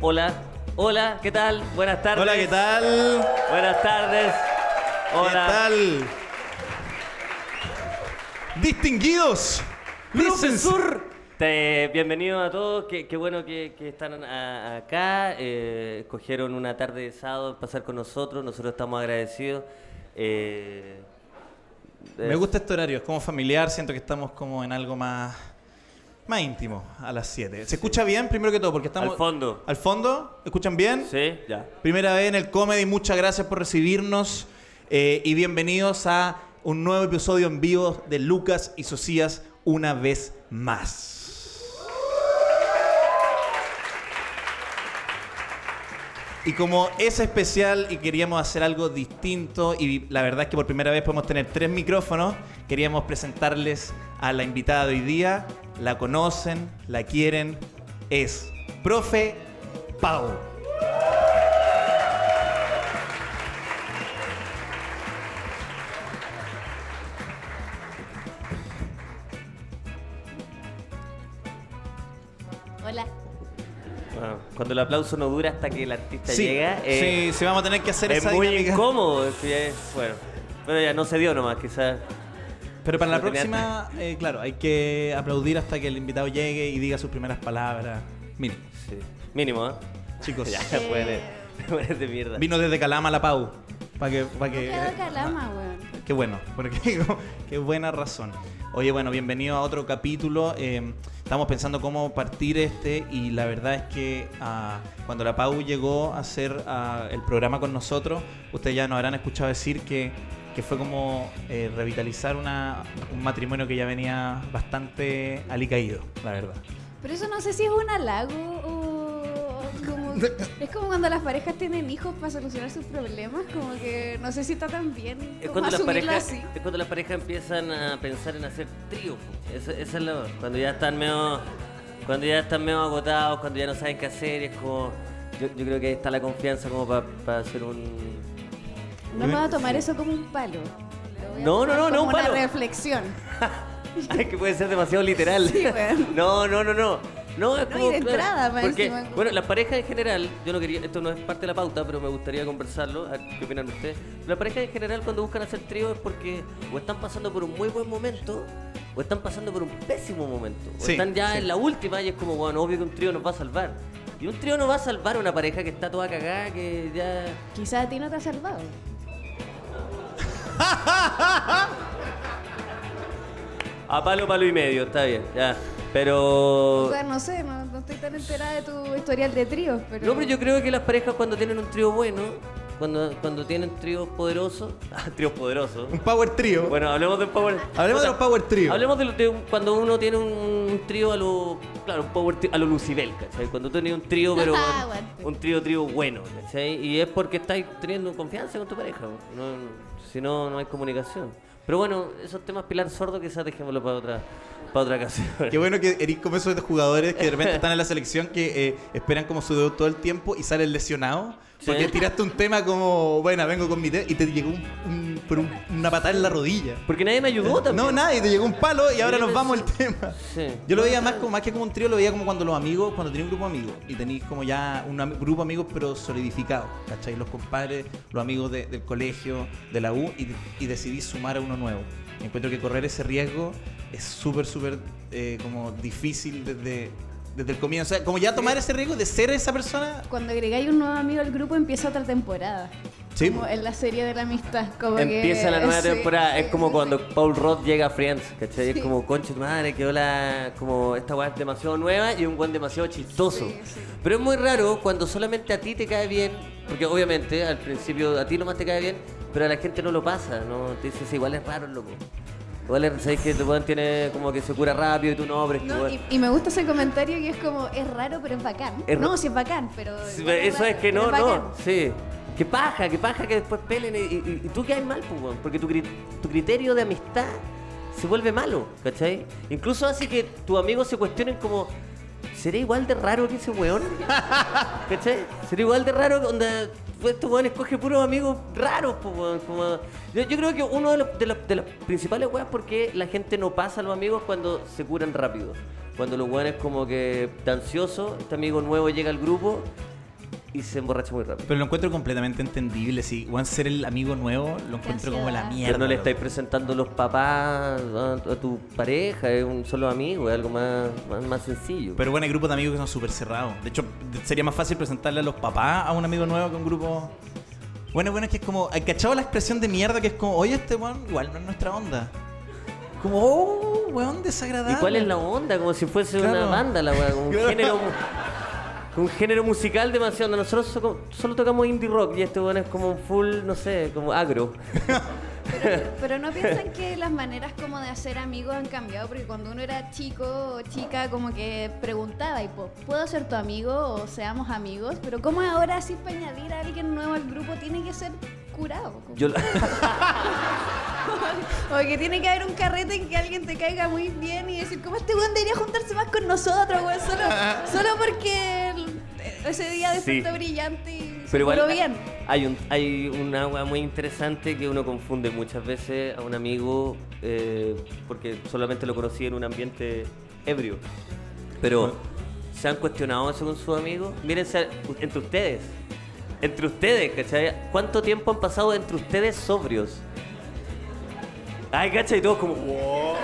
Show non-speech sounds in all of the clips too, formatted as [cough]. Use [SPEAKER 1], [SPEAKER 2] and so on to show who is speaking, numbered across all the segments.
[SPEAKER 1] Hola, hola, ¿qué tal? Buenas tardes.
[SPEAKER 2] Hola, ¿qué tal?
[SPEAKER 1] Buenas tardes. Hola.
[SPEAKER 2] ¿Qué tal? Distinguidos.
[SPEAKER 1] Profesor. Te- bienvenido a todos, qué, qué bueno que, que están a- acá, eh, cogieron una tarde de sábado para pasar con nosotros, nosotros estamos agradecidos. eh,
[SPEAKER 2] Me gusta este horario, es como familiar, siento que estamos como en algo más más íntimo a las 7. ¿Se escucha bien primero que todo? Porque estamos
[SPEAKER 1] Al fondo.
[SPEAKER 2] ¿Al fondo? ¿Escuchan bien?
[SPEAKER 1] Sí, ya.
[SPEAKER 2] Primera vez en el comedy, muchas gracias por recibirnos eh, y bienvenidos a un nuevo episodio en vivo de Lucas y Socias una vez más. Y como es especial y queríamos hacer algo distinto y la verdad es que por primera vez podemos tener tres micrófonos, queríamos presentarles a la invitada de hoy día. La conocen, la quieren, es profe Pau.
[SPEAKER 3] Hola.
[SPEAKER 1] Bueno, Ah, cuando el aplauso no dura hasta que el artista llega, eh,
[SPEAKER 2] sí, sí, vamos a tener que hacer
[SPEAKER 1] es
[SPEAKER 2] esa
[SPEAKER 1] muy
[SPEAKER 2] dinámica.
[SPEAKER 1] incómodo. sí, es- bueno, pero ya no se dio nomás, quizás.
[SPEAKER 2] Pero para la
[SPEAKER 1] No tenía-
[SPEAKER 2] próxima, eh, claro, hay que aplaudir hasta que el invitado llegue y diga sus primeras palabras.
[SPEAKER 1] [laughs]
[SPEAKER 2] Miren,
[SPEAKER 1] sí, Mínimo, ¿eh? [laughs]
[SPEAKER 2] chicos,
[SPEAKER 1] Ya, ya puede. de mierda.
[SPEAKER 2] vino desde Calama a la Pau. Para que, para
[SPEAKER 3] ¿Cómo
[SPEAKER 2] que, eh,
[SPEAKER 3] quedó Calama, weón?
[SPEAKER 2] Qué bueno, porque [laughs] qué buena razón. Oye, bueno, bienvenido a otro capítulo. Eh, estamos pensando cómo partir este y la verdad es que ah, cuando la Pau llegó a hacer ah, el programa con nosotros, ustedes ya nos habrán escuchado decir que, que fue como eh, revitalizar una- un matrimonio que ya venía bastante alicaído, la verdad.
[SPEAKER 3] Pero eso no sé si es un halago
[SPEAKER 1] [laughs]
[SPEAKER 3] o como... Es como cuando las parejas tienen hijos para solucionar sus problemas, como que no sé si está tan bien
[SPEAKER 1] Es
[SPEAKER 3] como
[SPEAKER 1] cuando, las
[SPEAKER 3] asumirlo
[SPEAKER 1] parejas,
[SPEAKER 3] así.
[SPEAKER 1] es cuando las parejas empiezan a pensar en hacer trío. po. Esa, esa es la cuando ya están medio cuando ya están medio agotados, cuando ya no saben qué hacer, y es como yo, yo creo que ahí está la confianza como para hacer un
[SPEAKER 3] No me va a tomar eso como un palo. Lo voy a
[SPEAKER 1] No,
[SPEAKER 3] tomar
[SPEAKER 1] no, no, no,
[SPEAKER 3] como
[SPEAKER 1] un
[SPEAKER 3] una
[SPEAKER 1] palo.
[SPEAKER 3] reflexión.
[SPEAKER 1] [laughs] Ay, que puede ser demasiado literal.
[SPEAKER 3] Sí, weón.
[SPEAKER 1] [laughs] No, no, no, no. No, es
[SPEAKER 3] No,
[SPEAKER 1] como.
[SPEAKER 3] y de
[SPEAKER 1] claro,
[SPEAKER 3] entrada, más
[SPEAKER 1] porque,
[SPEAKER 3] encima.
[SPEAKER 1] Bueno, la pareja en general, yo no quería, esto no es parte de la pauta, pero me gustaría conversarlo. a ver ¿Qué opinan ustedes? La pareja en general, cuando buscan hacer trío, es porque o están pasando por un muy buen momento, o están pasando por un pésimo momento. O
[SPEAKER 2] Sí,
[SPEAKER 1] están ya
[SPEAKER 2] sí.
[SPEAKER 1] en la última y es como, bueno, obvio que un trío nos va a salvar. Y un trío no va a salvar a una pareja que está toda cagada, que ya.
[SPEAKER 3] Quizás a ti no te ha salvado.
[SPEAKER 1] A palo, palo y medio, está bien, ya.
[SPEAKER 3] O
[SPEAKER 1] Pero.
[SPEAKER 3] sea, no sé, no, no estoy tan enterada de tu historial de tríos, pero...
[SPEAKER 1] No, pero yo creo que las parejas cuando tienen un trío bueno, cuando, cuando tienen tríos poderosos, [laughs] ah, tríos poderosos.
[SPEAKER 2] Un power trío.
[SPEAKER 1] Bueno, hablemos de un power.
[SPEAKER 2] Hablemos
[SPEAKER 1] Puta,
[SPEAKER 2] de los power trío.
[SPEAKER 1] Hablemos de, lo- de un- cuando uno tiene un, un trío a lo, claro, un power trío a lo Lucibel, ¿cachai? Cuando tú tienes un trío, pero
[SPEAKER 3] Ah,
[SPEAKER 1] bueno,
[SPEAKER 3] aguante.
[SPEAKER 1] un trío trío bueno, ¿cachai? Y es porque estás teniendo confianza con tu pareja, no- no- si no no hay comunicación. Pero bueno, esos temas pilar sordo quizás dejémoslo para otra para otra ocasión.
[SPEAKER 2] Qué bueno que eres como esos jugadores que de repente están en la selección que eh, esperan como su debut todo el tiempo y salen lesionados.
[SPEAKER 1] Sí.
[SPEAKER 2] Porque tiraste un tema como, bueno, vengo con mi tema y te llegó un, un- por un- una patada en la rodilla.
[SPEAKER 1] Porque nadie me ayudó también.
[SPEAKER 2] No, nadie, te llegó un palo y ahora
[SPEAKER 1] Sí, pues.
[SPEAKER 2] nos
[SPEAKER 1] pero
[SPEAKER 2] vamos
[SPEAKER 1] sí.
[SPEAKER 2] al tema.
[SPEAKER 1] Sí.
[SPEAKER 2] Yo lo veía más, como, más que como un trío, lo veía como cuando los amigos, cuando tenía un grupo de amigos y tenéis como ya un ami- grupo de amigos pero solidificado, ¿cachai? Los compadres, los amigos de- del colegio, de la U y, y decidí sumar a uno nuevo. Y Encuentro que correr ese riesgo es súper, súper eh, como difícil desde, desde el comienzo. O sea, como ya tomar ese riesgo de ser esa persona.
[SPEAKER 3] Cuando agregáis un nuevo amigo al grupo empieza otra temporada.
[SPEAKER 2] Sí.
[SPEAKER 3] Como en la serie de la amistad. Como que-
[SPEAKER 1] Empieza la nueva
[SPEAKER 3] sí,
[SPEAKER 1] temporada.
[SPEAKER 3] sí,
[SPEAKER 1] es como
[SPEAKER 3] sí,
[SPEAKER 1] cuando
[SPEAKER 3] sí.
[SPEAKER 1] Paul Roth llega a Friends, ¿cachai? Es
[SPEAKER 3] Sí.
[SPEAKER 1] como, concha tu madre, quedó la. Como, esta weá es demasiado nueva y un buen demasiado chistoso.
[SPEAKER 3] Sí, sí.
[SPEAKER 1] Pero es muy raro cuando solamente a ti te cae bien, porque obviamente al principio a ti nomás te cae bien, pero a la gente no lo pasa, ¿no? Te dices, "Sí, igual es raro, loco. Igual sabéis que el weón tiene como que se cura rápido y tú no, pero es que
[SPEAKER 3] No,
[SPEAKER 1] weón-
[SPEAKER 3] y, y me gusta ese comentario que es como, es raro, pero es bacán.
[SPEAKER 1] Es ra-
[SPEAKER 3] no, sí es bacán, pero...
[SPEAKER 1] Sí,
[SPEAKER 3] igual
[SPEAKER 1] Eso
[SPEAKER 3] raro,
[SPEAKER 1] es que
[SPEAKER 3] pero
[SPEAKER 1] no, no,
[SPEAKER 3] bacán.
[SPEAKER 1] sí. Que paja, que paja que después pelen y, y- y tú quedas mal, pues, weón, porque tu, cri- tu criterio de amistad se vuelve malo, ¿cachai? Incluso hace que tus amigos se cuestionen como, ¿seré igual de raro que ese weón? ¿Cachai? ¿Seré igual de raro que onda... Pues estos weones coge puros amigos raros, pues, weón, como- Yo, yo creo que uno de, los, de, los- de las principales weas porque la gente no pasa a los amigos cuando se curan rápido. Cuando los weones como que está ansioso, este amigo nuevo llega al grupo y se emborracha muy rápido.
[SPEAKER 2] Pero lo encuentro completamente entendible. Si Juan ser el amigo nuevo, lo encuentro como la
[SPEAKER 3] ansiedad.
[SPEAKER 2] mierda.
[SPEAKER 1] Pero no le
[SPEAKER 2] loco.
[SPEAKER 1] estáis presentando los papás a, a tu pareja, es un solo amigo, es algo más, más, más sencillo.
[SPEAKER 2] Pero bueno, hay grupos de amigos que son súper cerrados. De hecho, de- sería más fácil presentarle a los papás a un amigo nuevo que a un grupo. Bueno, bueno, es que es como. ¿Hay cachado la expresión de mierda que es como, oye, este weón igual no es nuestra onda? Como, oh, weón
[SPEAKER 1] ¿Y
[SPEAKER 2] desagradable.
[SPEAKER 1] cuál es la onda? Como si fuese una
[SPEAKER 2] Claro.
[SPEAKER 1] banda, la weá, como un
[SPEAKER 2] [laughs] Claro.
[SPEAKER 1] género. como Un género musical demasiado. Nosotros so- solo tocamos indie rock y este weón es como un full, no sé, como agro.
[SPEAKER 3] Pero,
[SPEAKER 1] [laughs]
[SPEAKER 3] pero no piensan que las maneras como de hacer amigos han cambiado, porque cuando uno era chico o chica, como que preguntaba, y po, ¿puedo ser tu amigo o seamos amigos? Pero ¿cómo ahora así para añadir a alguien nuevo al grupo tiene que ser curado? Como-
[SPEAKER 1] Yo, la-
[SPEAKER 3] O que tiene que haber un carrete en que alguien te caiga muy bien y decir, ¿cómo este weón debería juntarse más con nosotros, weón?
[SPEAKER 1] [laughs]
[SPEAKER 3] Solo, solo porque el- ese día despertó
[SPEAKER 1] Sí.
[SPEAKER 3] brillante y se
[SPEAKER 1] Pero igual
[SPEAKER 3] curó bien.
[SPEAKER 1] hay un hay una agua muy interesante que uno confunde muchas veces a un amigo eh, porque solamente lo conocí en un ambiente ebrio. Pero se han cuestionado eso con sus amigos. Mírense entre ustedes. Entre ustedes, ¿cachai? ¿Cuánto tiempo han pasado entre ustedes sobrios? Ay, ¿cachai? Y todos como, wow.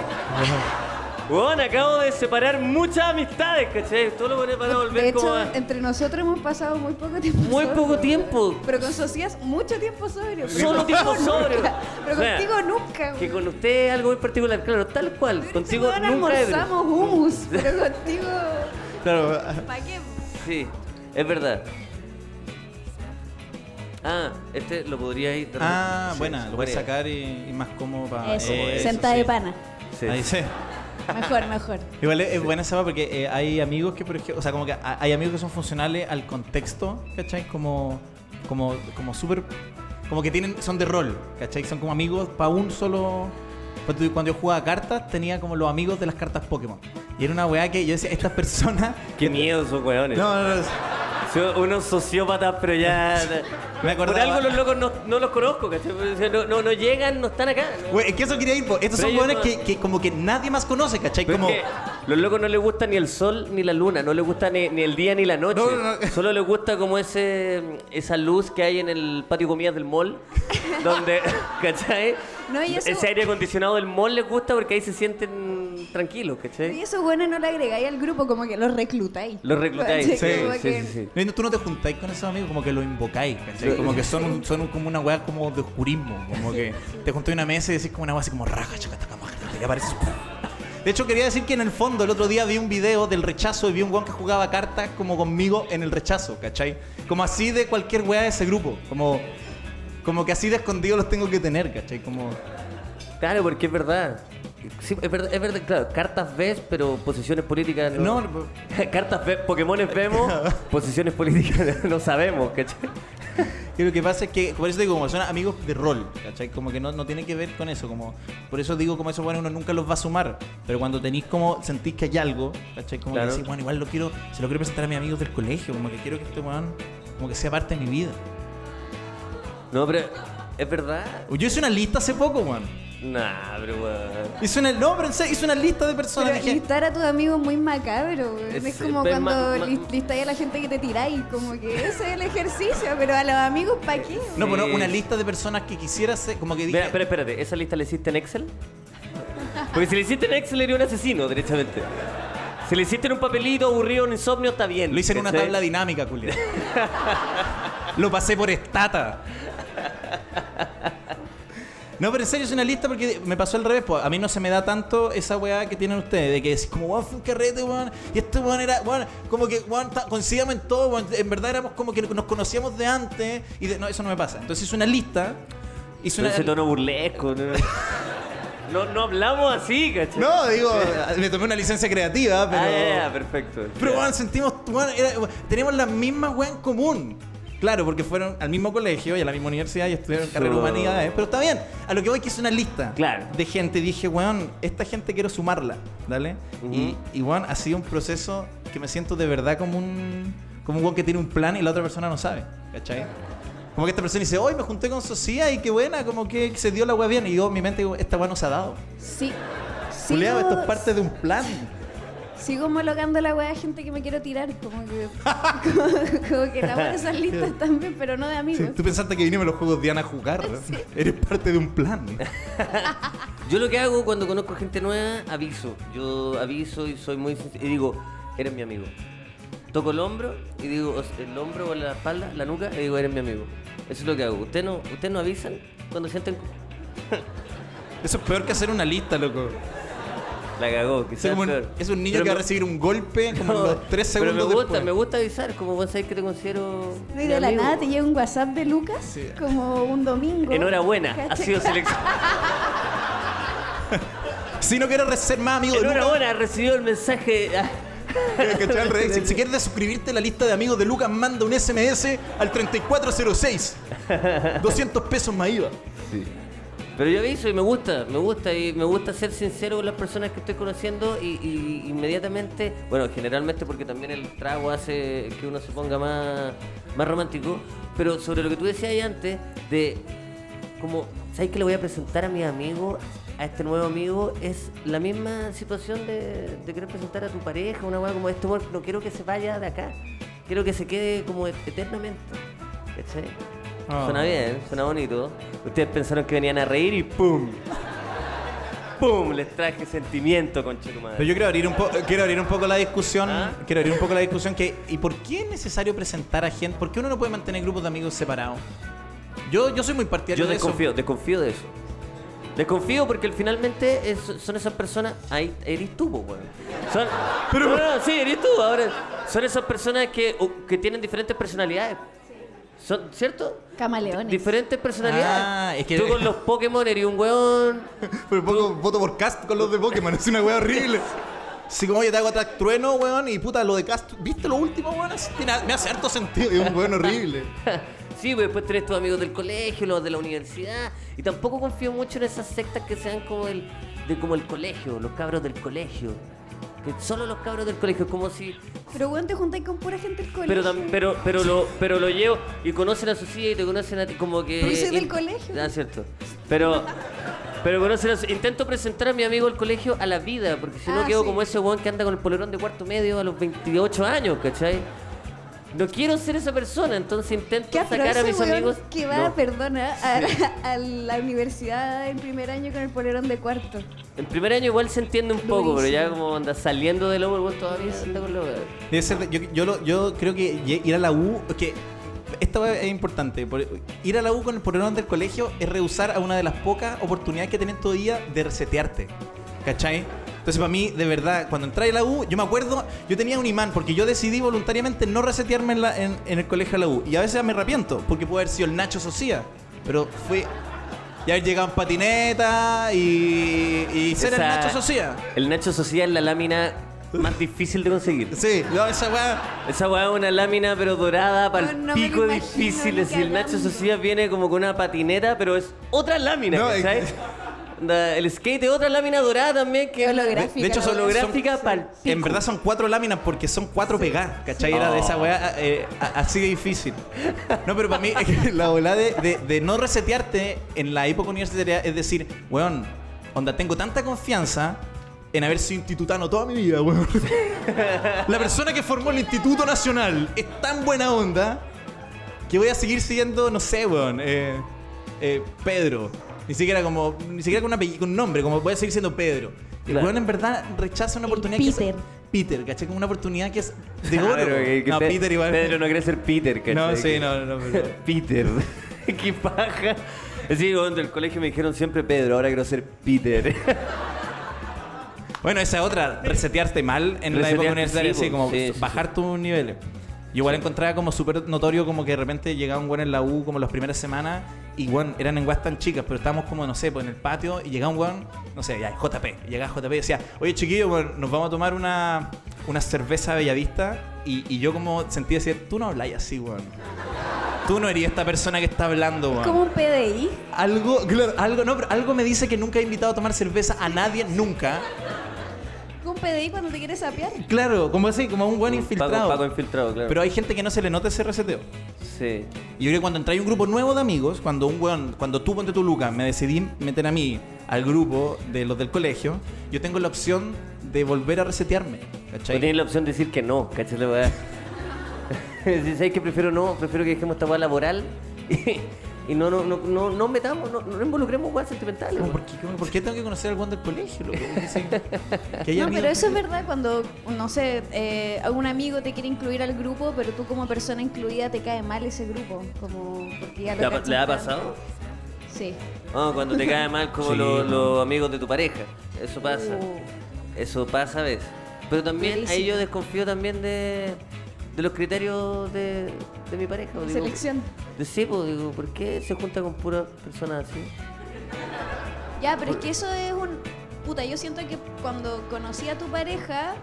[SPEAKER 1] Weón, acabo de separar muchas amistades, ¿cachai? Todo lo pone para volver
[SPEAKER 3] De hecho,
[SPEAKER 1] como a-
[SPEAKER 3] entre nosotros hemos pasado muy poco tiempo
[SPEAKER 1] Muy
[SPEAKER 3] sobrio.
[SPEAKER 1] poco tiempo.
[SPEAKER 3] Pero con socias mucho tiempo sobrio. Pero
[SPEAKER 1] Solo
[SPEAKER 3] contigo
[SPEAKER 1] tiempo sobrio.
[SPEAKER 3] nunca. Pero
[SPEAKER 1] O sea,
[SPEAKER 3] contigo nunca.
[SPEAKER 1] Que
[SPEAKER 3] güey.
[SPEAKER 1] con usted es algo muy particular, claro, tal cual.
[SPEAKER 3] Este
[SPEAKER 1] Contigo
[SPEAKER 3] weón
[SPEAKER 1] nunca ebrio.
[SPEAKER 3] almorzamos hummus,
[SPEAKER 1] [laughs]
[SPEAKER 3] pero contigo...
[SPEAKER 2] Claro,
[SPEAKER 3] ¿Para qué?
[SPEAKER 1] Sí, es verdad. Ah, este lo podría ir.
[SPEAKER 2] Ah,
[SPEAKER 1] sí,
[SPEAKER 2] buena,
[SPEAKER 1] sí,
[SPEAKER 2] lo voy a
[SPEAKER 1] buena.
[SPEAKER 2] sacar y, y más cómodo para.
[SPEAKER 3] Eso,
[SPEAKER 2] Eh,
[SPEAKER 3] senta
[SPEAKER 2] sí.
[SPEAKER 3] de pana.
[SPEAKER 1] Sí.
[SPEAKER 2] Ahí sí.
[SPEAKER 3] Mejor, mejor.
[SPEAKER 2] Igual es, es buena esa va porque eh, hay amigos que, por ejemplo, o sea, como que ha- hay amigos que son funcionales al contexto, ¿cachai? Como, como, como súper, como que tienen, son de rol, ¿cachai? Son como amigos para un solo... Cuando cuando yo jugaba cartas tenía como los amigos de las cartas Pokémon. Y era una weá que yo decía, estas personas...
[SPEAKER 1] Qué miedo esos weones.
[SPEAKER 2] No, no, no.
[SPEAKER 1] Son unos sociópatas, pero ya.
[SPEAKER 2] [laughs] Me acordaba.
[SPEAKER 1] Por algo los locos no, no los conozco, ¿cachai? O sea, No, no, no llegan, no están acá. ¿no?
[SPEAKER 2] Güey, es que eso quería ir, po. estos
[SPEAKER 1] Pero
[SPEAKER 2] son
[SPEAKER 1] yo
[SPEAKER 2] weones
[SPEAKER 1] no-
[SPEAKER 2] que, que como que nadie más conoce, ¿cachai?
[SPEAKER 1] Pero
[SPEAKER 2] Como...
[SPEAKER 1] es que los locos no les gusta ni el sol ni la luna, no les gusta ni, ni el día ni la noche.
[SPEAKER 2] No, no, no.
[SPEAKER 1] Solo les gusta como ese esa luz que hay en el patio de comidas del
[SPEAKER 2] [laughs]
[SPEAKER 1] mall, donde, [laughs] ¿cachai?
[SPEAKER 3] No, y eso-
[SPEAKER 1] Ese aire acondicionado del mall les gusta porque ahí se sienten tranquilos,
[SPEAKER 3] Y
[SPEAKER 1] ¿cachai?
[SPEAKER 3] eso bueno no lo agregáis al grupo, como que los reclutáis.
[SPEAKER 1] Los reclutáis.
[SPEAKER 2] Sí,
[SPEAKER 1] Sí,
[SPEAKER 3] como
[SPEAKER 1] sí,
[SPEAKER 3] que-
[SPEAKER 1] sí, sí.
[SPEAKER 2] No, y no, tú no te juntáis con esos amigos, como que los invocáis, ¿cachai?
[SPEAKER 1] Sí.
[SPEAKER 2] Como que son, un- son un- como una weá como de oscurismo. Como que te juntáis a una mesa y decís como una weá así como raja, chacataca, maja, y apareces. De hecho, quería decir que en el fondo el otro día vi un video del rechazo y vi un weón que jugaba cartas como conmigo en el rechazo, ¿cachai? Como así de cualquier weá de ese grupo. Como, como que así de escondido los tengo que tener, ¿cachai? Como.
[SPEAKER 1] Claro, porque es verdad. Sí, es verdad, es verdad, claro, cartas ves, pero posiciones políticas no. [laughs]
[SPEAKER 2] No, no,
[SPEAKER 1] cartas ve, Pokémones
[SPEAKER 2] [laughs]
[SPEAKER 1] vemos, posiciones políticas [laughs] no sabemos, ¿cachai?
[SPEAKER 2] Y lo que pasa es que, por eso digo, como son amigos de rol, ¿cachai? Como que no, no tiene que ver con eso, como, por eso digo, como eso, bueno, uno nunca los va a sumar, pero cuando tenéis como, sentís que hay algo, ¿cachai? Como
[SPEAKER 1] Claro.
[SPEAKER 2] que decís, bueno, igual lo quiero, se lo quiero presentar a mis amigos del colegio, como que quiero que este weón, como que sea parte de mi vida.
[SPEAKER 1] No, pero es verdad.
[SPEAKER 2] Yo hice una lista hace poco, weón.
[SPEAKER 1] Nah, pero weón.
[SPEAKER 2] Hice una, no, pero en serio, hice una lista de personas.
[SPEAKER 3] Pero
[SPEAKER 2] dije,
[SPEAKER 3] listar a tus amigos es muy macabro, güey.
[SPEAKER 1] Es-
[SPEAKER 3] Es, como
[SPEAKER 1] es
[SPEAKER 3] cuando
[SPEAKER 1] ma- ma-
[SPEAKER 3] lis- listáis a la gente que te tiráis, como que ese es el ejercicio, pero a los amigos, ¿para qué? güey?
[SPEAKER 2] no, pero
[SPEAKER 1] Sí.
[SPEAKER 2] no, una lista de personas que quisiera ser, como que dije,
[SPEAKER 1] Mira, pero espérate, ¿esa lista la hiciste en Excel? Porque si la hiciste en Excel eres un asesino, derechamente. Si la hiciste en un papelito aburrido, un insomnio, está bien.
[SPEAKER 2] lo hice en una
[SPEAKER 1] ¿cachai?
[SPEAKER 2] tabla dinámica,
[SPEAKER 1] [laughs]
[SPEAKER 2] culiao. lo pasé por estata. No, pero en serio es una lista porque me pasó al revés, pues a mí no se me da tanto esa weá que tienen ustedes, de que decís como, weón, fue un carrete, weón, y este weón era, weón, como que, weón, ta- coincidíamos en todo, weón, en verdad éramos como que nos conocíamos de antes, y de- no, eso no me pasa. Entonces hice una lista, hice
[SPEAKER 1] Con
[SPEAKER 2] una...
[SPEAKER 1] ese tono burlesco. ¿no? [laughs] No, no hablamos así, ¿cachai?
[SPEAKER 2] [laughs] No, digo, me tomé una licencia creativa, pero.
[SPEAKER 1] Ah, ya, ya, perfecto.
[SPEAKER 2] Pero,
[SPEAKER 1] Ya.
[SPEAKER 2] weón, sentimos. weón, era- weón, tenemos las mismas weas en común. Claro, porque fueron al mismo colegio y a la misma universidad y estudiaron carrera
[SPEAKER 1] Su-
[SPEAKER 2] humanidades. Pero está bien. A lo que voy que es una lista
[SPEAKER 1] Claro.
[SPEAKER 2] de gente. Dije, weón, esta gente quiero sumarla. ¿Dale? Y, y, weón, ha sido un proceso que me siento de verdad como un. Como un weón que tiene un plan y la otra persona no sabe. ¿Cachai? Como que esta persona dice, hoy me junté con Socia y qué buena, como que se dio la wea bien. Y yo, en mi mente, digo, esta wea no se ha dado.
[SPEAKER 3] Sí.
[SPEAKER 2] Juliado, esto es
[SPEAKER 3] Sigo-
[SPEAKER 2] parte de un plan.
[SPEAKER 3] Sigo homologando la weá de gente que me quiero tirar, como que, [laughs] como, como que la weá de esas listas también, pero no de
[SPEAKER 2] Sí,
[SPEAKER 3] amigos.
[SPEAKER 2] tú pensaste que vinimos a los juegos Diana a jugar. ¿no? Eres parte de un plan.
[SPEAKER 1] Yo lo que hago cuando conozco gente nueva, aviso. Yo aviso y soy muy sincer- y digo, eres mi amigo. Toco el hombro y digo, o- el hombro o la espalda, la nuca, y digo, eres mi amigo. Eso es lo que hago. ¿Ustedes no, usted no avisan cuando sienten...
[SPEAKER 2] Eso es peor que hacer una lista, loco.
[SPEAKER 1] La cagó, quizás
[SPEAKER 2] Es, como un,
[SPEAKER 1] peor.
[SPEAKER 2] es un niño
[SPEAKER 1] Pero
[SPEAKER 2] que va a
[SPEAKER 1] me-
[SPEAKER 2] recibir un golpe como en los tres segundos
[SPEAKER 1] Pero me gusta,
[SPEAKER 2] después.
[SPEAKER 1] me gusta avisar, como vos sabés que te considero...
[SPEAKER 3] Y
[SPEAKER 1] mi
[SPEAKER 3] de la
[SPEAKER 1] amigo.
[SPEAKER 3] nada te llega un WhatsApp de Lucas,
[SPEAKER 2] Sí.
[SPEAKER 3] como un domingo.
[SPEAKER 1] Enhorabuena, ha
[SPEAKER 3] ¿Cachai? [laughs]
[SPEAKER 1] sido seleccionado.
[SPEAKER 2] Si no quieres ser más amigo de Lucas,
[SPEAKER 1] Enhorabuena, recibió el mensaje.
[SPEAKER 2] [laughs] ¿cachai? Al revés. si, si quieres suscribirte a la lista de amigos de Lucas, manda un SMS al [laughs] 3406. 200 pesos más IVA.
[SPEAKER 1] Pero yo aviso y me gusta, me gusta y me gusta ser sincero con las personas que estoy conociendo y, y inmediatamente, bueno, generalmente porque también el trago hace que uno se ponga más, más romántico, pero sobre lo que tú decías ahí antes, de como, ¿sabes que le voy a presentar a mi amigo, a este nuevo amigo? Es la misma situación de, de querer presentar a tu pareja, una weá como esto, bueno, no quiero que se vaya de acá, quiero que se quede como et- eternamente. ¿Cachai?
[SPEAKER 2] Ah.
[SPEAKER 1] Suena bien, suena bonito. Ustedes pensaron que venían a reír y ¡pum! ¡Pum! Les traje sentimiento, concha tu madre.
[SPEAKER 2] Pero yo quiero abrir un poco, quiero abrir un poco la discusión,
[SPEAKER 1] ¿Ah?
[SPEAKER 2] quiero abrir un poco la discusión que ¿y por qué es necesario presentar a gente? ¿Por qué uno no puede mantener grupos de amigos separados? Yo, yo soy muy partidario
[SPEAKER 1] Yo
[SPEAKER 2] de eso.
[SPEAKER 1] desconfío, desconfío de eso. Desconfío porque finalmente es- son esas personas. Ahí eres tú, po, weón. Son-
[SPEAKER 2] Pero-
[SPEAKER 1] no, no, no, sí, eres tú. Ahora, son esas personas que, o- que tienen diferentes personalidades. Son, ¿Cierto?
[SPEAKER 3] Camaleones.
[SPEAKER 1] Diferentes personalidades.
[SPEAKER 2] Ah, es que-
[SPEAKER 1] Tú con los Pokémon eres un weón.
[SPEAKER 2] Pero poco voto por cast con los de Pokémon, es una wea horrible. Así como, oye, te hago atrás trueno, weón, y puta, lo de cast, ¿viste lo último, weón? Así tiene- me hace harto sentido, es un weón horrible.
[SPEAKER 1] [laughs] Sí, pues después tenés tus amigos del colegio, los de la universidad. Y tampoco confío mucho en esas sectas que sean como el, de como el colegio, los cabros del colegio. Que solo los cabros del colegio, como si
[SPEAKER 3] Pero bueno, te juntáis con pura gente del colegio.
[SPEAKER 1] Pero, tam- pero, pero, lo, pero lo llevo y conocen a su silla y te conocen a ti, como que...
[SPEAKER 3] Pero soy del
[SPEAKER 1] in-
[SPEAKER 3] colegio.
[SPEAKER 1] Ah, cierto. Pero, pero conocen a su- Intento presentar a mi amigo del colegio a la vida, porque si no
[SPEAKER 3] Ah,
[SPEAKER 1] quedo
[SPEAKER 3] sí.
[SPEAKER 1] como ese weón que anda con el polerón de cuarto medio a los 28 años, ¿cachai? No quiero ser esa persona, entonces intento
[SPEAKER 3] ¿Qué afro
[SPEAKER 1] sacar a
[SPEAKER 3] ese
[SPEAKER 1] mis
[SPEAKER 3] weón
[SPEAKER 1] amigos...
[SPEAKER 3] Que va,
[SPEAKER 1] No.
[SPEAKER 3] perdona, a, a la universidad en primer año con el polerón de cuarto.
[SPEAKER 1] En primer año igual se entiende un poco, pero ya
[SPEAKER 3] Durísimo.
[SPEAKER 1] como anda saliendo del over, weón, todavía anda con lo...
[SPEAKER 2] Debe ser de- yo, yo, lo- yo creo que ye- ir a la U, que esta wea es importante. por- ir a la U con el polerón del colegio es rehusar a una de las pocas oportunidades que tenés todavía de resetearte. ¿Cachai? Entonces, para mí, de verdad, cuando entré a la U, yo me acuerdo, yo tenía un imán, porque yo decidí voluntariamente no resetearme en, la- en- en el colegio de la U. Y a veces me arrepiento, porque pudo haber sido el Nacho Socia, pero fue. Y haber llegado en patineta y, y ser el
[SPEAKER 1] Esa-
[SPEAKER 2] Nacho Socia.
[SPEAKER 1] El Nacho Socia es la lámina más difícil de conseguir.
[SPEAKER 2] Sí, no, esa weá.
[SPEAKER 1] Esa weá es una lámina pero dorada, para
[SPEAKER 3] No, no me
[SPEAKER 1] pico
[SPEAKER 3] lo imagino
[SPEAKER 1] difícil.
[SPEAKER 3] ni
[SPEAKER 1] Es decir, el Nacho
[SPEAKER 3] cagando.
[SPEAKER 1] Socias viene como con una patineta, pero es otra lámina,
[SPEAKER 2] No, es-
[SPEAKER 1] ¿cachai? Onda, El skate es otra lámina dorada también que
[SPEAKER 3] Holográfica,
[SPEAKER 2] De hecho,
[SPEAKER 3] la
[SPEAKER 2] son-
[SPEAKER 3] weá.
[SPEAKER 1] holográfica pa'l pico.
[SPEAKER 2] En verdad son cuatro láminas porque son cuatro pegadas, ¿cachai? Era de esa weá eh, a- así de difícil. No, pero para mí es que la volada de, de- de no resetearte en la época universitaria es decir, weón, onda, tengo tanta confianza en haber sido institutano toda mi vida, weón. [laughs] La persona que formó el Instituto Nacional es tan buena onda que voy a seguir siguiendo, no sé, weón, eh, eh, Pedro. Ni siquiera como, ni siquiera con, una apellido- con un nombre, como voy a seguir siendo Pedro. El
[SPEAKER 1] Claro.
[SPEAKER 2] weón en verdad rechaza una
[SPEAKER 3] El
[SPEAKER 2] oportunidad que es...
[SPEAKER 3] Peter.
[SPEAKER 2] Peter, ¿cachai? Como una oportunidad que es de
[SPEAKER 1] Ah,
[SPEAKER 2] oro.
[SPEAKER 1] pero que- que
[SPEAKER 2] no,
[SPEAKER 1] Pe-
[SPEAKER 2] Peter igual.
[SPEAKER 1] Pedro no quiere ser Peter, ¿cachai?
[SPEAKER 2] no,
[SPEAKER 1] Que-
[SPEAKER 2] sí, no, no, no, pero...
[SPEAKER 1] [laughs] Peter. Qué paja. Es decir, bueno, del colegio me dijeron siempre Pedro, ahora quiero ser Peter.
[SPEAKER 2] Bueno, esa es otra, resetearte mal en la
[SPEAKER 1] Resetearte,
[SPEAKER 2] época universitaria,
[SPEAKER 1] sí,
[SPEAKER 2] así
[SPEAKER 1] po.
[SPEAKER 2] como
[SPEAKER 1] Sí, sí,
[SPEAKER 2] bajar tus niveles. Yo igual encontraba como súper notorio como que de repente llegaba un weón en la U como las primeras semanas y weón, eran en weas tan chicas, pero estábamos como, no sé, pues en el patio y llegaba un weón, no sé, ya, JP, llegaba JP y decía, oye chiquillo, weón, nos vamos a tomar una, una cerveza Bellavista y, y yo como sentía decir, tú no habláis así, weón. Tú no eres esta persona que está hablando, weón.
[SPEAKER 3] Como un PDI.
[SPEAKER 2] Algo, claro, algo, no, pero algo me dice que nunca he invitado a tomar cerveza a nadie, nunca.
[SPEAKER 3] Como un PDI cuando te quieres apiar.
[SPEAKER 2] Claro, como así, como un buen infiltrado.
[SPEAKER 1] Paco, Paco infiltrado, claro.
[SPEAKER 2] Pero hay gente que no se le nota ese reseteo.
[SPEAKER 1] Sí.
[SPEAKER 2] Y yo creo que cuando entráis a un grupo nuevo de amigos, cuando un weón, cuando tú ponte tu Lucas, me decidí meter a mí al grupo de los del colegio, yo tengo la opción de volver a resetearme.
[SPEAKER 1] No
[SPEAKER 2] ¿Cachai?
[SPEAKER 1] tienes Pues la opción de decir que no, ¿cachai? La weá. [laughs] si sabes que prefiero no, prefiero que dejemos esta weá laboral y, y no, no, no, no, no metamos, no, no involucremos weá sentimentales.
[SPEAKER 2] Como,
[SPEAKER 1] weón.
[SPEAKER 2] ¿Por qué, como, ¿Por qué tengo que conocer al weón del colegio? loco? Como que
[SPEAKER 3] [laughs]
[SPEAKER 2] sí, que hay
[SPEAKER 3] No,
[SPEAKER 2] amigos-
[SPEAKER 3] pero eso es verdad cuando, no sé, eh, algún amigo te quiere incluir al grupo, pero tú como persona incluida te cae mal ese grupo. Como, porque ya lo
[SPEAKER 1] ¿Le ha-
[SPEAKER 3] cachas
[SPEAKER 1] le ha
[SPEAKER 3] tanto.
[SPEAKER 1] pasado?
[SPEAKER 3] Sí.
[SPEAKER 1] Ah, cuando te cae mal [laughs] como
[SPEAKER 2] Sí.
[SPEAKER 1] los, los amigos de tu pareja. Eso pasa.
[SPEAKER 3] Oh.
[SPEAKER 1] Eso pasa a veces. Pero también ahí
[SPEAKER 3] Buenísimo.
[SPEAKER 1] yo desconfío también de, de los criterios de, de mi pareja. digo,
[SPEAKER 3] Selección.
[SPEAKER 1] De sí, pues, digo, ¿por qué se junta con puras personas así?
[SPEAKER 3] Ya, pero es que eso es un... Puta, yo siento que cuando conocí a tu pareja,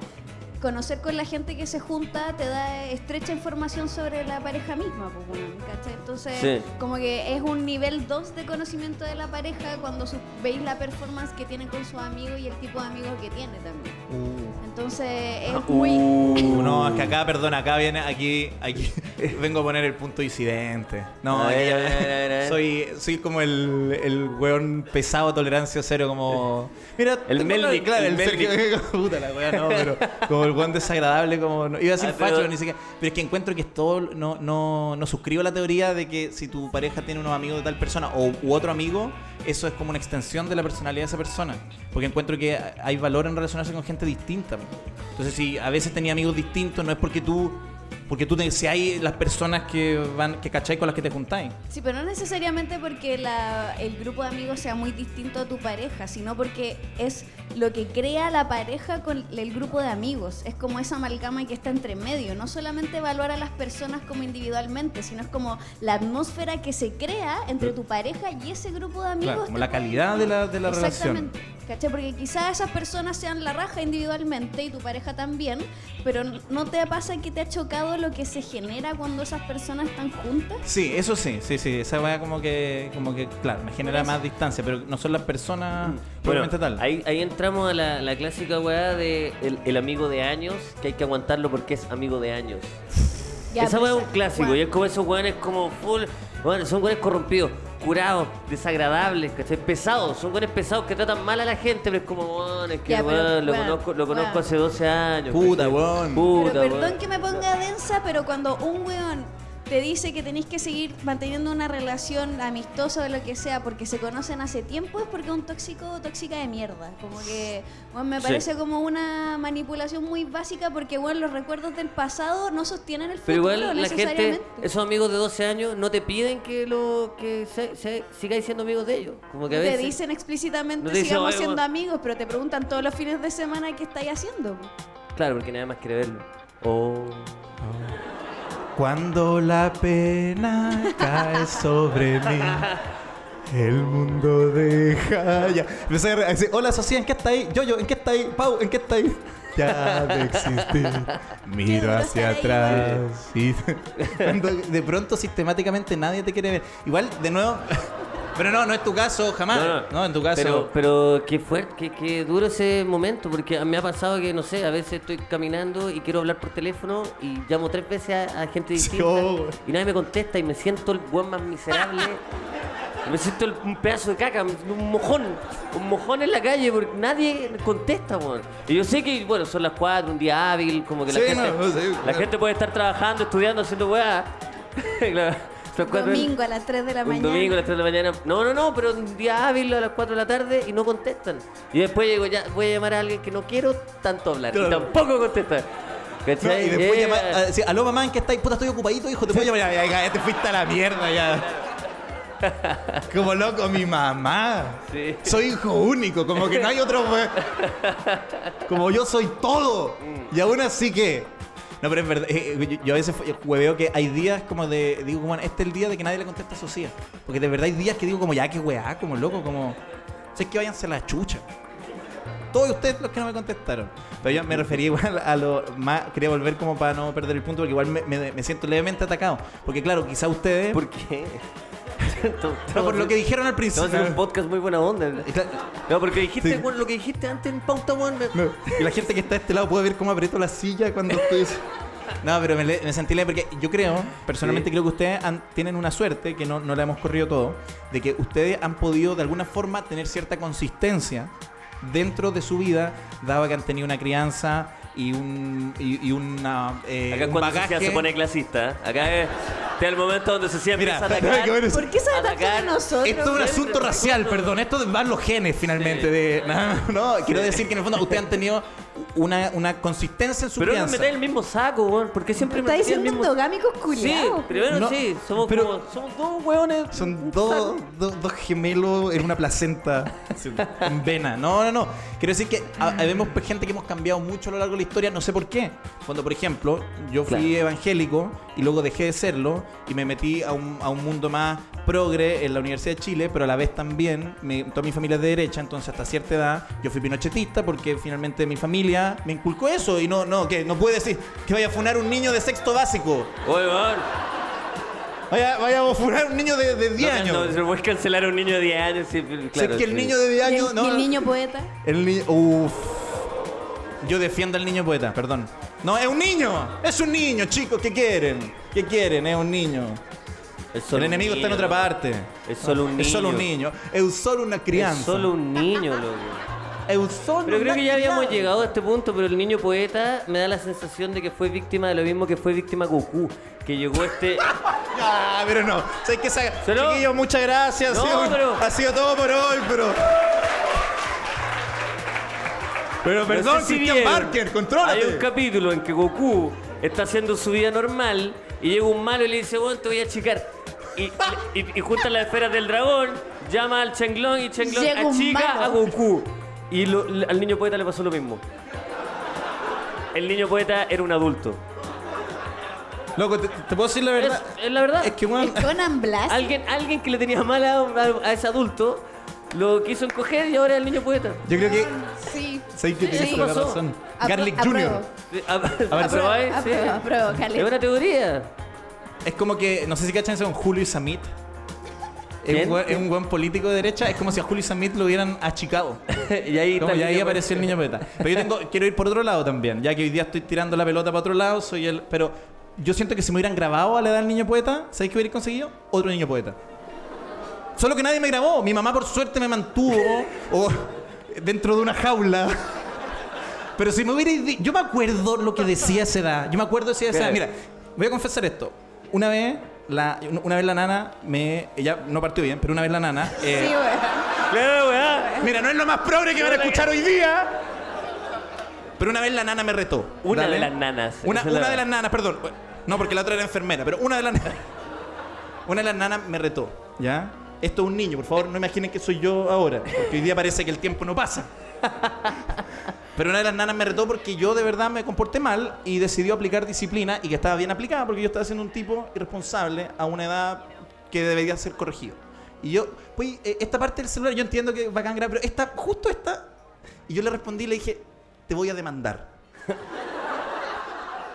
[SPEAKER 3] conocer con la gente que se junta te da estrecha información sobre la pareja misma, pues, weón, ¿cachai? Entonces,
[SPEAKER 1] Sí.
[SPEAKER 3] como que es un nivel 2 de conocimiento de la pareja cuando su- veis la performance que tienen con sus amigos y el tipo de amigos que tiene también.
[SPEAKER 2] Uh.
[SPEAKER 3] Entonces, es muy...
[SPEAKER 2] Uh, no, es que acá, perdón, acá viene, aquí, aquí [laughs] vengo a poner el punto disidente. No,
[SPEAKER 1] A
[SPEAKER 2] aquí
[SPEAKER 1] ver, a
[SPEAKER 2] Ah, ya-
[SPEAKER 1] ver, a ver, a ver.
[SPEAKER 2] soy, soy como el, el weón pesado, tolerancia cero, como. Mira,
[SPEAKER 1] El
[SPEAKER 2] tengo
[SPEAKER 1] Melvi,
[SPEAKER 2] la- claro,
[SPEAKER 1] el
[SPEAKER 2] el Melvi. [laughs] Puta la wea, no, pero como el weón desagradable, como. no- iba a decir
[SPEAKER 1] Ah, pero-
[SPEAKER 2] facho, ni siquiera. Pero es que encuentro que es todo. No, no, no suscribo la teoría de que si tu pareja tiene unos amigos de tal persona o u otro amigo, eso es como una extensión de la personalidad de esa persona. Porque encuentro que hay valor en relacionarse con gente distinta. Entonces, si a veces tenía amigos distintos, no es porque tú. Porque tú, te- si hay las personas que van, que cacháis con las que te juntáis.
[SPEAKER 3] Sí, pero no necesariamente porque la- el grupo de amigos sea muy distinto a tu pareja, sino porque es lo que crea la pareja con el grupo de amigos. Es como esa amalgama que está entre medio. No solamente evaluar a las personas como individualmente, sino es como la atmósfera que se crea entre tu pareja y ese grupo de amigos.
[SPEAKER 2] Claro, como
[SPEAKER 3] te
[SPEAKER 2] la
[SPEAKER 3] puede-
[SPEAKER 2] calidad de la, de la relación.
[SPEAKER 3] Exactamente. ¿Cachai? Porque quizás esas personas sean la raja individualmente y tu pareja también, pero ¿no te pasa que te ha chocado lo que se genera cuando esas personas están juntas?
[SPEAKER 2] Sí, eso sí, sí, sí. Esa weá como que, como que, claro, me genera más distancia, pero no son las personas
[SPEAKER 1] Mm, Bueno,
[SPEAKER 2] probablemente tal.
[SPEAKER 1] ahí, ahí entramos a la, la clásica weá de el, el amigo de años, que hay que aguantarlo porque es amigo de años.
[SPEAKER 3] Ya, pues,
[SPEAKER 1] Esa
[SPEAKER 3] pero
[SPEAKER 1] weá es un
[SPEAKER 3] esa-
[SPEAKER 1] clásico,
[SPEAKER 3] Guau.
[SPEAKER 1] y es como esos weones como full, bueno, son weones corrompidos, curados, desagradables, ¿cachai? pesados, son weones pesados que tratan mal a la gente, pero es como, weón, es que
[SPEAKER 3] Ya, pero,
[SPEAKER 1] weón, lo
[SPEAKER 3] weón,
[SPEAKER 1] conozco, lo conozco
[SPEAKER 3] weón.
[SPEAKER 1] hace 12 años.
[SPEAKER 2] Puta,
[SPEAKER 1] ¿cachai?
[SPEAKER 2] weón.
[SPEAKER 1] Puta,
[SPEAKER 3] pero perdón
[SPEAKER 1] weón.
[SPEAKER 3] que me ponga densa, pero cuando un weón te dice que tenéis que seguir manteniendo una relación amistosa o lo que sea porque se conocen hace tiempo es porque es un tóxico o tóxica de mierda. Como que weón, me
[SPEAKER 1] Sí.
[SPEAKER 3] parece como una manipulación muy básica porque weón, los recuerdos del pasado no sostienen el futuro
[SPEAKER 1] Pero igual la
[SPEAKER 3] necesariamente.
[SPEAKER 1] gente, esos amigos de 12 años no te piden que lo que se- se- sigáis siendo amigos de ellos. Como que a
[SPEAKER 3] No te
[SPEAKER 1] veces...
[SPEAKER 3] dicen explícitamente
[SPEAKER 1] no te dicen,
[SPEAKER 3] sigamos
[SPEAKER 1] "Oye,
[SPEAKER 3] siendo
[SPEAKER 1] weón".
[SPEAKER 3] amigos, pero te preguntan todos los fines de semana qué estáis haciendo. po.
[SPEAKER 1] Claro, porque nadie más quiere verlo. Oh.
[SPEAKER 2] Cuando la pena cae sobre mí, el mundo deja. Ya. Empecé a decir, hola Socia, ¿en qué está ahí? Yo, yo, ¿en qué está ahí? Pau, ¿en qué está ahí? [laughs] Ya de existir,
[SPEAKER 3] Qué
[SPEAKER 2] miro
[SPEAKER 3] duro
[SPEAKER 2] hacia
[SPEAKER 3] estar ahí.
[SPEAKER 2] atrás. y- [laughs] Cuando de pronto sistemáticamente nadie te quiere ver. Igual, de nuevo, [laughs] pero no, no es tu caso, jamás. No, en tu caso.
[SPEAKER 1] Pero, pero qué fuerte, qué, qué duro ese momento, porque a- me ha pasado que, no sé, a veces estoy caminando y quiero hablar por teléfono y llamo tres veces a, a gente
[SPEAKER 2] Sí,
[SPEAKER 1] distinta
[SPEAKER 2] oh, güey.
[SPEAKER 1] y nadie me contesta y me siento el buen más
[SPEAKER 2] [laughs]
[SPEAKER 1] miserable. Me siento el- un pedazo de caca, un mojón, un mojón en la calle porque nadie contesta, weón. Y yo sé que, bueno, son las cuatro, un día hábil, como que la,
[SPEAKER 2] Sí,
[SPEAKER 1] gente,
[SPEAKER 2] no, sí,
[SPEAKER 1] la
[SPEAKER 2] claro.
[SPEAKER 1] gente puede estar trabajando, estudiando, haciendo weá. [laughs] Claro, son cuatro-
[SPEAKER 3] Domingo a las 3 de la
[SPEAKER 1] un
[SPEAKER 3] mañana.
[SPEAKER 1] domingo a las 3 de la mañana. No, no, no, pero un día hábil a las 4 de la tarde y no contestan. Y después digo, ya voy a llamar a alguien que no quiero tanto hablar. Y
[SPEAKER 2] Claro.
[SPEAKER 1] tampoco contestar.
[SPEAKER 2] No,
[SPEAKER 1] ¿Cachai?
[SPEAKER 2] y después
[SPEAKER 1] Eh,
[SPEAKER 2] llama- a decir, aló mamá, ¿en qué estáis? Puta, estoy ocupadito, hijo, te puedo llamar. Ya, ya, ya, te fuiste a la mierda
[SPEAKER 1] [laughs]
[SPEAKER 2] ya. Como loco, mi mamá.
[SPEAKER 1] Sí.
[SPEAKER 2] Soy hijo único, como que no
[SPEAKER 1] Mm.
[SPEAKER 2] hay otro. we- Como yo soy todo. Y aún así que. No, pero es verdad. eh, eh, yo, yo a veces fue- hueveo que hay días como de. Digo, bueno, este es el día de que nadie le contesta a Socia. Porque de verdad hay días que digo, como ya, qué weá, como loco, como. Sé que váyanse a la chucha. Todos ustedes los que no me contestaron. Pero yo me refería igual a lo más. Quería volver como para no perder el punto, porque igual me, me- me siento levemente atacado. Porque claro, quizá ustedes.
[SPEAKER 4] ¿Por qué?
[SPEAKER 1] [laughs]
[SPEAKER 4] To-
[SPEAKER 2] no, por
[SPEAKER 4] to-
[SPEAKER 2] lo que dijeron al
[SPEAKER 4] Estamos
[SPEAKER 2] principio.
[SPEAKER 4] haciendo un podcast muy buena onda. No, porque dijiste,
[SPEAKER 2] Sí.
[SPEAKER 4] bueno, lo que dijiste antes en pauta, weón. me-
[SPEAKER 2] No, y la gente que está de este lado puede ver cómo aprieto la silla cuando estoy. No, pero me, le- me sentí leve porque yo creo, personalmente
[SPEAKER 4] Sí.
[SPEAKER 2] creo que ustedes han- tienen una suerte, que no, no la hemos corrido todo, de que ustedes han podido de alguna forma tener cierta consistencia dentro de su vida, dado que han tenido una crianza y un, y, y una, eh,
[SPEAKER 1] Acá
[SPEAKER 2] un
[SPEAKER 1] cuando Socia
[SPEAKER 2] bagaje.
[SPEAKER 1] se pone clasista. ¿eh? Acá es, este es el momento donde Socia
[SPEAKER 2] Mira,
[SPEAKER 1] empieza a
[SPEAKER 2] [laughs] nada que ver
[SPEAKER 1] atacar.
[SPEAKER 2] eso.
[SPEAKER 3] ¿Por qué se atacan a
[SPEAKER 1] Atacar.
[SPEAKER 3] nosotros?
[SPEAKER 2] Esto es un asunto racial, perdón. Esto van los genes, finalmente. De, [laughs] no, no, quiero decir que en el fondo ustedes han tenido una, una consistencia en su
[SPEAKER 1] Pero no me
[SPEAKER 2] crianza.
[SPEAKER 1] metáis el mismo saco, weón. ¿Por qué siempre me
[SPEAKER 3] Está
[SPEAKER 1] metáis el
[SPEAKER 3] diciendo
[SPEAKER 1] mismo
[SPEAKER 3] endogámicos
[SPEAKER 1] Sí,
[SPEAKER 3] culiados.
[SPEAKER 1] primero
[SPEAKER 2] No,
[SPEAKER 1] sí. Somos,
[SPEAKER 2] pero-
[SPEAKER 1] como, somos dos weones.
[SPEAKER 2] Son dos, dos, dos gemelos en una placenta en vena. No, no, no. Quiero decir que
[SPEAKER 1] Mm.
[SPEAKER 2] ha- habemos gente que hemos cambiado mucho a lo largo de la historia, no sé por qué. Cuando, por ejemplo, yo fui
[SPEAKER 1] Claro.
[SPEAKER 2] evangélico y luego dejé de serlo y me metí a un, a un mundo más progre en la Universidad de Chile, pero a la vez también me- toda mi familia es de derecha, entonces hasta cierta edad yo fui pinochetista porque finalmente mi familia me inculcó eso y no, no, que no puede decir que vaya a funar un niño de sexto básico.
[SPEAKER 1] Oye, weón.
[SPEAKER 2] Vaya, vaya a funar un niño de, de 10
[SPEAKER 1] No,
[SPEAKER 2] años.
[SPEAKER 1] No, no, puedes cancelar a un niño de 10 años. Sí,
[SPEAKER 2] Sé
[SPEAKER 1] claro,
[SPEAKER 2] que el
[SPEAKER 1] sí.
[SPEAKER 2] niño de 10
[SPEAKER 3] ¿Y el-
[SPEAKER 2] años.
[SPEAKER 3] y el
[SPEAKER 2] No,
[SPEAKER 3] niño poeta.
[SPEAKER 2] el niño. Uff. Yo defiendo al niño poeta, perdón. No, es un niño. Es un niño, chicos. ¿Qué quieren? ¿Qué quieren? Es un niño.
[SPEAKER 1] Es solo
[SPEAKER 2] el
[SPEAKER 1] un
[SPEAKER 2] enemigo está en
[SPEAKER 1] niño,
[SPEAKER 2] otra parte.
[SPEAKER 1] Es solo un niño.
[SPEAKER 2] Es solo un niño. Es solo una crianza.
[SPEAKER 1] Es solo un niño, loco.
[SPEAKER 2] Es solo
[SPEAKER 1] Pero creo
[SPEAKER 2] una
[SPEAKER 1] que ya habíamos
[SPEAKER 2] crianza.
[SPEAKER 1] llegado a este punto, pero el niño poeta me da la sensación de que fue víctima de lo mismo que fue víctima Goku, que llegó este...
[SPEAKER 2] Ah, pero no. Sé que esa...
[SPEAKER 1] Solo-
[SPEAKER 2] Chiquillos, muchas gracias.
[SPEAKER 1] No,
[SPEAKER 2] ha, sido,
[SPEAKER 1] pero-
[SPEAKER 2] ha sido todo por hoy, pero. Pero perdón,
[SPEAKER 1] No sé si
[SPEAKER 2] Christian
[SPEAKER 1] vieron,
[SPEAKER 2] Barker, contrólate.
[SPEAKER 1] Hay un capítulo en que Goku está haciendo su vida normal y llega un malo y le dice, bueno, te voy a achicar. Y, y, y junta las esferas del dragón, llama al Chenglong y Chenglong
[SPEAKER 3] Llega un
[SPEAKER 1] achica
[SPEAKER 3] malo.
[SPEAKER 1] a Goku. Y lo- al niño poeta le pasó lo mismo. El niño poeta era un adulto.
[SPEAKER 2] Loco, te, te puedo decir la
[SPEAKER 1] Es,
[SPEAKER 2] verdad.
[SPEAKER 1] es la verdad.
[SPEAKER 2] Es que, weón.
[SPEAKER 3] El Conan Blast.
[SPEAKER 1] Alguien, alguien que le tenía mal a, a- a ese adulto lo quiso encoger y ahora es el niño poeta.
[SPEAKER 2] Yo creo que.
[SPEAKER 3] Sí.
[SPEAKER 2] Sabéis que
[SPEAKER 3] Sí.
[SPEAKER 2] tenés
[SPEAKER 1] sí,
[SPEAKER 2] toda la
[SPEAKER 1] pasó.
[SPEAKER 2] razón.
[SPEAKER 3] Apro-
[SPEAKER 2] Garlic
[SPEAKER 3] apruebo.
[SPEAKER 2] Jr.
[SPEAKER 1] A,
[SPEAKER 2] ver,
[SPEAKER 1] ¿aprobáis? Sí.
[SPEAKER 3] apruebo, apruebo, Carlitos.
[SPEAKER 1] Es una teoría.
[SPEAKER 2] Es como que, no sé si cachan, son Julio y Samit. Es
[SPEAKER 1] ¿Quién?
[SPEAKER 2] un, buen, es un buen político de derecha, es como si a Julio y Samit lo hubieran achicado.
[SPEAKER 1] y ahí,
[SPEAKER 2] Como,
[SPEAKER 1] está el
[SPEAKER 2] [laughs] y ahí
[SPEAKER 1] niño
[SPEAKER 2] apareció [laughs] el niño poeta. Pero yo tengo, quiero ir por otro lado también, ya que hoy día estoy tirando la pelota para otro lado, soy el. Pero yo siento que si me hubieran grabado a la edad del niño poeta, ¿sabéis qué hubiera conseguido? Otro niño poeta. Solo que nadie me grabó. Mi mamá, por suerte, me mantuvo o, dentro de una jaula. Pero si me hubiera ido- Yo me acuerdo lo que decía a esa edad. Yo me acuerdo de esa edad.
[SPEAKER 1] Claro.
[SPEAKER 2] Mira, voy a confesar esto. Una vez, la, una vez la nana me. Ella no partió bien, pero una vez la nana. eh,
[SPEAKER 3] Sí, weón.
[SPEAKER 1] Claro, weá.
[SPEAKER 2] Mira, no es lo más progre que van a escuchar hoy día. Pero una vez la nana me retó.
[SPEAKER 1] Una
[SPEAKER 2] Dale.
[SPEAKER 1] de las nanas.
[SPEAKER 2] Una,
[SPEAKER 1] Esa es la-
[SPEAKER 2] una de las nanas, perdón. No, porque la otra era enfermera, pero una de las nanas. Una de las nanas me retó, ¿ya? Esto es un niño, por favor, no imaginen que soy yo ahora, porque hoy día parece que el tiempo
[SPEAKER 1] [laughs]
[SPEAKER 2] no pasa. Pero una de las nanas me retó porque yo de verdad me comporté mal y decidió aplicar disciplina y que estaba bien aplicada porque yo estaba siendo un tipo irresponsable a una edad que debería ser corregido. Y yo, pues, eh, esta parte del celular yo entiendo que es bacán grave, pero esta, justo esta. Y yo le respondí y le dije, te voy a demandar.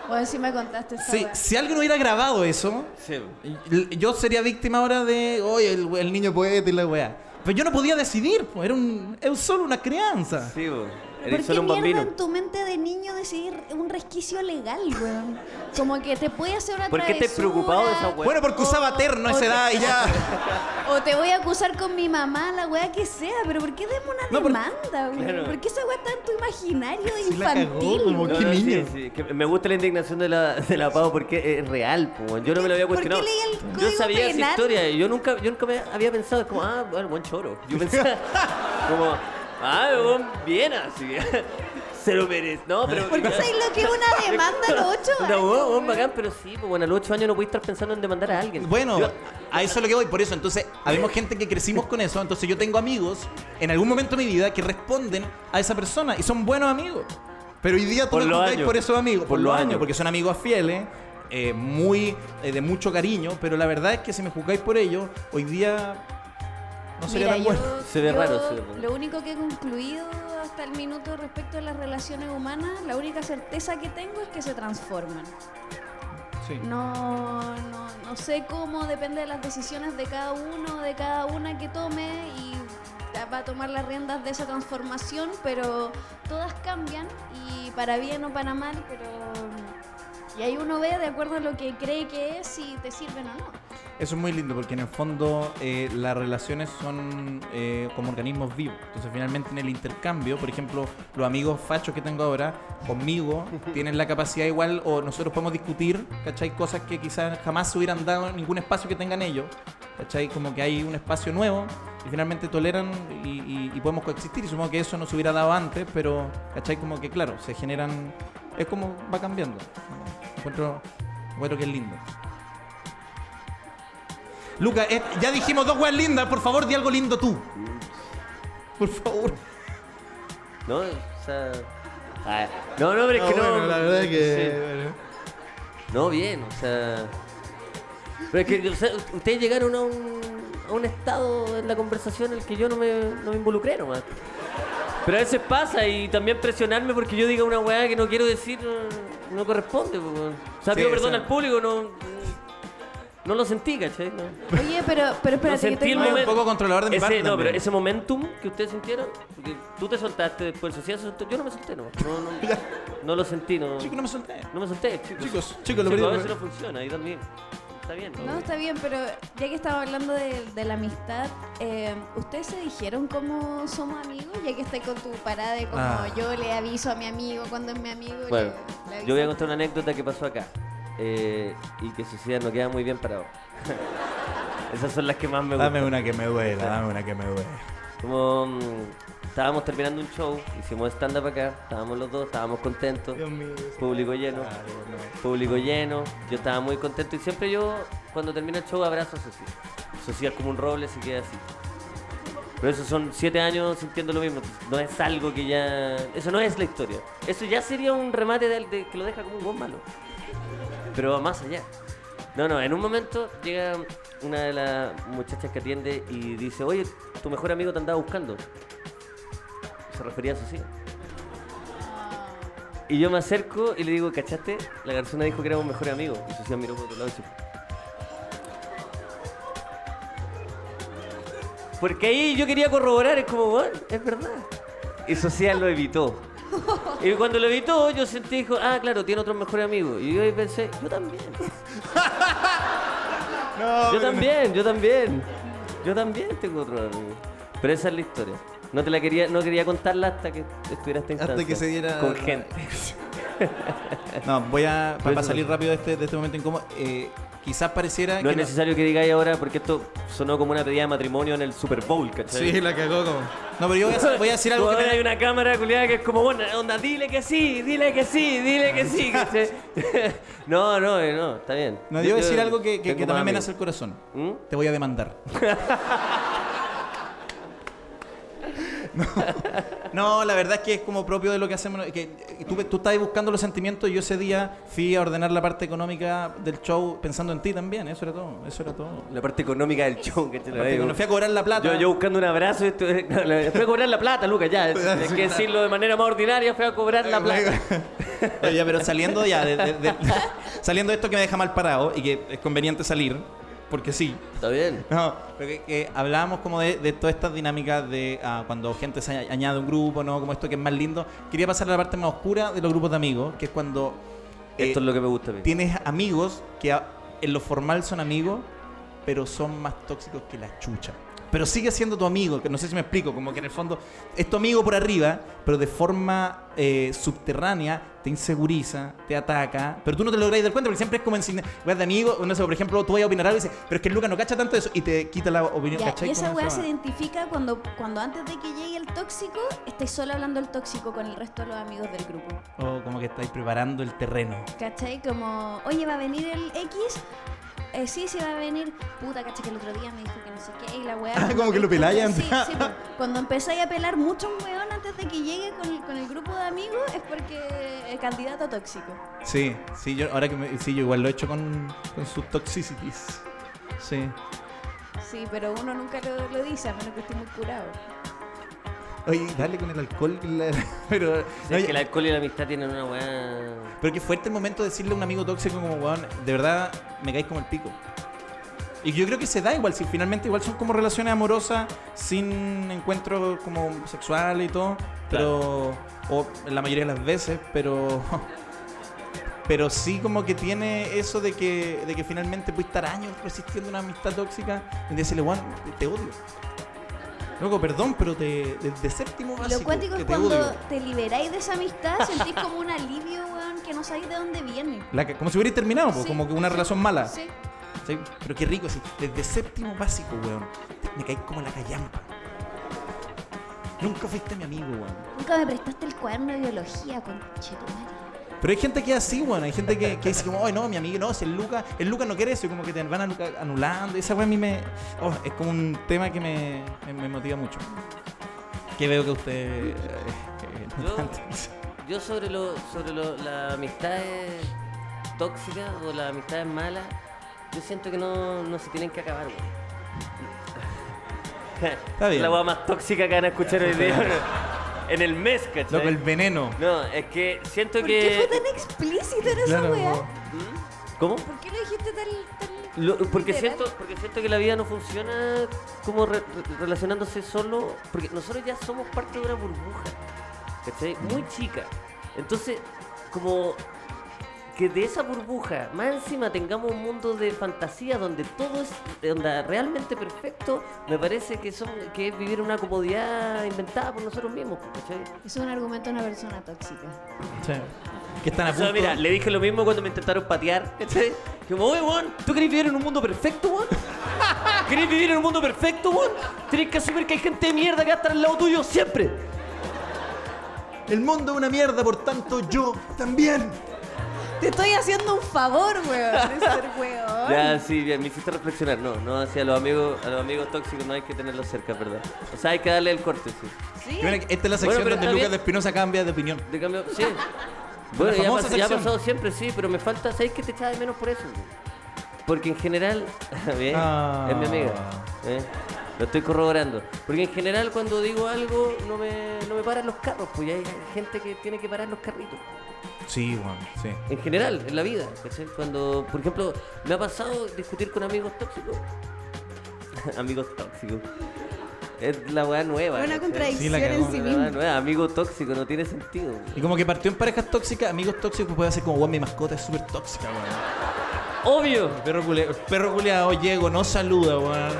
[SPEAKER 3] Bueno, sí me contaste esa
[SPEAKER 2] Sí,
[SPEAKER 3] weá.
[SPEAKER 2] si alguien hubiera grabado eso,
[SPEAKER 1] Sí.
[SPEAKER 2] l- yo sería víctima ahora de, oye, el, el niño poeta y la weá. Pero yo no podía decidir, po, era un, era solo una crianza.
[SPEAKER 1] Sí, bo.
[SPEAKER 3] ¿Por
[SPEAKER 1] Eres
[SPEAKER 3] qué
[SPEAKER 1] solo un
[SPEAKER 3] mierda
[SPEAKER 1] bambino.
[SPEAKER 3] en tu mente de niño decidir un resquicio legal, weón? Como que te puede hacer una
[SPEAKER 1] ¿Por qué te has
[SPEAKER 3] travesura,
[SPEAKER 1] preocupado de esa weá?
[SPEAKER 2] Bueno, porque usaba terno a esa
[SPEAKER 3] Ok.
[SPEAKER 2] edad y ya.
[SPEAKER 3] O te voy a acusar con mi mamá, la weá que sea, pero ¿por qué demos una
[SPEAKER 2] No, por-
[SPEAKER 3] demanda, weón?
[SPEAKER 1] Claro.
[SPEAKER 3] ¿Por qué esa weá está en tu imaginario
[SPEAKER 2] la cagó,
[SPEAKER 3] infantil?
[SPEAKER 2] como
[SPEAKER 3] weón?
[SPEAKER 2] qué
[SPEAKER 1] sí,
[SPEAKER 2] niño.
[SPEAKER 1] sí, que me gusta la indignación de la, de la Pau porque es real, po, weón. Yo no me lo había
[SPEAKER 3] ¿Por qué
[SPEAKER 1] cuestionado.
[SPEAKER 3] leí el
[SPEAKER 1] yo
[SPEAKER 3] Código
[SPEAKER 1] sabía esa
[SPEAKER 3] Penal?
[SPEAKER 1] historia. y Yo nunca, yo nunca me había pensado, es como, ah, bueno, buen choro. Yo
[SPEAKER 3] [laughs]
[SPEAKER 1] pensaba, como, ah, weón, bien así. [laughs] Se lo merece. No, pero.
[SPEAKER 3] ¿Por qué sabes lo que es una demanda a los ocho
[SPEAKER 1] [laughs] No,
[SPEAKER 3] años?
[SPEAKER 1] weón, weón,
[SPEAKER 3] weón?
[SPEAKER 1] bacán, pero sí, po, bueno, a los ocho años no podéis estar pensando en demandar a alguien.
[SPEAKER 2] Bueno,
[SPEAKER 1] Yo-
[SPEAKER 2] a eso es lo que voy, por eso. Entonces, habemos gente que crecimos con eso, entonces yo tengo amigos en algún momento de mi vida que responden a esa persona y son buenos amigos. Pero hoy día
[SPEAKER 4] Por
[SPEAKER 2] todos
[SPEAKER 4] los
[SPEAKER 2] jugáis
[SPEAKER 4] años.
[SPEAKER 2] por esos amigos, por,
[SPEAKER 4] Por
[SPEAKER 2] los
[SPEAKER 4] los
[SPEAKER 2] años,
[SPEAKER 4] años.
[SPEAKER 2] porque son amigos fieles, eh, muy eh, de mucho cariño, pero la verdad es que si me juzgáis por ellos, hoy día no sería
[SPEAKER 3] Mira,
[SPEAKER 2] tan
[SPEAKER 3] yo- [laughs]
[SPEAKER 2] bueno.
[SPEAKER 1] Se ve
[SPEAKER 3] yo
[SPEAKER 1] raro, se ve raro.
[SPEAKER 3] Lo único que he concluido hasta el minuto respecto a las relaciones humanas, la única certeza que tengo es que se transforman.
[SPEAKER 2] Sí.
[SPEAKER 3] No, no, no sé cómo, depende de las decisiones de cada uno, de cada una que tome y va a tomar las riendas de esa transformación, pero todas cambian y para bien o para mal, pero... Y ahí uno ve de acuerdo a lo que cree que es si te sirven o no.
[SPEAKER 2] Eso es muy lindo porque en el fondo eh, las relaciones son eh, como organismos vivos. Entonces finalmente en el intercambio, por ejemplo, los amigos fachos que tengo ahora conmigo tienen la capacidad igual o nosotros podemos discutir, ¿cachai? Cosas que quizás jamás se hubieran dado en ningún espacio que tengan ellos. ¿Cachai? Como que hay un espacio nuevo y finalmente toleran y, y- y podemos coexistir. Y supongo que eso no se hubiera dado antes, pero ¿cachai? Como que claro, se generan... Es como va cambiando. Encuentro, encuentro que es lindo. Luca, eh, ya dijimos dos weas lindas, por favor, di algo lindo tú. Por favor.
[SPEAKER 1] No, o sea. ah, no, no, pero es que no. sí. No, bien, o sea. Pero es que o sea, ustedes llegaron a un, a un estado en la conversación en el que yo no me, no me involucré nomás. Pero a veces pasa y también presionarme porque yo diga una weá que no quiero decir eh, no, no corresponde. pues, weón. O sea,
[SPEAKER 2] Sí,
[SPEAKER 1] pido perdón
[SPEAKER 2] sí.
[SPEAKER 1] al público, no, no lo sentí, ¿cachai? No,
[SPEAKER 3] Oye, pero, pero
[SPEAKER 1] No
[SPEAKER 3] espérate, que
[SPEAKER 1] sentí el
[SPEAKER 3] tengo-
[SPEAKER 1] momento.
[SPEAKER 2] poco controlador de mi
[SPEAKER 1] ese,
[SPEAKER 2] parte
[SPEAKER 1] No,
[SPEAKER 2] también.
[SPEAKER 1] pero ese momentum que ustedes sintieron, porque tú te soltaste después, el social se soltó, yo no me solté, no. No, no,
[SPEAKER 2] [laughs]
[SPEAKER 1] no lo sentí, no.
[SPEAKER 2] Chico, no me solté.
[SPEAKER 1] No me solté, chicos.
[SPEAKER 2] Chicos, chicos, lo
[SPEAKER 1] A
[SPEAKER 2] perdimos.
[SPEAKER 1] veces no funciona, ahí también. Está bien. ¿no?
[SPEAKER 3] No, está bien, pero ya que estaba hablando de, de la amistad, eh, ¿ustedes se dijeron cómo somos amigos? Ya que estoy con tu parada de como
[SPEAKER 2] Ah.
[SPEAKER 3] yo le aviso a mi amigo cuando es mi amigo. le-
[SPEAKER 1] Bueno,
[SPEAKER 3] le aviso.
[SPEAKER 1] yo voy a contar una anécdota que pasó acá. eh, y que suicida no queda muy bien parado. [laughs] Esas son las que más me gustan.
[SPEAKER 2] Dame una que Ah, me duela, dame una que me duela.
[SPEAKER 1] Como mm, estábamos terminando un show, hicimos stand-up acá, estábamos los dos, estábamos contentos,
[SPEAKER 2] mío.
[SPEAKER 1] público lleno, público lleno, yo estaba muy contento y siempre yo, cuando termina el show, abrazo a Socia. Socia es como un roble, se queda así. Pero eso son siete años sintiendo lo mismo, no es algo que ya... Eso no es la historia, eso ya sería un remate del- de- que lo deja como un buen malo pero va más allá. No, no, en un momento llega una de las muchachas que atiende y dice, oye, tu mejor amigo te andaba buscando. Se refería a Socia. Y yo me acerco y le digo, ¿cachaste? La persona dijo que éramos mejores amigos. Y Socia miró por otro lado y se- Porque ahí yo quería corroborar, es como, "Bueno, es verdad. Y Socia lo evitó. Y cuando lo evitó, yo sentí, dijo, ah, claro, tiene otros mejores amigos. Y yo ahí pensé, yo
[SPEAKER 2] [laughs]
[SPEAKER 1] también. yo también, yo también. Yo también tengo otros amigos. Pero esa es la historia. No te la quería, no quería contarla hasta que estuviera esta instancia.
[SPEAKER 2] Hasta que se diera.
[SPEAKER 1] Con gente.
[SPEAKER 2] [laughs] No, voy a. Para
[SPEAKER 1] Pero eso-
[SPEAKER 2] salir rápido de este, de este momento incómodo, eh, quizás pareciera
[SPEAKER 1] No
[SPEAKER 2] que.
[SPEAKER 1] es necesario que digáis ahora, porque esto sonó como una pedida de matrimonio en el Super Bowl, ¿cachai?
[SPEAKER 2] Sí, [laughs] la cagó como. No, pero yo voy a, voy a
[SPEAKER 1] [laughs]
[SPEAKER 2] decir algo
[SPEAKER 1] Tú
[SPEAKER 2] que
[SPEAKER 1] ahora
[SPEAKER 2] tenga-
[SPEAKER 1] hay una cámara culiada que es como, bueno, onda, dile que sí, dile que sí, dile que sí, ¿cachai? [laughs] no, no, eh, no, está bien.
[SPEAKER 2] No, yo voy a decir algo que, que- que
[SPEAKER 1] Tengo más
[SPEAKER 2] también me
[SPEAKER 1] amigos.
[SPEAKER 2] nace el corazón.
[SPEAKER 1] ¿Mm?
[SPEAKER 2] Te voy
[SPEAKER 1] [laughs]
[SPEAKER 2] a demandar. [laughs] No, no, la verdad es que es como propio de lo que hacemos. Que eh, tú, tú estás ahí buscando los sentimientos y yo ese día fui a ordenar la parte económica del show pensando en ti también. Eso era todo. Eso era todo.
[SPEAKER 1] La parte económica del show, que te
[SPEAKER 2] La parte económica. fui a cobrar la plata.
[SPEAKER 1] Yo, yo buscando un abrazo, y esto- no, la- fui a cobrar la plata, Lucas, ya. Hay que decirlo de manera más ordinaria, fui a cobrar la plata.
[SPEAKER 2] [laughs] Oye, ya, pero saliendo ya, de-
[SPEAKER 1] [laughs]
[SPEAKER 2] de- de- saliendo de esto que me deja mal parado y que es conveniente salir, porque sí.
[SPEAKER 1] Está bien.
[SPEAKER 2] [laughs] No, pero que, que hablábamos como de, de todas estas dinámicas de ah, cuando gente se añ- añade a un grupo, ¿no? Como esto que es más lindo. Quería pasar a la parte más oscura de los grupos de amigos, que es cuando eh,
[SPEAKER 1] Esto es lo que me gusta a mí.
[SPEAKER 2] tienes amigos que a- en lo formal son amigos, pero son más tóxicos que la chucha. Pero sigue siendo tu amigo, que no sé si me explico, como que en el fondo es tu amigo por arriba, pero de forma eh, subterránea te inseguriza, te ataca, pero tú no te logras dar cuenta porque siempre es como en signa- weas de amigo, no sé, por ejemplo, tú vas a opinar algo y dices, pero es que el Luca no cacha tanto eso y te quita la opinión,
[SPEAKER 3] Ya,
[SPEAKER 2] ¿cachai?
[SPEAKER 3] y esa
[SPEAKER 2] Como
[SPEAKER 3] weá
[SPEAKER 2] esa
[SPEAKER 3] se
[SPEAKER 2] va.
[SPEAKER 3] identifica cuando, cuando antes de que llegue el tóxico, estáis solo hablando el tóxico con el resto de los amigos del grupo.
[SPEAKER 2] Oh, O como que estáis preparando el terreno.
[SPEAKER 3] ¿Cachai? Como, oye, va a venir el X. eh, sí, sí va a venir. Puta, cacha, que el otro día me dijo que no sé qué, y la weá.
[SPEAKER 2] Ah, como que lo peláis
[SPEAKER 3] Sí,
[SPEAKER 2] antes.
[SPEAKER 3] sí, po. cuando empezáis a pelar muchos weón antes de que llegue con el, con el grupo de amigos es porque es candidato tóxico.
[SPEAKER 2] Sí, sí, yo, ahora que me- sí, yo igual lo he hecho con, con sus toxicities. Sí.
[SPEAKER 3] Sí, pero uno nunca lo, lo dice, a menos que esté muy curado.
[SPEAKER 2] Oye, dale con el alcohol. la- [laughs] pero,
[SPEAKER 1] Sí,
[SPEAKER 2] no,
[SPEAKER 1] es
[SPEAKER 2] yo-
[SPEAKER 1] que el alcohol y la amistad tienen una weá.
[SPEAKER 2] pero qué fuerte el momento de decirle a un amigo tóxico como, weón, de verdad me caes como el pico. Y yo creo que se da igual, si finalmente igual son como relaciones amorosas, sin encuentro como sexual y todo, pero, o la mayoría de las veces, pero, [laughs] pero sí como que tiene eso de que, de que finalmente puedes estar años resistiendo una amistad tóxica y decirle, Juan, te odio. Loco, perdón, pero te, desde séptimo
[SPEAKER 3] Lo
[SPEAKER 2] básico
[SPEAKER 3] cuático
[SPEAKER 2] Ah, que
[SPEAKER 3] es
[SPEAKER 2] te
[SPEAKER 3] cuando
[SPEAKER 2] odio.
[SPEAKER 3] te liberáis de esa amistad, sentís como un alivio, weón, que no sabéis de dónde viene.
[SPEAKER 2] La que- como si hubiera terminado, po,
[SPEAKER 3] Sí,
[SPEAKER 2] como que una relación mala.
[SPEAKER 3] Sí.
[SPEAKER 2] Sí, Pero qué rico, sí. Desde séptimo básico, weón. te- Me caí como la callampa. Nunca fuiste mi amigo, weón.
[SPEAKER 3] Nunca me prestaste el cuaderno de biología, conchetumare.
[SPEAKER 2] Pero hay gente que es así, weón. Hay gente que, que dice como, ay, no, mi amigo, no, si el Lucas, el Lucas no quiere eso. Y como que te van anuca- anulando. Esa weón a mí me... oh, es como un tema que me, me- me motiva mucho. Que veo que usted... eh, eh, no
[SPEAKER 1] Yo-
[SPEAKER 2] [laughs] tanto.
[SPEAKER 1] Yo sobre lo, sobre lo, las amistades tóxicas o las amistades malas, yo siento que no, no se tienen que acabar, güey.
[SPEAKER 2] [laughs] Está bien.
[SPEAKER 1] La hueá más tóxica que van a escuchar hoy
[SPEAKER 2] [laughs]
[SPEAKER 1] día. ¿no? en el mes, ¿cachai?
[SPEAKER 2] Loco, el veneno.
[SPEAKER 1] No, es que siento
[SPEAKER 3] ¿Por qué
[SPEAKER 1] que...
[SPEAKER 3] fue tan explícito en esa
[SPEAKER 2] Claro,
[SPEAKER 3] weá?
[SPEAKER 2] weón.
[SPEAKER 1] ¿Cómo?
[SPEAKER 3] ¿Por qué lo dijiste tan... tan
[SPEAKER 1] Lo- porque,
[SPEAKER 3] literal?
[SPEAKER 1] siento, porque siento que la vida no funciona como re- re- relacionándose solo, porque nosotros ya somos parte de una burbuja, ¿cachai? Muy chica. Entonces, como que de esa burbuja, más encima tengamos un mundo de fantasía donde todo es de onda realmente perfecto, me parece que, son, que es vivir una comodidad inventada por nosotros mismos, ¿cachai?
[SPEAKER 3] Es un argumento de una persona tóxica.
[SPEAKER 2] Sí. Que están a
[SPEAKER 1] O sea,
[SPEAKER 2] punto...
[SPEAKER 1] mira, le dije lo mismo cuando me intentaron patear. ¿cachai? Como, oye, weón, ¿tú querés vivir en un mundo perfecto, weón? ¿Querés vivir en un mundo perfecto, weón? Tienes que asumir que hay gente de mierda que va a estar al lado tuyo siempre.
[SPEAKER 2] El mundo es una mierda, por tanto yo también.
[SPEAKER 3] Te estoy haciendo un favor, weón, de ser
[SPEAKER 1] [laughs]
[SPEAKER 3] weón.
[SPEAKER 1] Ya, sí, bien, me hiciste reflexionar. No, no, hacia los amigos, a los amigos tóxicos no hay que tenerlos cerca, ¿verdad? O sea, hay que darle el corte, sí.
[SPEAKER 3] Sí.
[SPEAKER 2] Y bueno, Esta es la sección
[SPEAKER 1] Bueno, pero
[SPEAKER 2] donde
[SPEAKER 1] está
[SPEAKER 2] Lucas
[SPEAKER 1] bien.
[SPEAKER 2] de Espinosa cambia de opinión.
[SPEAKER 1] De cambio,
[SPEAKER 2] [laughs]
[SPEAKER 1] sí. Bueno, ya,
[SPEAKER 2] famosa
[SPEAKER 1] pas- ya ha
[SPEAKER 2] sección.
[SPEAKER 1] pasado siempre, sí, pero me falta, ¿sabéis que te echaba de menos por eso? güey? Porque en general, [laughs] bien,
[SPEAKER 2] Ah.
[SPEAKER 1] es mi amiga. ¿eh? Lo estoy corroborando. Porque en general cuando digo algo no me, no me paran los carros, pues y hay gente que tiene que parar los carritos.
[SPEAKER 2] Sí, weón, sí.
[SPEAKER 1] En general, en la vida, ¿cachai? Cuando, por ejemplo, me ha pasado discutir con amigos tóxicos. [laughs] amigos tóxicos. Es la weá nueva.
[SPEAKER 3] Es una
[SPEAKER 1] ¿cachai?
[SPEAKER 3] contradicción
[SPEAKER 2] Sí, la cagó.
[SPEAKER 3] en sí
[SPEAKER 1] La weá
[SPEAKER 3] misma.
[SPEAKER 1] nueva, amigo tóxico, no tiene sentido. güey.
[SPEAKER 2] Y como que partió en parejas tóxicas, amigos tóxicos, puede ser como, weón, mi mascota es súper tóxica, weón.
[SPEAKER 1] Obvio.
[SPEAKER 2] El perro, cule- el perro culeado, llego, no saluda, weón.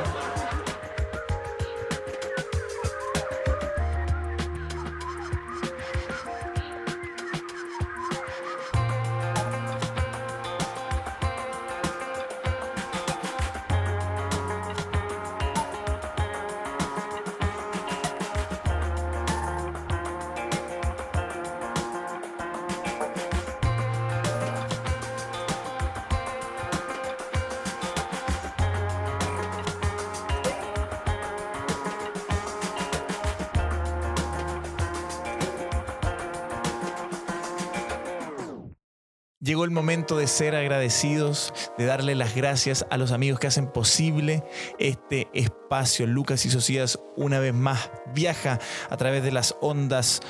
[SPEAKER 5] Llegó el momento de ser agradecidos, de darle las gracias a los amigos que hacen posible este espacio. Lucas y Socias una vez más viaja a través de las ondas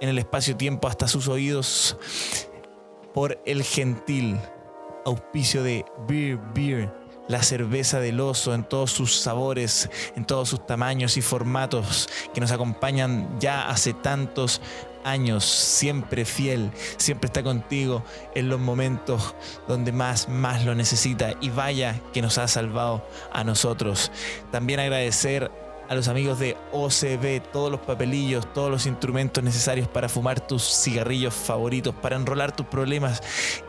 [SPEAKER 5] en el espacio-tiempo hasta sus oídos por el gentil auspicio de Beer Beer, la cerveza del oso en todos sus sabores, en todos sus tamaños y formatos que nos acompañan ya hace tantos años, siempre fiel, siempre está contigo en los momentos donde más, más lo necesita y vaya que nos ha salvado a nosotros. También agradecer a los amigos de OCB, todos los papelillos, todos los instrumentos necesarios para fumar tus cigarrillos favoritos, para enrolar tus problemas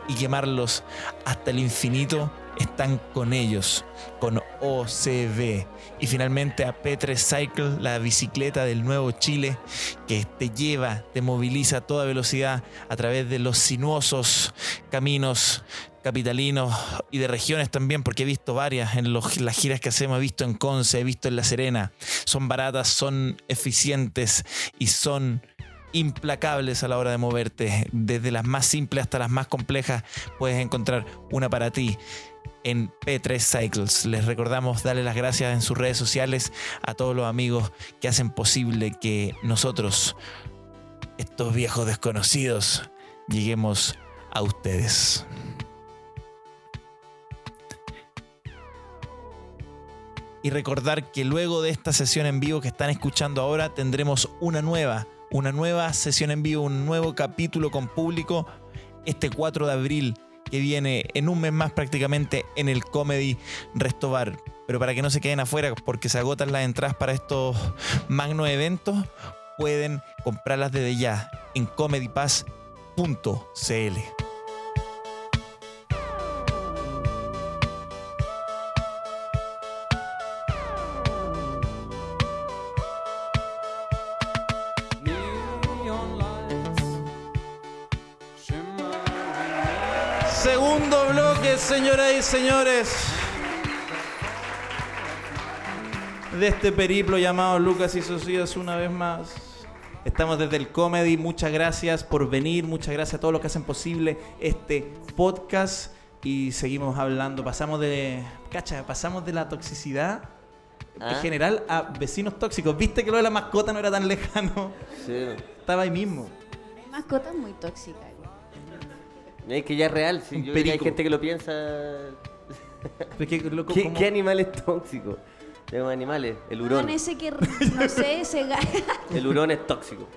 [SPEAKER 5] y quemarlos hasta el infinito, están con ellos, con OCB. Y finalmente a Petre Cycle, la bicicleta del nuevo Chile, que te lleva, te moviliza a toda velocidad a través de los sinuosos caminos capitalinos y de regiones también, porque he visto varias en los- las giras que hacemos, he visto en Conce, he visto en La Serena. Son baratas, son eficientes y son implacables a la hora de moverte. Desde las más simples hasta las más complejas puedes encontrar una para ti en P3 Cycles. Les recordamos darle las gracias en sus redes sociales a todos los amigos que hacen posible que nosotros, estos viejos desconocidos, lleguemos a ustedes. Y recordar que luego de esta sesión en vivo que están escuchando ahora tendremos una nueva, una nueva sesión en vivo, un nuevo capítulo con público este 4 de abril que viene en un mes más prácticamente en el Comedy Restobar. Pero para que no se queden afuera porque se agotan las entradas para estos magno eventos, pueden comprarlas desde ya en comedypass.cl.
[SPEAKER 2] Segundo bloque, señoras y señores. De este periplo llamado Lucas y Socias una vez más. Estamos desde el Comedy. Muchas gracias por venir. Muchas gracias a todos los que hacen posible este podcast. Y seguimos hablando. Pasamos de. Cacha, pasamos de la toxicidad en
[SPEAKER 1] Ah.
[SPEAKER 2] general a vecinos tóxicos. Viste que lo de la mascota no era tan lejano. [laughs]
[SPEAKER 1] Sí.
[SPEAKER 2] Estaba ahí mismo.
[SPEAKER 3] Hay mascotas muy tóxicas. güey.
[SPEAKER 1] Es que ya es real, sí.
[SPEAKER 2] Un
[SPEAKER 1] Yo creo que hay
[SPEAKER 2] perico.
[SPEAKER 1] gente que lo piensa.
[SPEAKER 2] Es que, loco,
[SPEAKER 1] ¿Qué,
[SPEAKER 2] como-
[SPEAKER 1] qué animal es tóxico? Tenemos animales. El hurón.
[SPEAKER 3] Con ese
[SPEAKER 1] [laughs]
[SPEAKER 3] que, no sé, ese gato.
[SPEAKER 1] El hurón es tóxico.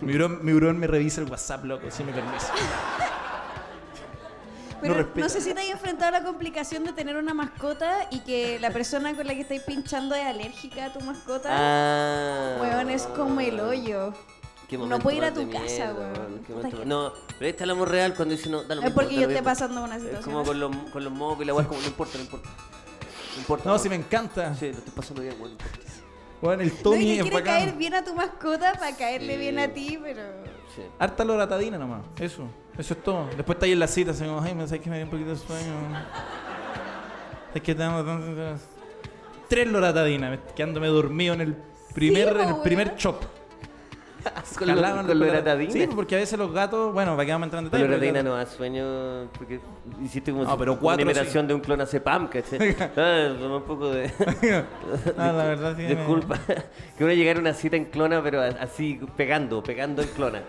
[SPEAKER 2] Mi hurón, mi hurón me revisa el WhatsApp, loco, si me [laughs] permiso. No
[SPEAKER 3] [laughs] Pero no,
[SPEAKER 2] respeta.
[SPEAKER 3] sé si te hayas enfrentado a la complicación de tener una mascota y que la persona con la que estáis pinchando es alérgica a tu mascota.
[SPEAKER 1] Ah.
[SPEAKER 3] Weón, es como el hoyo.
[SPEAKER 1] Qué
[SPEAKER 3] No
[SPEAKER 1] momento
[SPEAKER 3] puede ir a
[SPEAKER 1] más de
[SPEAKER 3] tu casa,
[SPEAKER 1] mierda,
[SPEAKER 3] weón.
[SPEAKER 1] weón. Qué
[SPEAKER 3] Puta
[SPEAKER 1] momento-
[SPEAKER 3] que-
[SPEAKER 1] No, pero esta la amor real cuando dice no, da lo
[SPEAKER 3] Es
[SPEAKER 1] mismo,
[SPEAKER 3] porque
[SPEAKER 1] da
[SPEAKER 3] yo
[SPEAKER 1] lo
[SPEAKER 3] esté
[SPEAKER 1] mismo.
[SPEAKER 3] pasando una
[SPEAKER 1] Es
[SPEAKER 3] situación.
[SPEAKER 1] como con los, con los mocos y la weá, es como no importa, no importa. No importa.
[SPEAKER 2] No,
[SPEAKER 1] weón.
[SPEAKER 2] si me encanta.
[SPEAKER 1] Sí, lo estoy pasando bien, weón. no importa.
[SPEAKER 2] Bueno, el
[SPEAKER 3] No, y
[SPEAKER 2] Tony
[SPEAKER 3] le
[SPEAKER 2] es
[SPEAKER 3] quiere
[SPEAKER 2] bacán.
[SPEAKER 3] caer bien a tu mascota para caerle
[SPEAKER 1] Sí.
[SPEAKER 3] bien a ti, pero.
[SPEAKER 1] Sí.
[SPEAKER 2] Harta loratadina nomás. Eso. Eso es todo. Después está ahí en la cita, así como, ay, me sabes que me dio un poquito de sueño. [laughs] Es que estamos tan- Tres loratadinas, me- quedándome dormido en el primer,
[SPEAKER 3] Sí, po,
[SPEAKER 2] en el primer
[SPEAKER 3] weón.
[SPEAKER 2] chop.
[SPEAKER 1] Con, lo-
[SPEAKER 2] Jalaban
[SPEAKER 1] con loratadina.
[SPEAKER 2] los loratadinas. Sí, porque a veces los gatos, bueno, va que vamos a entrar en
[SPEAKER 1] Con
[SPEAKER 2] detalle. pero-
[SPEAKER 1] loratadina no da sueño porque hiciste como
[SPEAKER 2] No,
[SPEAKER 1] si-
[SPEAKER 2] pero
[SPEAKER 1] como
[SPEAKER 2] cuatro
[SPEAKER 1] una imitación de un clonazepam,
[SPEAKER 2] [laughs]
[SPEAKER 1] ¿cachai? ah, tomé un poco de...
[SPEAKER 2] Ah, la verdad sí me-
[SPEAKER 1] Disculpa. [laughs] que uno llegara a una cita en clona, pero a- así, pegando, pegando en clona.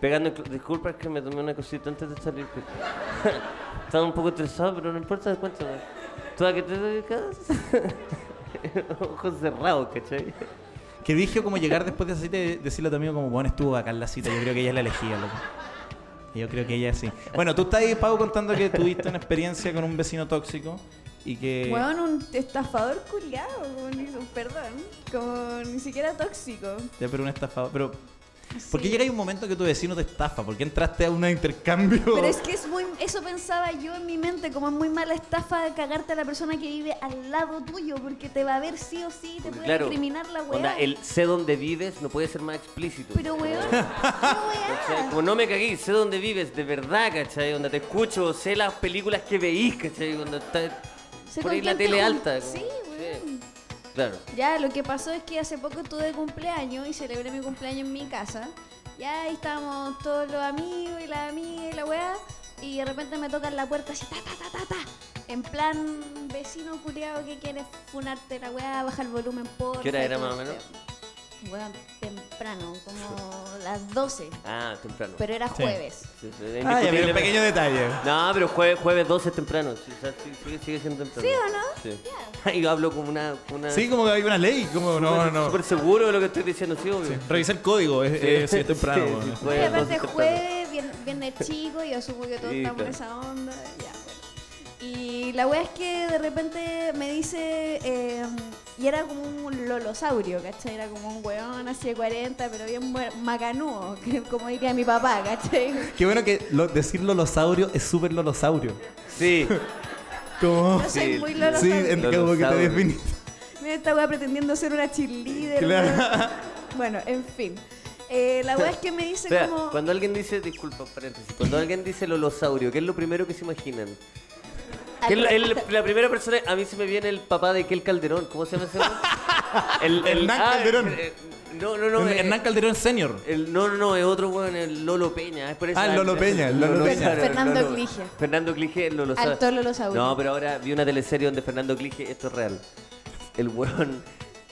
[SPEAKER 1] Pegando en cl- Disculpa, es que me tomé una cosita antes de salir. pero- [laughs] Estaba un poco estresado, pero no importa, cuéntame. ¿Tú a qué te dedicas? [laughs] Ojos cerrados, ¿cachai?
[SPEAKER 2] Que dije como llegar después de esa cita y decirle a tu amigo como, bueno, estuvo bacán la cita, yo creo que ella es la elegía, loco. Yo creo que ella sí. Bueno, tú estás ahí, Pau, contando que tuviste una experiencia con un vecino tóxico y que...
[SPEAKER 3] Weón, un estafador culiado, perdón. Como ni siquiera tóxico.
[SPEAKER 2] Ya, pero un estafador. Pero, ¿por qué
[SPEAKER 3] Sí.
[SPEAKER 2] llega ahí un momento que tu vecino te estafa? ¿Por qué entraste a un intercambio? [laughs]
[SPEAKER 3] Pero es que es muy. Eso pensaba yo en mi mente, como es muy mala estafa de cagarte a la persona que vive al lado tuyo, porque te va a ver sí o sí, te
[SPEAKER 1] Porque,
[SPEAKER 3] puede discriminar la weá.
[SPEAKER 1] onda, el sé dónde vives no puede ser más explícito.
[SPEAKER 3] Pero weón,
[SPEAKER 1] [laughs]
[SPEAKER 3] ¿qué
[SPEAKER 1] ¿Cachai?
[SPEAKER 3] weá?
[SPEAKER 1] Como no me cagué, sé dónde vives, de verdad, ¿cachai? Donde te escucho, sé las películas que veís, ¿cachai? Cuando está
[SPEAKER 3] Se
[SPEAKER 1] por ahí la
[SPEAKER 3] contagia
[SPEAKER 1] tele
[SPEAKER 3] un-
[SPEAKER 1] alta. como-
[SPEAKER 3] Sí, weón.
[SPEAKER 1] Claro.
[SPEAKER 3] Ya, lo que pasó es que hace poco tuve cumpleaños y celebré mi cumpleaños en mi casa. Ya ahí estábamos todos los amigos y las amigas y la weá. Y de repente me tocan la puerta así, ta, ta, ta, ta, ta. En plan, vecino culiado que quiere funarte la weá, baja el volumen por.
[SPEAKER 1] ¿Qué hora era más o menos?
[SPEAKER 3] Weón, temprano, como las 12.
[SPEAKER 1] Ah, temprano.
[SPEAKER 3] Pero era
[SPEAKER 2] Sí.
[SPEAKER 3] jueves.
[SPEAKER 1] Sí, sí, es
[SPEAKER 2] Ah, ya, pero
[SPEAKER 1] indiscutible.
[SPEAKER 2] un pequeño detalle.
[SPEAKER 1] No, pero jueves, jueves 12 es temprano. sí, o sea, sí, sigue, sigue siendo temprano.
[SPEAKER 3] ¿Sí o no?
[SPEAKER 1] Sí. [laughs]
[SPEAKER 3] Ya.
[SPEAKER 1] Y yo hablo como una. como una
[SPEAKER 2] Sí, como que hay una ley. Como, no,
[SPEAKER 1] súper-
[SPEAKER 2] no, no.
[SPEAKER 1] Súper seguro de lo que estoy diciendo, sí, obvio.
[SPEAKER 2] Revisa el código, es, es- es temprano.
[SPEAKER 1] [laughs] Sí,
[SPEAKER 2] bueno.
[SPEAKER 1] sí,
[SPEAKER 3] Y
[SPEAKER 1] jueves
[SPEAKER 3] aparte
[SPEAKER 1] 12 temprano.
[SPEAKER 3] jueves, viernes, viernes chico, yo supongo que todos
[SPEAKER 1] Sí,
[SPEAKER 3] estamos en
[SPEAKER 1] claro.
[SPEAKER 3] esa onda. ya, bueno. Y la wea es que de repente me dice, eh, y era como un lolosaurio, ¿cachai? Era como un weón así de 40, pero bien buen- macanudo, [laughs] que- como diría mi papá, ¿cachai? [laughs]
[SPEAKER 2] Qué bueno que lo- decir lolosaurio es súper lolosaurio.
[SPEAKER 3] [laughs]
[SPEAKER 1] Sí.
[SPEAKER 2] Como...
[SPEAKER 3] Yo soy muy
[SPEAKER 2] Sí,
[SPEAKER 3] lolosaurio.
[SPEAKER 2] en- como que te
[SPEAKER 1] Lolosaurio.
[SPEAKER 2] definiste.
[SPEAKER 3] Mira esta weá pretendiendo ser una cheerleader.
[SPEAKER 2] Claro.
[SPEAKER 3] weón. Bueno, en fin. Eh, la weá es que me dice
[SPEAKER 1] Espera,
[SPEAKER 3] como.
[SPEAKER 1] cuando alguien dice, disculpa, paréntesis, cuando alguien dice lolosaurio, ¿qué es lo primero que se imaginan? Que es la- el- la primera persona, a mí se me viene el papá de Kel Calderón, ¿cómo se llama ese?
[SPEAKER 2] [laughs]
[SPEAKER 1] weón? el,
[SPEAKER 2] Hernán Calderón.
[SPEAKER 1] eh, no, no, no. eh,
[SPEAKER 2] Hernán Calderón [laughs] Senior.
[SPEAKER 1] el- no, no, no, es otro weón, el Lolo Peña. Es por eso,
[SPEAKER 2] Ah, el Lolo Peña, el Lolo Peña.
[SPEAKER 1] claro, el
[SPEAKER 3] Fernando
[SPEAKER 1] Lolo-
[SPEAKER 3] Clige.
[SPEAKER 1] Fernando Clige, el Lolo
[SPEAKER 3] Alto lolosaurio.
[SPEAKER 1] No, pero ahora vi una teleserie donde Fernando Clige, esto es real. El weón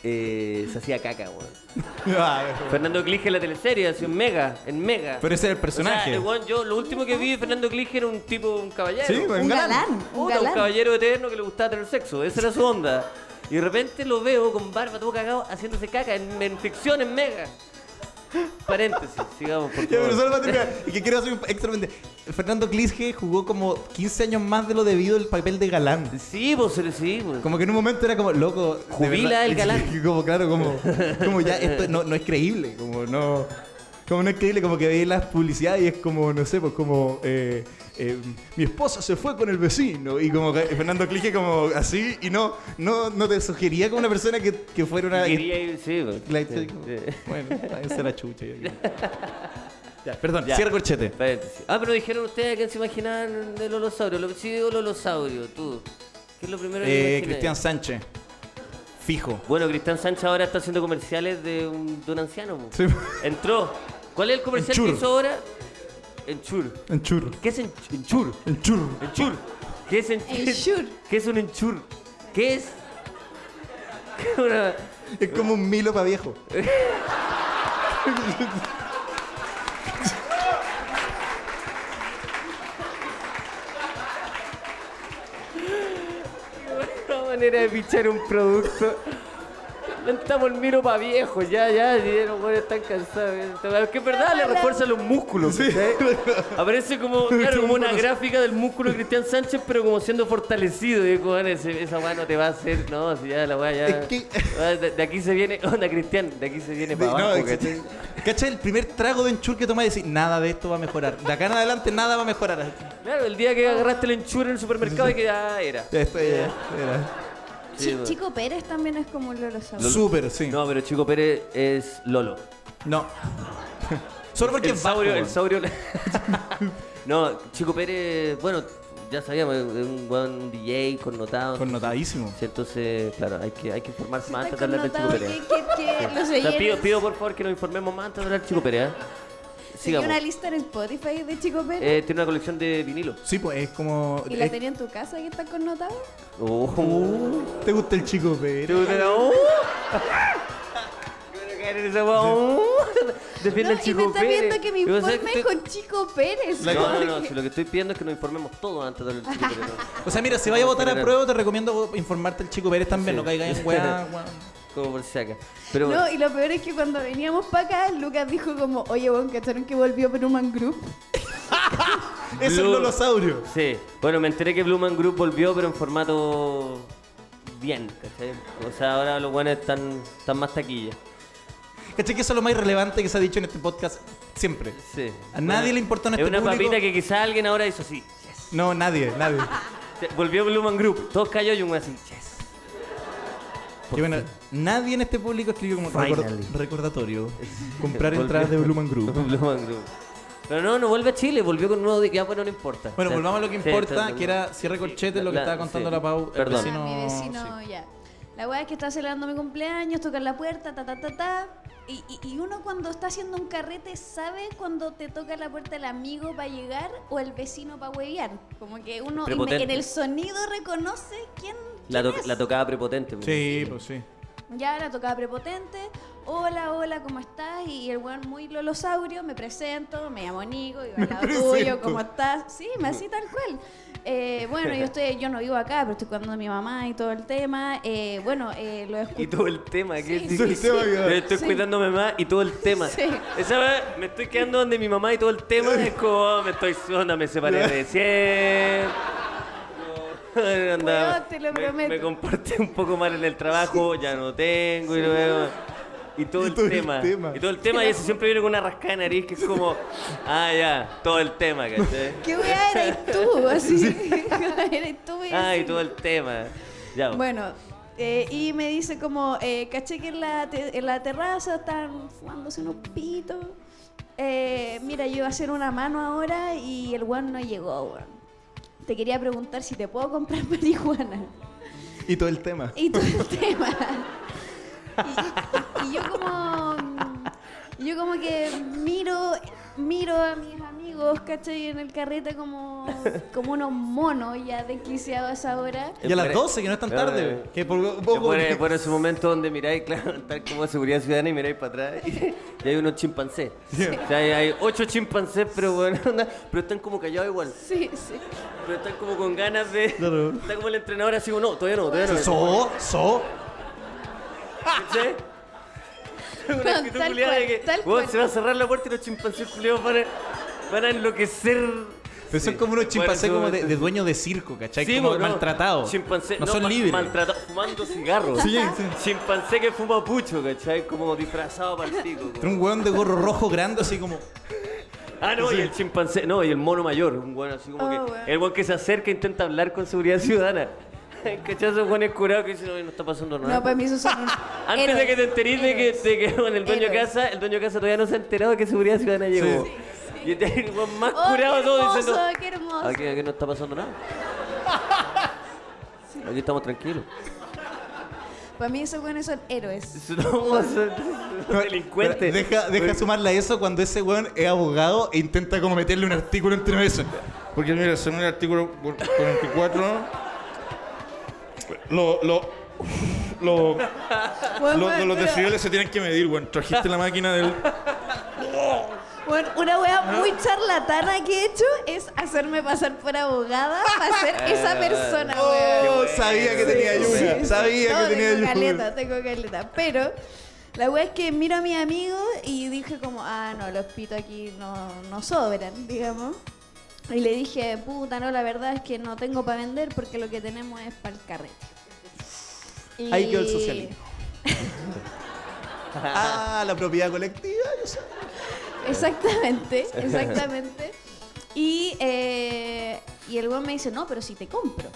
[SPEAKER 1] eh, se hacía caca, weón. Fernando Clige en la teleserie, así un mega, en mega.
[SPEAKER 2] Pero ese es
[SPEAKER 1] O
[SPEAKER 2] el
[SPEAKER 1] sea,
[SPEAKER 2] personaje.
[SPEAKER 1] el weón, yo lo último que vi de Fernando Clige era un tipo, un Uh, caballero.
[SPEAKER 2] Sí, weón.
[SPEAKER 3] un galán.
[SPEAKER 1] Puta,
[SPEAKER 3] Un
[SPEAKER 1] Un,
[SPEAKER 3] galán.
[SPEAKER 1] caballero eterno que le gustaba tener sexo, esa era su onda. Y de repente lo veo con barba, todo cagado, haciéndose caca en, en ficción, en mega. Paréntesis, sigamos, por
[SPEAKER 2] [laughs] Ya, pero
[SPEAKER 1] favor.
[SPEAKER 2] solo para terminar, y que quiero hacer un extramente. Fernando Clisge jugó como 15 años más de lo debido el papel de galán.
[SPEAKER 1] Sí, vos, sí, pues. vos.
[SPEAKER 2] Como que en un momento era como, loco. de
[SPEAKER 1] Jubila
[SPEAKER 2] [laughs] verdad,
[SPEAKER 1] el galán.
[SPEAKER 2] Como, claro, como, como ya esto no, no es creíble. Como no. Como no es creíble, como que veis las publicidades y es como, no sé, pues como. eh, eh, mi esposa se fue con el vecino. Y como que Fernando Clisge, como así. Y no, no, no te sugería como una persona que, que fuera una.
[SPEAKER 1] Quería ir- sí, vos.
[SPEAKER 2] La-
[SPEAKER 1] Sí, sí.
[SPEAKER 2] Bueno, esa era chucha.
[SPEAKER 1] [laughs]
[SPEAKER 2] ya. Ya, perdón, cierra corchete.
[SPEAKER 1] Paréntesis. Ah, pero dijeron ustedes que se imaginaban del holosaurio. Lo- Sí, digo holosaurio, tú. ¿Qué es lo primero que
[SPEAKER 2] Eh,
[SPEAKER 1] imagináis?
[SPEAKER 2] Cristian Sánchez. Fijo.
[SPEAKER 1] Bueno, Cristian Sánchez ahora está haciendo comerciales de un, de un anciano. po.
[SPEAKER 2] Sí. [laughs]
[SPEAKER 1] Entró. ¿Cuál es el comercial
[SPEAKER 2] Enchur.
[SPEAKER 1] que hizo ahora? Enchur.
[SPEAKER 2] Enchur.
[SPEAKER 1] ¿Qué es ench- enchur?
[SPEAKER 2] Enchur.
[SPEAKER 1] Enchur. ¿Qué es enchur?
[SPEAKER 3] Enchur.
[SPEAKER 1] ¿Qué es un enchur? ¿Qué es? ¿Qué es una-
[SPEAKER 2] Es como un Milo
[SPEAKER 1] [laughs]
[SPEAKER 2] para viejo.
[SPEAKER 1] una manera de pichar un producto? Estamos el miro para viejo, ya, ya, ya, los güeyes están cansados. ya. Es que es verdad, le refuerza los músculos. ¿cachai? Aparece como, claro, como una gráfica del músculo de Cristian Sánchez, pero como siendo fortalecido. Y es como, "Bueno, ese- esa weá no te va a hacer, no, si ya la weá ya.
[SPEAKER 2] Es que-
[SPEAKER 1] Ah, De, de aquí se viene, [laughs] onda Cristian, de aquí se viene para
[SPEAKER 2] No,
[SPEAKER 1] abajo,
[SPEAKER 2] es-
[SPEAKER 1] ¿cachai?
[SPEAKER 2] ¿Cachai? El primer trago de enchur que tomás y decís, nada de esto va a mejorar. De acá en adelante nada va a mejorar.
[SPEAKER 1] Claro, el día que agarraste el enchure en el supermercado y que ah, era.
[SPEAKER 2] Ya, esto ya era.
[SPEAKER 1] Sí,
[SPEAKER 3] Chi-
[SPEAKER 1] bueno.
[SPEAKER 3] Chico Pérez también es como un lolosaurio.
[SPEAKER 2] Súper, sí. No.
[SPEAKER 1] No, pero Chico Pérez es Lolo.
[SPEAKER 2] Solo porque
[SPEAKER 1] el
[SPEAKER 2] es bajo,
[SPEAKER 1] saurio, el
[SPEAKER 2] weón.
[SPEAKER 1] saurio. [laughs] no, Chico Pérez, bueno, ya sabíamos, es un buen DJ connotado.
[SPEAKER 2] Connotadísimo.
[SPEAKER 1] Sí, entonces, claro, hay que, hay que informarse más
[SPEAKER 3] Está
[SPEAKER 1] antes de hablar del Chico Pérez.
[SPEAKER 3] connotado que, que, que los
[SPEAKER 1] O sea, pido,
[SPEAKER 3] oyentes.
[SPEAKER 1] pido por favor que nos informemos más antes de hablar del Chico Pérez. ¿eh?
[SPEAKER 3] Tenía
[SPEAKER 1] Sigamos.
[SPEAKER 3] una lista en Spotify de Chico Pérez.
[SPEAKER 1] Eh, tiene una colección de vinilos.
[SPEAKER 2] Sí, pues es como.
[SPEAKER 1] Eh,
[SPEAKER 3] ¿Y la
[SPEAKER 2] es-
[SPEAKER 3] tenía en tu casa que está connotado?
[SPEAKER 1] Oh.
[SPEAKER 2] ¿Te gusta el chico,
[SPEAKER 1] ¿Te
[SPEAKER 2] pero?
[SPEAKER 1] gusta la [laughs] U? Yo quiero caer en esa hueá. Uh. [laughs] Defiende
[SPEAKER 3] No,
[SPEAKER 1] al
[SPEAKER 3] y
[SPEAKER 1] Chico
[SPEAKER 3] me está
[SPEAKER 1] Pérez.
[SPEAKER 3] viendo que me
[SPEAKER 1] Y vos sabés
[SPEAKER 3] informe
[SPEAKER 1] que estoy-
[SPEAKER 3] con Chico Pérez.
[SPEAKER 1] No, no, no,
[SPEAKER 3] Jorge.
[SPEAKER 1] si lo que estoy pidiendo es que nos informemos todo antes de hablar del Chico [laughs] Pérez.
[SPEAKER 2] O sea, mira, si vayas a votar a prueba, te recomiendo informarte el chico Pérez también.
[SPEAKER 1] Sí.
[SPEAKER 2] No caigas en weá,
[SPEAKER 1] [laughs]
[SPEAKER 2] weón.
[SPEAKER 1] Como por si acá. Pero bueno.
[SPEAKER 3] No, y lo peor es que cuando veníamos para acá, Lucas dijo como, oye, weón, ¿cacharon que volvió Peruman Group?
[SPEAKER 2] Es el
[SPEAKER 1] Blue.
[SPEAKER 2] lolosaurio.
[SPEAKER 1] Sí, bueno, me enteré que Blue Man Group volvió, pero en formato bien, ¿cachai? O sea, ahora los buenos están, están más taquilla.
[SPEAKER 2] ¿Cachai? Que eso es lo más irrelevante que se ha dicho en este podcast siempre.
[SPEAKER 1] Sí.
[SPEAKER 2] A nadie le importó en
[SPEAKER 1] Es
[SPEAKER 2] este
[SPEAKER 1] una
[SPEAKER 2] público-
[SPEAKER 1] papita que quizá alguien ahora hizo así. yes.
[SPEAKER 2] No, nadie,
[SPEAKER 1] [laughs]
[SPEAKER 2] nadie.
[SPEAKER 1] Se- Volvió Blue Man Group, todos cayó y un así. yes.
[SPEAKER 2] Y bueno, nadie en este público escribió como record-
[SPEAKER 1] Finally. [laughs]
[SPEAKER 2] recordatorio. Comprar
[SPEAKER 1] Volvió.
[SPEAKER 2] entradas de Blue Man Group.
[SPEAKER 1] [laughs] Blue Man Group. Pero no, no vuelve a Chile, volvió con un nuevo de ya bueno, no importa.
[SPEAKER 2] Bueno,
[SPEAKER 1] Ya,
[SPEAKER 2] volvamos a lo que
[SPEAKER 1] sí,
[SPEAKER 2] importa,
[SPEAKER 1] está-
[SPEAKER 2] que era cierre corchete, lo que
[SPEAKER 1] la-
[SPEAKER 2] estaba contando
[SPEAKER 1] sí.
[SPEAKER 2] la Pau. el
[SPEAKER 1] Perdón.
[SPEAKER 3] Ah, mi
[SPEAKER 2] sí.
[SPEAKER 3] vecino, ya. La weá es que está celebrando mi cumpleaños, tocan la puerta, ta, ta, ta, ta. Y, y- y uno cuando está haciendo un carrete sabe cuando te toca la puerta el amigo para llegar o el vecino para huevear. Como que uno en-
[SPEAKER 1] Prepotente.
[SPEAKER 3] en el sonido reconoce quién,
[SPEAKER 1] La,
[SPEAKER 3] quién
[SPEAKER 1] to-
[SPEAKER 3] es.
[SPEAKER 1] la tocaba prepotente. pues.
[SPEAKER 2] Sí, pues sí.
[SPEAKER 3] Ya la tocaba prepotente. Hola, hola, ¿cómo estás? Y el weón muy lolosaurio, me presento, me llamo Nico, y al lado tuyo,
[SPEAKER 2] presento.
[SPEAKER 3] ¿cómo estás? Sí, me así tal cual. Eh, bueno, yo estoy, yo no vivo acá, pero estoy cuidando a mi mamá y todo el tema. Eh, bueno, eh, lo escucho.
[SPEAKER 1] Y todo el tema, que
[SPEAKER 3] Sí,
[SPEAKER 1] sí,
[SPEAKER 3] sí,
[SPEAKER 1] que-
[SPEAKER 3] sí.
[SPEAKER 1] Yo estoy
[SPEAKER 3] Sí.
[SPEAKER 1] cuidándome más y todo el tema.
[SPEAKER 3] Sí.
[SPEAKER 1] Esa vez me estoy quedando donde mi mamá y todo el tema es como, "Oh, me estoy onda, me separé de 100.
[SPEAKER 3] Weón, te
[SPEAKER 1] me-
[SPEAKER 3] lo
[SPEAKER 1] me,
[SPEAKER 3] prometo.
[SPEAKER 1] comporté un poco mal en el trabajo, ya no tengo y luego. Y todo, el, tema, Y todo el tema, y eso siempre viene con una rascada de nariz que es como, ah, ya, todo el tema, ¿cachai?
[SPEAKER 3] ¿Qué weá [laughs] eres tú? Así. eres tú, mi
[SPEAKER 1] Ah, y
[SPEAKER 3] vecino.
[SPEAKER 1] todo el tema. Ya,
[SPEAKER 3] Bueno, Eh, y me dice como, eh, caché que en la, te- en la terraza están fumándose unos pitos. Eh, mira, yo iba a hacer una mano ahora y el weón no llegó, weón. Te quería preguntar si te puedo comprar [laughs] marihuana.
[SPEAKER 2] Y todo el tema.
[SPEAKER 3] Y todo el [laughs] tema. Y, y yo como... Yo como que miro, miro a mis amigos, ¿cachai? En el carrete como, como unos monos ya desquiciados a esa hora.
[SPEAKER 2] Y a las 12, que no es tan
[SPEAKER 1] No,
[SPEAKER 2] tarde.
[SPEAKER 1] no, no.
[SPEAKER 2] Que por un
[SPEAKER 1] Te
[SPEAKER 2] poco.
[SPEAKER 1] pone, pone ese momento donde miráis, [laughs] claro, estar como de seguridad ciudadana y miráis para atrás y, y hay unos chimpancés. O sea, hay, hay ocho chimpancés, pero bueno, [laughs] onda, pero están como callados igual.
[SPEAKER 3] Sí, sí.
[SPEAKER 1] Pero están como con ganas de.
[SPEAKER 2] Claro.
[SPEAKER 1] Está como el entrenador así, como, no, todavía no, todavía no.
[SPEAKER 2] So, so. [laughs]
[SPEAKER 1] ¿Cachai?
[SPEAKER 3] No,
[SPEAKER 1] Una actitud
[SPEAKER 3] tal
[SPEAKER 1] culiada de
[SPEAKER 3] cual,
[SPEAKER 1] que
[SPEAKER 3] tal
[SPEAKER 1] weón,
[SPEAKER 3] cual.
[SPEAKER 1] se va a cerrar la puerta y los chimpancés culiados van a, van a enloquecer.
[SPEAKER 2] Pero son
[SPEAKER 1] Sí.
[SPEAKER 2] como unos chimpancés
[SPEAKER 1] Bueno,
[SPEAKER 2] como de,
[SPEAKER 1] sí.
[SPEAKER 2] de dueño de circo, ¿cachai?
[SPEAKER 1] Sí,
[SPEAKER 2] como
[SPEAKER 1] bo, no.
[SPEAKER 2] maltratados.
[SPEAKER 1] Chimpancé,
[SPEAKER 2] no,
[SPEAKER 1] no,
[SPEAKER 2] son
[SPEAKER 1] ma-
[SPEAKER 2] libres.
[SPEAKER 1] maltratado, fumando cigarros.
[SPEAKER 2] Sí, sí.
[SPEAKER 1] Chimpancé que fuma pucho, ¿cachai? Como disfrazado para el pico. como.
[SPEAKER 2] Un weón de gorro rojo grande, así como.
[SPEAKER 1] Ah, no, y el chimpancé, no, y el mono mayor, un buen así como
[SPEAKER 3] Ah,
[SPEAKER 1] que.
[SPEAKER 3] bueno.
[SPEAKER 1] El buen que se acerca e intenta hablar con seguridad ciudadana. [laughs] ¿Cachai? Esos buenos curados que dicen, no, no está pasando nada.
[SPEAKER 3] No, pues, para mí esos
[SPEAKER 1] [laughs]
[SPEAKER 3] son un-
[SPEAKER 1] Antes de que te enteres de que,
[SPEAKER 3] héroes.
[SPEAKER 1] de que, bueno, el dueño de
[SPEAKER 3] Héroes.
[SPEAKER 1] casa, el dueño de casa todavía no se ha enterado de que seguridad ciudadana llegó. Y está el [laughs] weón más
[SPEAKER 3] Oh, qué
[SPEAKER 1] curado todo
[SPEAKER 3] hermoso,
[SPEAKER 1] diciendo.
[SPEAKER 3] qué hermoso.
[SPEAKER 1] Aquí, aquí no está pasando
[SPEAKER 3] [laughs]
[SPEAKER 1] nada. Aquí estamos
[SPEAKER 3] [laughs]
[SPEAKER 1] tranquilos. [laughs]
[SPEAKER 3] Para mí esos buenos son héroes.
[SPEAKER 1] Somos son-
[SPEAKER 2] [laughs]
[SPEAKER 1] son delincuentes.
[SPEAKER 2] Deja, deja sumarla a eso cuando ese weón es abogado e intenta como meterle un artículo entre eso.
[SPEAKER 6] Porque mira, según el artículo 44, lo, lo, lo,
[SPEAKER 3] Bueno,
[SPEAKER 6] lo-
[SPEAKER 3] bueno,
[SPEAKER 6] los
[SPEAKER 3] pero-
[SPEAKER 6] decibeles se tienen que medir, weón. Trajiste la máquina
[SPEAKER 3] [laughs]
[SPEAKER 6] del.
[SPEAKER 3] bueno, una wea muy charlatana que he hecho es hacerme pasar por abogada
[SPEAKER 1] [laughs]
[SPEAKER 3] para ser esa persona, weón.
[SPEAKER 2] Oh, sabía que tenía lluvia.
[SPEAKER 3] Sí, sí.
[SPEAKER 2] sabía
[SPEAKER 3] No,
[SPEAKER 2] que tenía lluvia.
[SPEAKER 3] tengo caleta, tengo caleta. Pero la wea es que miro a mis amigos y dije como, ah, no, los pitos aquí no, no sobran, digamos. Y le dije, puta, no, la verdad es que no tengo para vender porque lo que tenemos es para el carrete. Y-
[SPEAKER 2] Ahí quedó el socialismo. Ah, la propiedad colectiva. yo sé. [laughs]
[SPEAKER 3] Exactamente, exactamente. Y, eh, y el weón me dice, no, pero si te compro.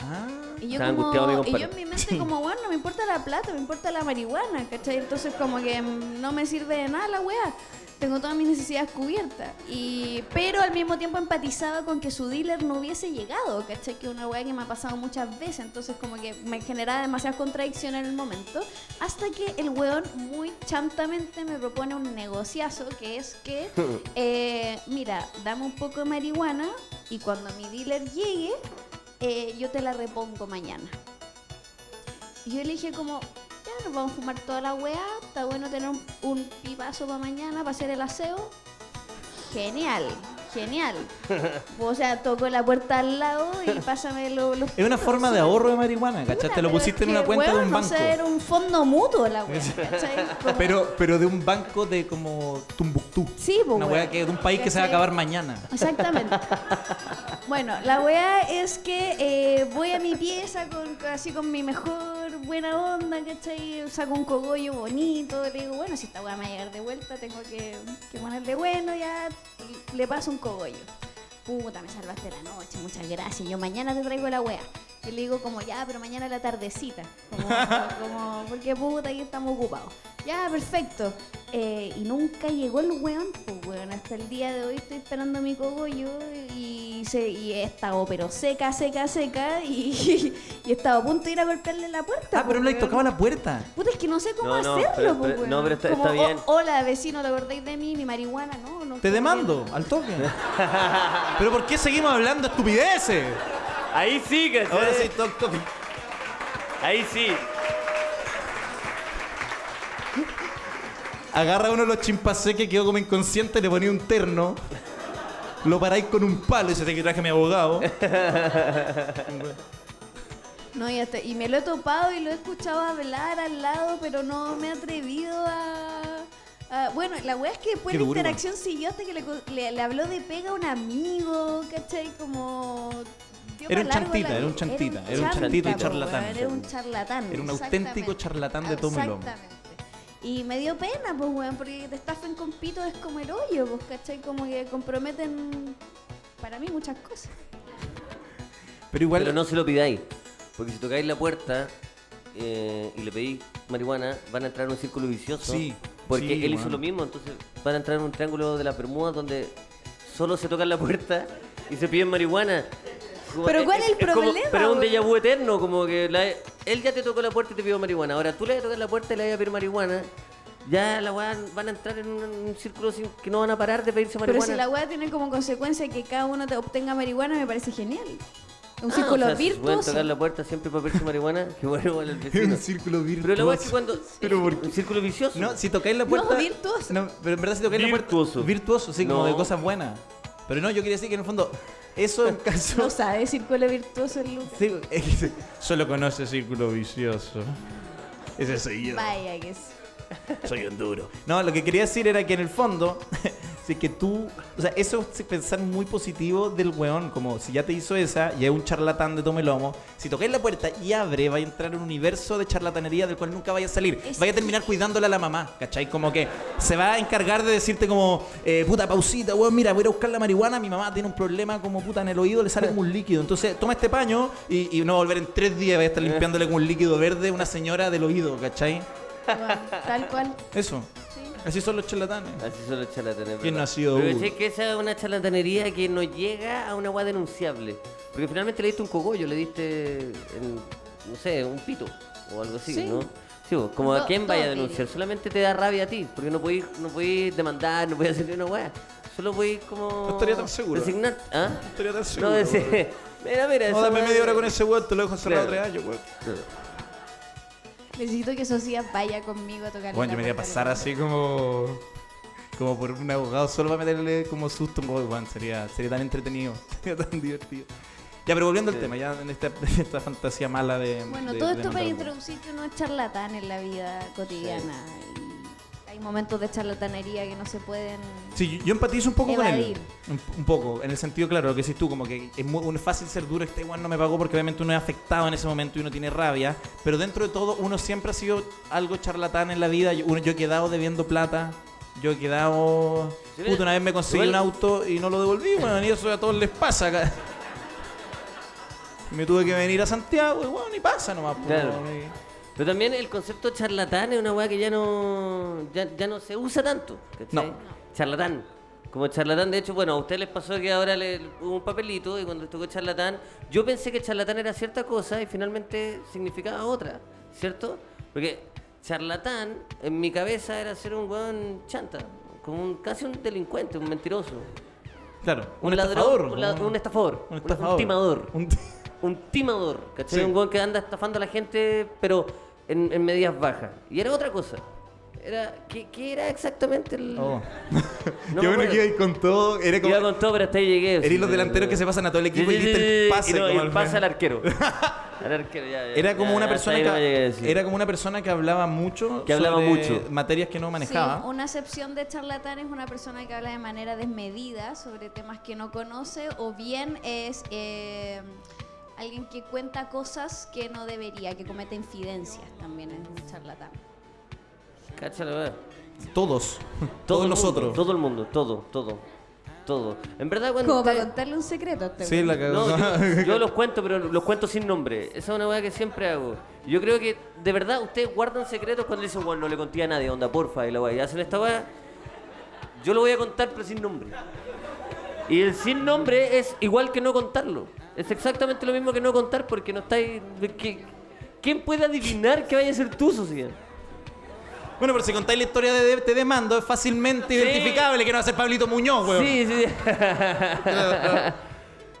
[SPEAKER 6] Ah.
[SPEAKER 3] Y yo,
[SPEAKER 1] Estaba angustiado mi
[SPEAKER 3] como, y
[SPEAKER 1] compadre.
[SPEAKER 3] yo en mi mente como, bueno, no me importa la plata, me importa la marihuana, ¿cachai? Entonces como que mm, no me sirve de nada la weá. Tengo todas mis necesidades cubiertas. Y, pero al mismo tiempo empatizaba con que su dealer no hubiese llegado, ¿cachai? Que es una weá que me ha pasado muchas veces. Entonces como que me generaba demasiada contradicción en el momento. Hasta que el weón muy chantamente me propone un negociazo que es que, eh, mira, dame un poco de marihuana y cuando mi dealer llegue, eh, yo te la repongo mañana. Y yo le dije como, ya nos vamos a fumar toda la weá, está bueno tener un, un pipazo para mañana, para hacer el aseo. Genial,
[SPEAKER 2] [laughs]
[SPEAKER 3] genial. O sea, toco la puerta al lado y pásame lo- los...
[SPEAKER 2] Es una forma de ahorro de marihuana, ¿cachai? Te lo
[SPEAKER 3] Puta,
[SPEAKER 2] pusiste
[SPEAKER 3] pero
[SPEAKER 2] en
[SPEAKER 3] es
[SPEAKER 2] una
[SPEAKER 3] que,
[SPEAKER 2] cuenta de
[SPEAKER 3] weón,
[SPEAKER 2] un
[SPEAKER 3] O
[SPEAKER 2] banco.
[SPEAKER 3] sea, era un fondo mutuo la weá,
[SPEAKER 2] [laughs]
[SPEAKER 3] ¿cachai? Como-
[SPEAKER 2] Pero, pero de un banco de como Tumbuctú.
[SPEAKER 3] Sí, pues,
[SPEAKER 2] Una
[SPEAKER 3] weón.
[SPEAKER 2] weá que de un país que se va a
[SPEAKER 3] ¿Cachai?
[SPEAKER 2] acabar mañana.
[SPEAKER 3] Exactamente. Bueno, la weá es que eh, voy a mi pieza con, así con mi mejor buena onda, ¿cachai? Saco un cogollo bonito, le digo, bueno, si esta weá me va a llegar de vuelta, tengo que, que ponerle bueno, ya y le paso un cogollo. Puta, me salvaste la noche, muchas gracias. Yo mañana te traigo la weá. Y le digo como, ya, pero mañana a la tardecita.
[SPEAKER 2] [laughs]
[SPEAKER 3] Como, como, porque puta, aquí estamos ocupados. Ya, perfecto. Eh, y nunca llegó el weón, pues weón, hasta el día de hoy estoy esperando mi cogollo y, se, y he estado pero seca, seca, seca y, [laughs] y he estado a punto de ir a golpearle la puerta.
[SPEAKER 2] Ah, pero no
[SPEAKER 3] pues,
[SPEAKER 2] le
[SPEAKER 3] weón.
[SPEAKER 2] tocaba la puerta.
[SPEAKER 3] Puta, es que no sé cómo
[SPEAKER 1] No, no,
[SPEAKER 3] hacerlo,
[SPEAKER 1] pero-
[SPEAKER 3] pues,
[SPEAKER 1] pero-
[SPEAKER 3] weón.
[SPEAKER 1] no, pero está-
[SPEAKER 3] Como,
[SPEAKER 1] está
[SPEAKER 3] "Oh,
[SPEAKER 1] bien".
[SPEAKER 3] hola, vecino, ¿lo acordáis de mí? Mi marihuana, no, no.
[SPEAKER 2] Te demando, al
[SPEAKER 3] [laughs]
[SPEAKER 2] toque. Pero ¿por qué seguimos hablando estupideces?
[SPEAKER 1] Ahí sí, ¿cachai?
[SPEAKER 2] Ahora sí, toc, toc.
[SPEAKER 1] Ahí sí.
[SPEAKER 2] Agarra uno de los chimpancés que quedó como inconsciente, le ponía un terno. Lo paráis con un palo y se te que traje a mi abogado.
[SPEAKER 3] No, y, hasta- y me lo he topado y lo he escuchado hablar al lado, pero no me he atrevido a... a- bueno, la weá es que después
[SPEAKER 2] Qué
[SPEAKER 3] la
[SPEAKER 2] duro,
[SPEAKER 3] interacción siguió hasta que le, co- le- le habló de pega a un amigo, ¿cachai? Como... dio
[SPEAKER 2] Era
[SPEAKER 3] pa'
[SPEAKER 2] un
[SPEAKER 3] largo
[SPEAKER 2] chantita,
[SPEAKER 3] la-
[SPEAKER 2] era un chantita, era un chantita y
[SPEAKER 3] chanta, po,
[SPEAKER 2] charlatán.
[SPEAKER 3] weón, Era un charlatán.
[SPEAKER 2] Era un
[SPEAKER 3] exactamente.
[SPEAKER 2] auténtico charlatán de tomo y lomo.
[SPEAKER 3] Exactamente. Y me dio pena, pues, weón, porque que te estafen con pito es como el hoyo, pues, ¿cachai? Como que comprometen para mí muchas cosas.
[SPEAKER 2] Pero igual,
[SPEAKER 1] Pero no se lo pidáis. Porque si tocáis la puerta, eh, y le pedí marihuana, van a entrar en un círculo vicioso.
[SPEAKER 2] Sí,
[SPEAKER 1] Porque
[SPEAKER 2] sí,
[SPEAKER 1] él hizo
[SPEAKER 2] weón.
[SPEAKER 1] lo mismo, entonces van a entrar en un triángulo de las Bermudas donde solo se tocan la puerta y se piden marihuana. Como-
[SPEAKER 3] Pero ¿cuál es el
[SPEAKER 1] como-
[SPEAKER 3] problema,
[SPEAKER 1] pero es un
[SPEAKER 3] weón?
[SPEAKER 1] déjà vu eterno, como que la- él ya te tocó la puerta y te pidió marihuana. Ahora tú le vas a tocar la puerta y le vas a pedir marihuana. Ya la weá van a entrar en un, un círculo sin, que no van a parar de pedirse
[SPEAKER 3] Pero
[SPEAKER 1] marihuana.
[SPEAKER 3] si la weá tiene como consecuencia que cada uno te obtenga marihuana, me parece genial. Un
[SPEAKER 1] Ah,
[SPEAKER 3] círculo
[SPEAKER 1] o sea, si se pueden
[SPEAKER 3] virtuoso.
[SPEAKER 1] tocar la puerta siempre para pedirse marihuana, [laughs] que bueno, igual
[SPEAKER 2] [laughs]
[SPEAKER 1] el
[SPEAKER 2] Es
[SPEAKER 1] vecino.
[SPEAKER 2] un círculo virtuoso.
[SPEAKER 1] Pero la weá es que cuando.
[SPEAKER 2] Pero ¿por qué?
[SPEAKER 1] un círculo vicioso.
[SPEAKER 2] No, si tocáis la puerta.
[SPEAKER 3] No, virtuoso.
[SPEAKER 2] No, pero en verdad si tocáis la
[SPEAKER 1] Virtuoso.
[SPEAKER 2] puerta. Virtuoso, sí, como
[SPEAKER 1] No.
[SPEAKER 2] de cosas buenas. Pero no, yo quería decir que en el fondo, eso en caso.
[SPEAKER 3] [laughs] [laughs] No sabe círculo virtuoso el Lucas.
[SPEAKER 2] [laughs] Sí, es que se-
[SPEAKER 7] Solo conoce círculo vicioso.
[SPEAKER 2] ese soy yo.
[SPEAKER 3] Vaya que es.
[SPEAKER 2] Soy un duro. No, lo que quería decir era que en el fondo, [laughs] si es que tú. O sea, eso es pensar muy positivo del weón. Como si ya te hizo esa y es un charlatán de tome lomo. Si tocáis la puerta y abre, va a entrar en un universo de charlatanería del cual nunca vaya a salir.
[SPEAKER 3] Es
[SPEAKER 2] Vaya a terminar cuidándola a la mamá, ¿cachai? Como que se va a encargar de decirte, como, eh, puta pausita, weón, mira, voy a ir a buscar la marihuana. Mi mamá tiene un problema, como puta, en el oído le sale como un líquido. Entonces, toma este paño y, y no va a volver en tres días. Vaya a estar limpiándole con un líquido verde a una señora del oído, ¿cachai?
[SPEAKER 3] Bueno, tal cual.
[SPEAKER 2] Eso.
[SPEAKER 3] Sí.
[SPEAKER 2] Así son los charlatanes.
[SPEAKER 1] Así son los charlatanes.
[SPEAKER 2] ¿Quién
[SPEAKER 1] ¿verdad?
[SPEAKER 2] no ha sido
[SPEAKER 1] Pero
[SPEAKER 2] uno?
[SPEAKER 1] sé que esa es una charlatanería que no llega a una weá denunciable. Porque finalmente le diste un cogollo, le diste, en- no sé, un pito o algo así,
[SPEAKER 3] Sí.
[SPEAKER 1] ¿no? Sí, vos, como a
[SPEAKER 3] Do-
[SPEAKER 1] quién vaya a
[SPEAKER 3] dos,
[SPEAKER 1] denunciar,
[SPEAKER 3] diría.
[SPEAKER 1] solamente te da rabia a ti, porque no podís, no podís demandar, no podís hacer ni una weá. Solo podís como.
[SPEAKER 2] No estaría tan seguro.
[SPEAKER 1] Resignar. ¿Ah?
[SPEAKER 2] estaría tan
[SPEAKER 1] [laughs]
[SPEAKER 2] seguro,
[SPEAKER 1] No, decir. Mira, mira.
[SPEAKER 2] No,
[SPEAKER 1] esa
[SPEAKER 2] dame
[SPEAKER 1] weá-
[SPEAKER 2] media hora con ese weón, te lo dejo encerrado
[SPEAKER 1] Claro.
[SPEAKER 2] tres años, weón.
[SPEAKER 3] Necesito que Socia vaya conmigo a tocar
[SPEAKER 2] Bueno, yo me
[SPEAKER 3] voy
[SPEAKER 2] iría a pasar así como. Como por un abogado, solo para meterle como susto un poco, weón. Sería, sería tan entretenido, [laughs] sería tan divertido. Ya, pero volviendo al tema, ya en esta, [laughs] en esta fantasía mala de.
[SPEAKER 3] Bueno,
[SPEAKER 2] de-
[SPEAKER 3] todo
[SPEAKER 2] de
[SPEAKER 3] esto para
[SPEAKER 2] mandar,
[SPEAKER 3] introducir que uno es charlatán en la vida cotidiana. Y hay momentos de charlatanería que no se pueden.
[SPEAKER 2] Sí, yo, yo empatizo un poco con
[SPEAKER 3] Evadir.
[SPEAKER 2] él. Un, un poco, en el sentido, claro, lo que decís tú, como que es muy es fácil ser duro, este igual no me pagó porque obviamente uno es afectado en ese momento y uno tiene rabia, pero dentro de todo uno siempre ha sido algo charlatán en la vida. Yo, uno- yo he quedado debiendo plata, yo he quedado...
[SPEAKER 1] Sí,
[SPEAKER 2] Puta, una vez me conseguí
[SPEAKER 1] igual-
[SPEAKER 2] un auto y no lo devolví, bueno, y eso a todos les pasa acá. Me tuve que venir a Santiago y bueno, y pasa nomás. po,
[SPEAKER 1] Claro.
[SPEAKER 2] weón, y-
[SPEAKER 1] Pero también el concepto charlatán es una weá que ya no, ya, ya no se usa tanto. ¿cachai?
[SPEAKER 2] No.
[SPEAKER 1] Charlatán. Como charlatán, de hecho, bueno, a ustedes les pasó que ahora le, hubo un papelito y cuando les tocó charlatán, yo pensé que charlatán era cierta cosa y finalmente significaba otra, ¿cierto? Porque charlatán en mi cabeza era ser un weón chanta, como un, casi un delincuente, un mentiroso.
[SPEAKER 2] Claro, un,
[SPEAKER 1] ladrón,
[SPEAKER 2] estafador.
[SPEAKER 1] un la-
[SPEAKER 2] como-
[SPEAKER 1] un estafador,
[SPEAKER 2] un
[SPEAKER 1] un- un
[SPEAKER 2] estafador.
[SPEAKER 1] timador.
[SPEAKER 2] Un ti-
[SPEAKER 1] un timador, ¿cachai?
[SPEAKER 2] Sí.
[SPEAKER 1] Un weón que anda estafando a la gente, pero en, en medidas bajas. Y era otra cosa. Era, ¿qué, qué era exactamente el...?
[SPEAKER 2] Oh.
[SPEAKER 1] No
[SPEAKER 2] [laughs] Qué
[SPEAKER 1] me
[SPEAKER 2] bueno
[SPEAKER 1] acuerdo.
[SPEAKER 2] que iba ahí con todo. Era como
[SPEAKER 1] Iba con todo, pero hasta ahí llegué.
[SPEAKER 2] Eres
[SPEAKER 1] sí,
[SPEAKER 2] los
[SPEAKER 1] pero-
[SPEAKER 2] delanteros que se pasan a todo el equipo y
[SPEAKER 1] Sí, sí,
[SPEAKER 2] diste
[SPEAKER 1] sí,
[SPEAKER 2] el
[SPEAKER 1] sí,
[SPEAKER 2] pase.
[SPEAKER 1] y no, y
[SPEAKER 2] como
[SPEAKER 1] el
[SPEAKER 2] al-
[SPEAKER 1] pase al
[SPEAKER 2] [laughs]
[SPEAKER 1] arquero. al arquero, ya, ya,
[SPEAKER 2] Era como
[SPEAKER 1] Ah, ya,
[SPEAKER 2] una
[SPEAKER 1] hasta
[SPEAKER 2] persona
[SPEAKER 1] ahí
[SPEAKER 2] que,
[SPEAKER 1] no llegué, sí.
[SPEAKER 2] era como una persona que hablaba mucho
[SPEAKER 1] Que hablaba
[SPEAKER 2] sobre
[SPEAKER 1] mucho.
[SPEAKER 2] materias que no manejaba.
[SPEAKER 3] Sí, una acepción de charlatán es una persona que habla de manera desmedida sobre temas que no conoce o bien es eh, alguien que cuenta cosas que no debería, que comete infidencias también es un charlatán.
[SPEAKER 1] Cacha la weá. [laughs]
[SPEAKER 2] Todos.
[SPEAKER 1] Todo
[SPEAKER 2] Todos
[SPEAKER 1] el mundo,
[SPEAKER 2] nosotros.
[SPEAKER 1] Todo el mundo, todo, todo. Todo. En verdad, cuando...
[SPEAKER 3] Como para
[SPEAKER 1] usted-
[SPEAKER 3] contarle un secreto. a este
[SPEAKER 2] Sí,
[SPEAKER 3] güey.
[SPEAKER 2] la cagó.
[SPEAKER 1] No,
[SPEAKER 2] [laughs]
[SPEAKER 1] yo, yo los cuento, pero los cuento sin nombre. Esa es una weá que siempre hago. Yo creo que, de verdad, ustedes guardan secretos cuando dicen, bueno, no le conté a nadie, onda, porfa, y la weá. Y hacen esta weá. Yo lo voy a contar, pero sin nombre. Y el sin nombre es igual que no contarlo. Es exactamente lo mismo que no contar porque no estáis. que- ¿Quién puede adivinar que vaya a ser tú, Sociedad?
[SPEAKER 2] Bueno, pero si contáis la historia de Te Demando, es fácilmente identificable que no va a ser Pablito Muñoz, weón.
[SPEAKER 1] Sí, sí. [laughs]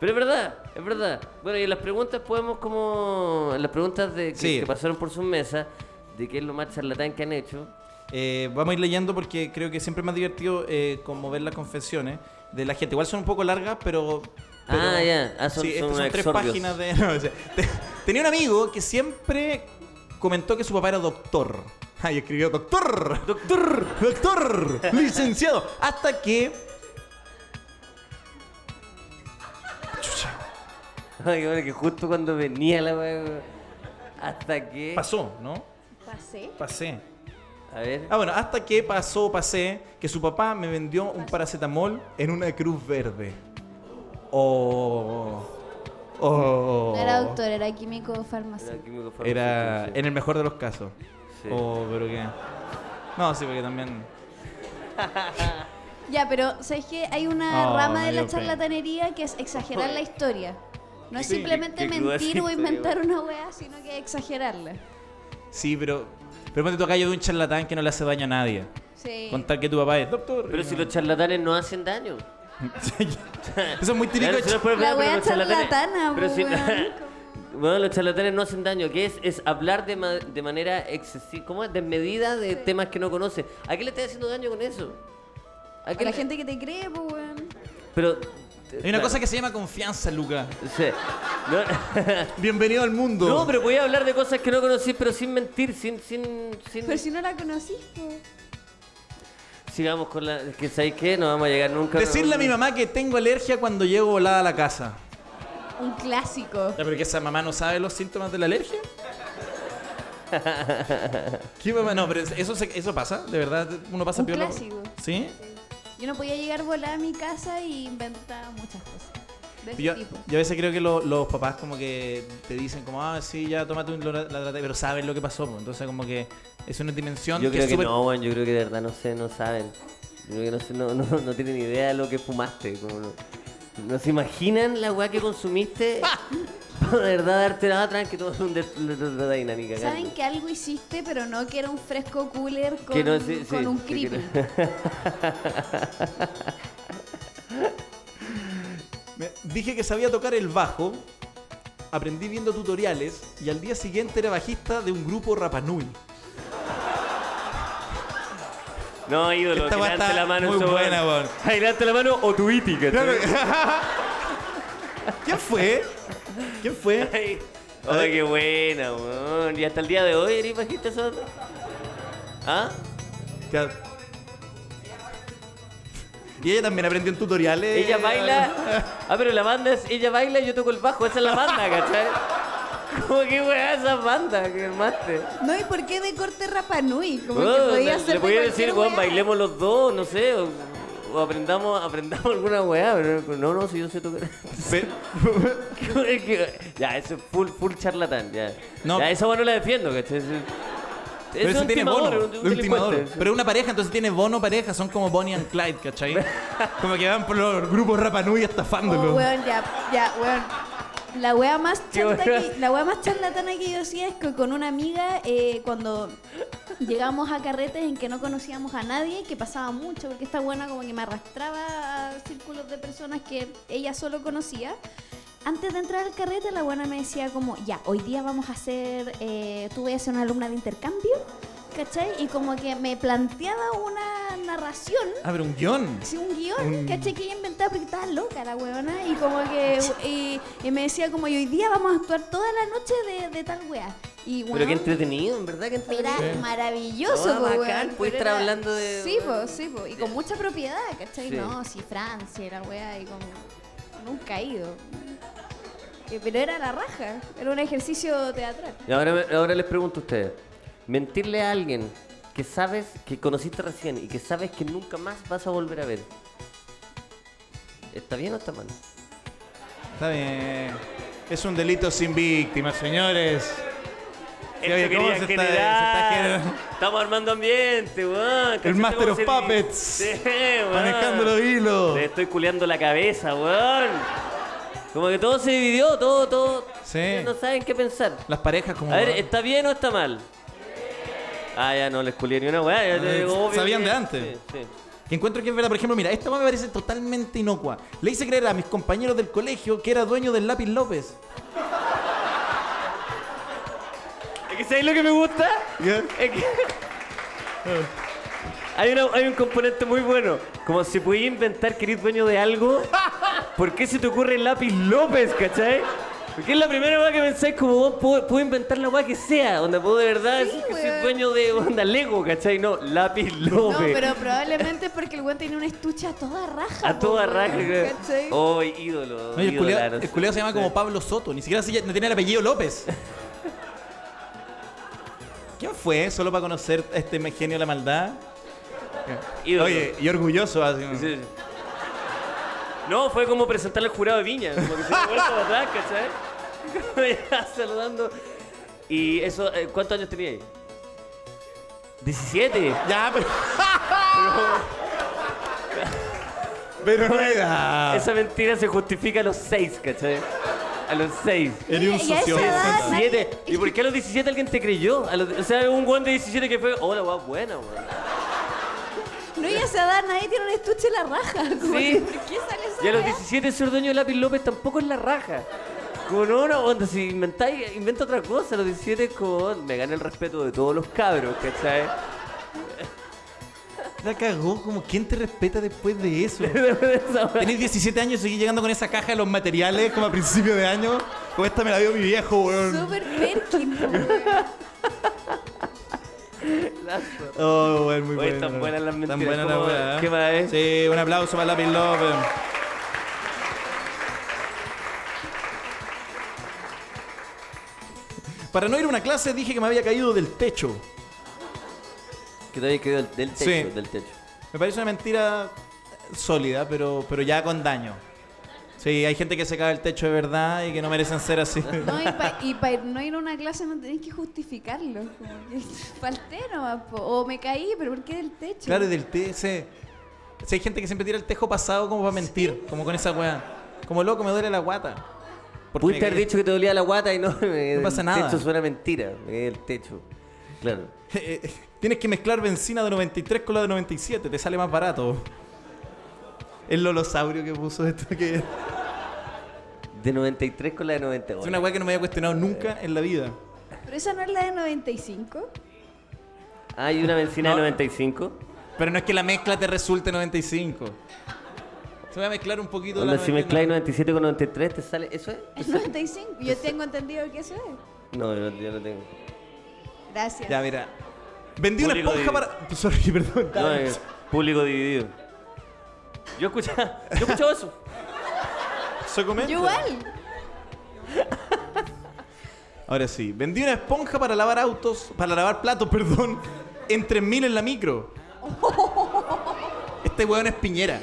[SPEAKER 1] Pero es verdad, es verdad. Bueno, y en las preguntas podemos como... En las preguntas de que,
[SPEAKER 2] Sí.
[SPEAKER 1] que pasaron por sus mesas, de qué es lo más charlatán que han hecho. [laughs]
[SPEAKER 2] Eh, vamos a ir leyendo porque creo que siempre es más divertido eh, como ver las confesiones de la gente. Igual son un poco largas, pero. pero-
[SPEAKER 1] Ah, ya. Ah, son-
[SPEAKER 2] sí,
[SPEAKER 1] son
[SPEAKER 2] estas son tres
[SPEAKER 1] exordios.
[SPEAKER 2] páginas de. [laughs] no, o sea, te- tenía un amigo que siempre comentó que su papá era doctor. [laughs] Ay, escribió doctor, doctor, [laughs] doctor, licenciado. Hasta que.
[SPEAKER 1] Ay, qué bueno, que justo cuando venía la... wea- Hasta que...
[SPEAKER 2] Pasó, ¿no?
[SPEAKER 3] Pasé.
[SPEAKER 2] Pasé.
[SPEAKER 1] A ver.
[SPEAKER 2] Ah, bueno, hasta que pasó, pasé, que su papá me vendió un paracetamol en una cruz verde. Oh. O
[SPEAKER 3] No era doctor, era químico farmacéutico.
[SPEAKER 8] Era químico
[SPEAKER 2] Era
[SPEAKER 8] farmacéutico,
[SPEAKER 2] en el mejor de los casos.
[SPEAKER 8] sí.
[SPEAKER 2] O, pero que. No, sí, porque también.
[SPEAKER 3] Ya, pero ¿sabes qué? Hay una
[SPEAKER 2] Oh,
[SPEAKER 3] rama
[SPEAKER 2] me
[SPEAKER 3] de la
[SPEAKER 2] dio pena.
[SPEAKER 3] charlatanería que es exagerar la historia. No es
[SPEAKER 8] Sí,
[SPEAKER 3] simplemente
[SPEAKER 8] qué cruda
[SPEAKER 3] mentir o
[SPEAKER 8] historia,
[SPEAKER 3] inventar una weá, sino que exagerarla.
[SPEAKER 2] Sí, pero. Pero ponte tu callo de un charlatán que no le hace daño a nadie.
[SPEAKER 3] Sí.
[SPEAKER 2] Contar que tu papá es doctor. eh".
[SPEAKER 1] Pero si los charlatanes no hacen daño.
[SPEAKER 2] [laughs] Eso
[SPEAKER 1] [laughs]
[SPEAKER 2] es muy típico.
[SPEAKER 1] Claro,
[SPEAKER 2] de
[SPEAKER 1] si
[SPEAKER 2] ch-
[SPEAKER 1] no puede-
[SPEAKER 3] La
[SPEAKER 1] pero
[SPEAKER 3] wea
[SPEAKER 1] los charlatanes-
[SPEAKER 3] charlatana,
[SPEAKER 1] pero
[SPEAKER 3] po,
[SPEAKER 1] si-
[SPEAKER 3] weón.
[SPEAKER 1] [laughs] Bueno, los charlatanes no hacen daño, que es, es hablar de, ma- de manera excesiva, ¿cómo es? Desmedida de temas que no conoce. ¿A qué le estás haciendo daño con eso? ¿A
[SPEAKER 3] A
[SPEAKER 1] qué
[SPEAKER 3] la
[SPEAKER 1] le-
[SPEAKER 3] gente que te cree, pues, weón.
[SPEAKER 1] Pero...
[SPEAKER 2] Hay una cosa que se llama confianza, Luca. [laughs]
[SPEAKER 1] No,
[SPEAKER 9] Bienvenido al mundo.
[SPEAKER 1] no, pero voy a hablar de cosas que no conocí, pero sin mentir, sin... sin, sin...
[SPEAKER 3] Pero si no la conocís, pues.
[SPEAKER 1] Sigamos con la... es que ¿sabéis qué? No vamos a llegar nunca.
[SPEAKER 2] Decirle a mi mamá que tengo alergia cuando llego volada a la casa.
[SPEAKER 3] Un clásico.
[SPEAKER 2] Ya, pero que esa mamá no sabe los síntomas de
[SPEAKER 1] [laughs]
[SPEAKER 2] la alergia. ¿Qué mamá? No, pero eso, se- eso pasa, de verdad, uno pasa
[SPEAKER 3] Un
[SPEAKER 2] piola.
[SPEAKER 3] clásico.
[SPEAKER 2] ¿Sí?
[SPEAKER 3] Yo no podía llegar volada a mi casa y inventaba muchas cosas. De ese
[SPEAKER 2] Yo,
[SPEAKER 3] tipo.
[SPEAKER 2] yo a veces creo que lo- los papás como que te dicen como, ah, sí, ya tómate un, la, la- la- pero saben lo que pasó. pues. Entonces como que es una dimensión
[SPEAKER 1] Yo
[SPEAKER 2] que
[SPEAKER 1] creo
[SPEAKER 2] es
[SPEAKER 1] que
[SPEAKER 2] súper-
[SPEAKER 1] no, weón, yo creo que de verdad no sé, no saben. Yo creo que no, sé, no, no, no tienen idea de lo que fumaste. como no, no se imaginan la weá que
[SPEAKER 3] [laughs]
[SPEAKER 1] consumiste para de verdad darte la otra que todo es un de, de- de- de- de dinámica.
[SPEAKER 3] Saben
[SPEAKER 1] Carlos.
[SPEAKER 3] que algo hiciste, pero no que era un fresco cooler con,
[SPEAKER 1] Que no, sí,
[SPEAKER 3] con
[SPEAKER 1] sí,
[SPEAKER 3] un
[SPEAKER 1] sí,
[SPEAKER 3] creepy.
[SPEAKER 1] que no. [laughs]
[SPEAKER 2] Me- dije que sabía tocar el bajo, aprendí viendo tutoriales y al día siguiente era bajista de un grupo Rapanui.
[SPEAKER 1] No, ídolo,
[SPEAKER 2] Esta weá
[SPEAKER 1] gigante
[SPEAKER 2] está
[SPEAKER 1] la mano.
[SPEAKER 2] muy
[SPEAKER 1] eso,
[SPEAKER 2] buena,
[SPEAKER 1] [laughs]
[SPEAKER 2] weón.
[SPEAKER 1] Adelante la mano o tu iti, ¿cachai?
[SPEAKER 2] [laughs] ¿Quién fue? ¿Quién fue?
[SPEAKER 1] [laughs] Ay, ay, qué buena, weón. Y hasta el día de hoy eres bajista esa otra? ¿Ah?
[SPEAKER 2] Ya. Y ella también aprendió en tutoriales.
[SPEAKER 1] Ella baila. Ah, pero la banda es. Ella baila y yo toco el bajo. Esa es la banda, ¿cachai? [laughs] ¿Cómo que weá esa banda que armaste?
[SPEAKER 3] No, ¿y por qué de corte rapanui? Como que
[SPEAKER 1] Weón,
[SPEAKER 3] podía
[SPEAKER 1] le
[SPEAKER 3] hacer.
[SPEAKER 1] podía decir, weón, bailemos los dos, no sé. O, o aprendamos, aprendamos alguna weá. Pero no, no, si yo sé tocar. [laughs]
[SPEAKER 2] Pe-
[SPEAKER 1] Es que- ya, eso es full, full charlatán. Ya,
[SPEAKER 2] No.
[SPEAKER 1] ya esa weá no la defiendo, ¿cachai? Es,
[SPEAKER 2] Pero
[SPEAKER 1] es
[SPEAKER 2] ese
[SPEAKER 1] un
[SPEAKER 2] tiene
[SPEAKER 1] timador,
[SPEAKER 2] bono.
[SPEAKER 1] un,
[SPEAKER 2] es
[SPEAKER 1] un delincuente.
[SPEAKER 2] Pero es una pareja, entonces tiene bono pareja. Son como Bonnie and Clyde, ¿cachai? [laughs] como que van por los grupos Rapanui estafándolo.
[SPEAKER 3] Oh, weón, ya, ya, weón. La wea más
[SPEAKER 1] Qué
[SPEAKER 3] chanta
[SPEAKER 1] buena.
[SPEAKER 3] que- la wea más charlatana que yo hacía es que con una amiga eh, cuando llegamos a carretes en que no conocíamos a nadie, que pasaba mucho, porque esta buena como que me arrastraba a círculos de personas que ella solo conocía. Antes de entrar al carrete, la buena me decía como, ya, hoy día vamos a hacer, eh, tú vas a ser una alumna de intercambio, ¿cachai? Y como que me planteaba una narración
[SPEAKER 2] Ah, pero un guión.
[SPEAKER 3] Sí, un guión,
[SPEAKER 2] Un-
[SPEAKER 3] ¿cachai? Que ella inventaba porque estaba loca la weona. Y como que. Y, y me decía, como, y hoy día vamos a actuar toda la noche de, de tal wea. Y
[SPEAKER 1] Pero
[SPEAKER 3] weón,
[SPEAKER 1] qué entretenido, en verdad que entretenido.
[SPEAKER 3] era maravilloso,
[SPEAKER 1] No, bacán,
[SPEAKER 3] po, weón.
[SPEAKER 1] puede
[SPEAKER 3] pero
[SPEAKER 1] estar
[SPEAKER 3] era-
[SPEAKER 1] hablando de-
[SPEAKER 3] Sí, po, sí, po. Y con mucha propiedad, ¿cachai?
[SPEAKER 1] Sí.
[SPEAKER 3] No, sí, Francia, la wea, y como. Nunca he ido. Eh, Pero era la raja, era un ejercicio teatral.
[SPEAKER 1] Y ahora, me- ahora les pregunto a ustedes, mentirle a alguien que sabes, que conociste recién y que sabes que nunca más vas a volver a ver, ¿está bien o está mal?
[SPEAKER 2] Está bien. Es un delito sin víctimas, señores. Sí, oye, ¿cómo se está- se está generando?
[SPEAKER 1] Estamos armando ambiente, weón.
[SPEAKER 2] El Master of Puppets. Ah. Manejando los hilos.
[SPEAKER 1] Le estoy culeando la cabeza, weón. Como que todo se dividió, todo, todo.
[SPEAKER 2] Sí.
[SPEAKER 1] Ustedes No saben qué pensar.
[SPEAKER 2] Las parejas como...
[SPEAKER 1] A ver, ¿está bien o está mal? Ah, ya no les culié ni una weá. ya te
[SPEAKER 2] Eh,
[SPEAKER 1] digo, obvio
[SPEAKER 2] sabían
[SPEAKER 1] que-
[SPEAKER 2] de antes.
[SPEAKER 1] Sí, sí.
[SPEAKER 2] Que encuentro que es verdad, por ejemplo, mira, esta weá me parece totalmente inocua. Le hice creer a mis compañeros del colegio que era dueño del lápiz López.
[SPEAKER 1] Es que ¿sabéis lo que me gusta? Es que... [laughs] Hay, una- hay un componente muy bueno. Como si pudiera inventar que eres dueño de algo, ¿por qué se te ocurre el lápiz López, cachai? Porque es la primera vez que pensáis como vos puedo, puedo inventar la weá que sea, donde puedo de verdad
[SPEAKER 3] Sí,
[SPEAKER 1] decir que soy
[SPEAKER 3] weón.
[SPEAKER 1] dueño de [laughs] onda Lego, ¿cachai? No, lápiz López.
[SPEAKER 3] No, pero probablemente es porque el weón tenía una estucha a toda raja.
[SPEAKER 1] A
[SPEAKER 3] po,
[SPEAKER 1] toda
[SPEAKER 3] weón,
[SPEAKER 1] raja. que-
[SPEAKER 3] ¿cachai?
[SPEAKER 1] Oh, ídolo.
[SPEAKER 2] No, y el
[SPEAKER 1] ídolo,
[SPEAKER 2] culiao-
[SPEAKER 1] no
[SPEAKER 2] el
[SPEAKER 1] sé.
[SPEAKER 2] culiao se llama
[SPEAKER 1] Sí.
[SPEAKER 2] como Pablo Soto, ni siquiera se- no tiene el apellido López. ¿Quién fue? eh, Solo para conocer a este genio de la maldad.
[SPEAKER 1] Ídolo.
[SPEAKER 2] Oye, y orgulloso. así como-
[SPEAKER 1] Sí, sí. No, fue como presentarle al jurado de Viña, como que se dio vuelta para atrás, ¿cachai? Como ya saludando. Y eso, eh, ¿cuántos años tenía ahí? 17.
[SPEAKER 10] Ya, pero. pero no
[SPEAKER 2] Ah.
[SPEAKER 10] era.
[SPEAKER 1] Esa mentira se justifica a los 6, ¿cachai? A los 6.
[SPEAKER 3] Mira, y a esa edad nadie-
[SPEAKER 1] 17. ¿Y por qué a los 17 alguien te creyó? A los- o sea, un guante de 17 que fue, hola, guau, buena, weón.
[SPEAKER 3] No, y a esa edad nadie tiene un estuche en la raja. [laughs] Como
[SPEAKER 1] Sí.
[SPEAKER 3] que, ¿Por qué sale esa
[SPEAKER 1] Y a los
[SPEAKER 3] weá?
[SPEAKER 1] 17 ser dueño de Lápiz López tampoco es la raja. Como no, no, onda, si inventáis, inventa otra cosa. A los 17 es como, me gana el respeto de todos los cabros, ¿cachai? [laughs]
[SPEAKER 2] La cagó, como quién te respeta después de
[SPEAKER 1] [laughs]
[SPEAKER 2] eso.
[SPEAKER 1] Esa weá.
[SPEAKER 2] Tenés 17 años y seguís llegando con esa caja de los materiales como a principio de año. Como esta me la dio mi viejo, weón.
[SPEAKER 3] Súper perkin. weón.
[SPEAKER 2] Oh, weón, muy
[SPEAKER 1] Oye,
[SPEAKER 2] bueno.
[SPEAKER 1] tan buenas las mentiras,
[SPEAKER 2] Tan buena la
[SPEAKER 1] ¿cómo-
[SPEAKER 2] weá.
[SPEAKER 1] qué más, eh?
[SPEAKER 2] Sí, un aplauso para Lápiz López.
[SPEAKER 10] Para no ir a una clase dije que me había caído del techo.
[SPEAKER 1] Que te había quedado del, del techo,
[SPEAKER 2] Sí.
[SPEAKER 1] del techo.
[SPEAKER 2] Me parece una mentira sólida, pero, pero ya con daño. Sí, hay gente que se cae el techo de verdad y que no merecen ser así.
[SPEAKER 1] [laughs]
[SPEAKER 3] No, y para no ir a una clase no tenés que justificarlo. Como que [laughs] falté nomás, po. O me caí, pero ¿por qué del techo?
[SPEAKER 2] claro, y del TC. hay gente que siempre tira el tejo pasado como para mentir, como con esa weá. Como loco, me duele la guata. Porque me
[SPEAKER 1] Pudiste haber
[SPEAKER 2] caí-
[SPEAKER 1] dicho que te dolía la guata y no. [laughs] No
[SPEAKER 2] pasa nada.
[SPEAKER 1] El techo suena mentira. me quedé del techo. Claro.
[SPEAKER 2] Eh, eh, Tienes que mezclar benzina de 93 con la de 97, te sale más barato. El lolosaurio que puso esto que es
[SPEAKER 1] De 93 con la de 90. [laughs]
[SPEAKER 2] una weá que no me había cuestionado nunca en la vida.
[SPEAKER 3] Pero esa no es la de 95.
[SPEAKER 1] Hay Ah, una benzina
[SPEAKER 2] No.
[SPEAKER 1] de 95.
[SPEAKER 2] Pero no es que la mezcla te resulte 95. Se va a mezclar un poquito
[SPEAKER 1] Onda,
[SPEAKER 2] la
[SPEAKER 1] si mezcláis 97 con 93, te sale. ¿Eso es?
[SPEAKER 3] Es 95. Yo tengo entendido que eso es.
[SPEAKER 1] No, yo, no- yo no tengo.
[SPEAKER 3] Gracias.
[SPEAKER 2] Ya, mira. Vendí una
[SPEAKER 1] Público
[SPEAKER 2] esponja para. [laughs] Sorry, perdón.
[SPEAKER 1] No, es público dividido. Yo escuchaba, yo escuchaba eso.
[SPEAKER 2] ¿Se comenta?
[SPEAKER 3] Yo igual.
[SPEAKER 2] Ahora sí. Vendí una esponja para lavar autos. Para lavar platos, [laughs] perdón. En 3000 en la
[SPEAKER 3] [laughs]
[SPEAKER 2] micro. Este weón es piñera.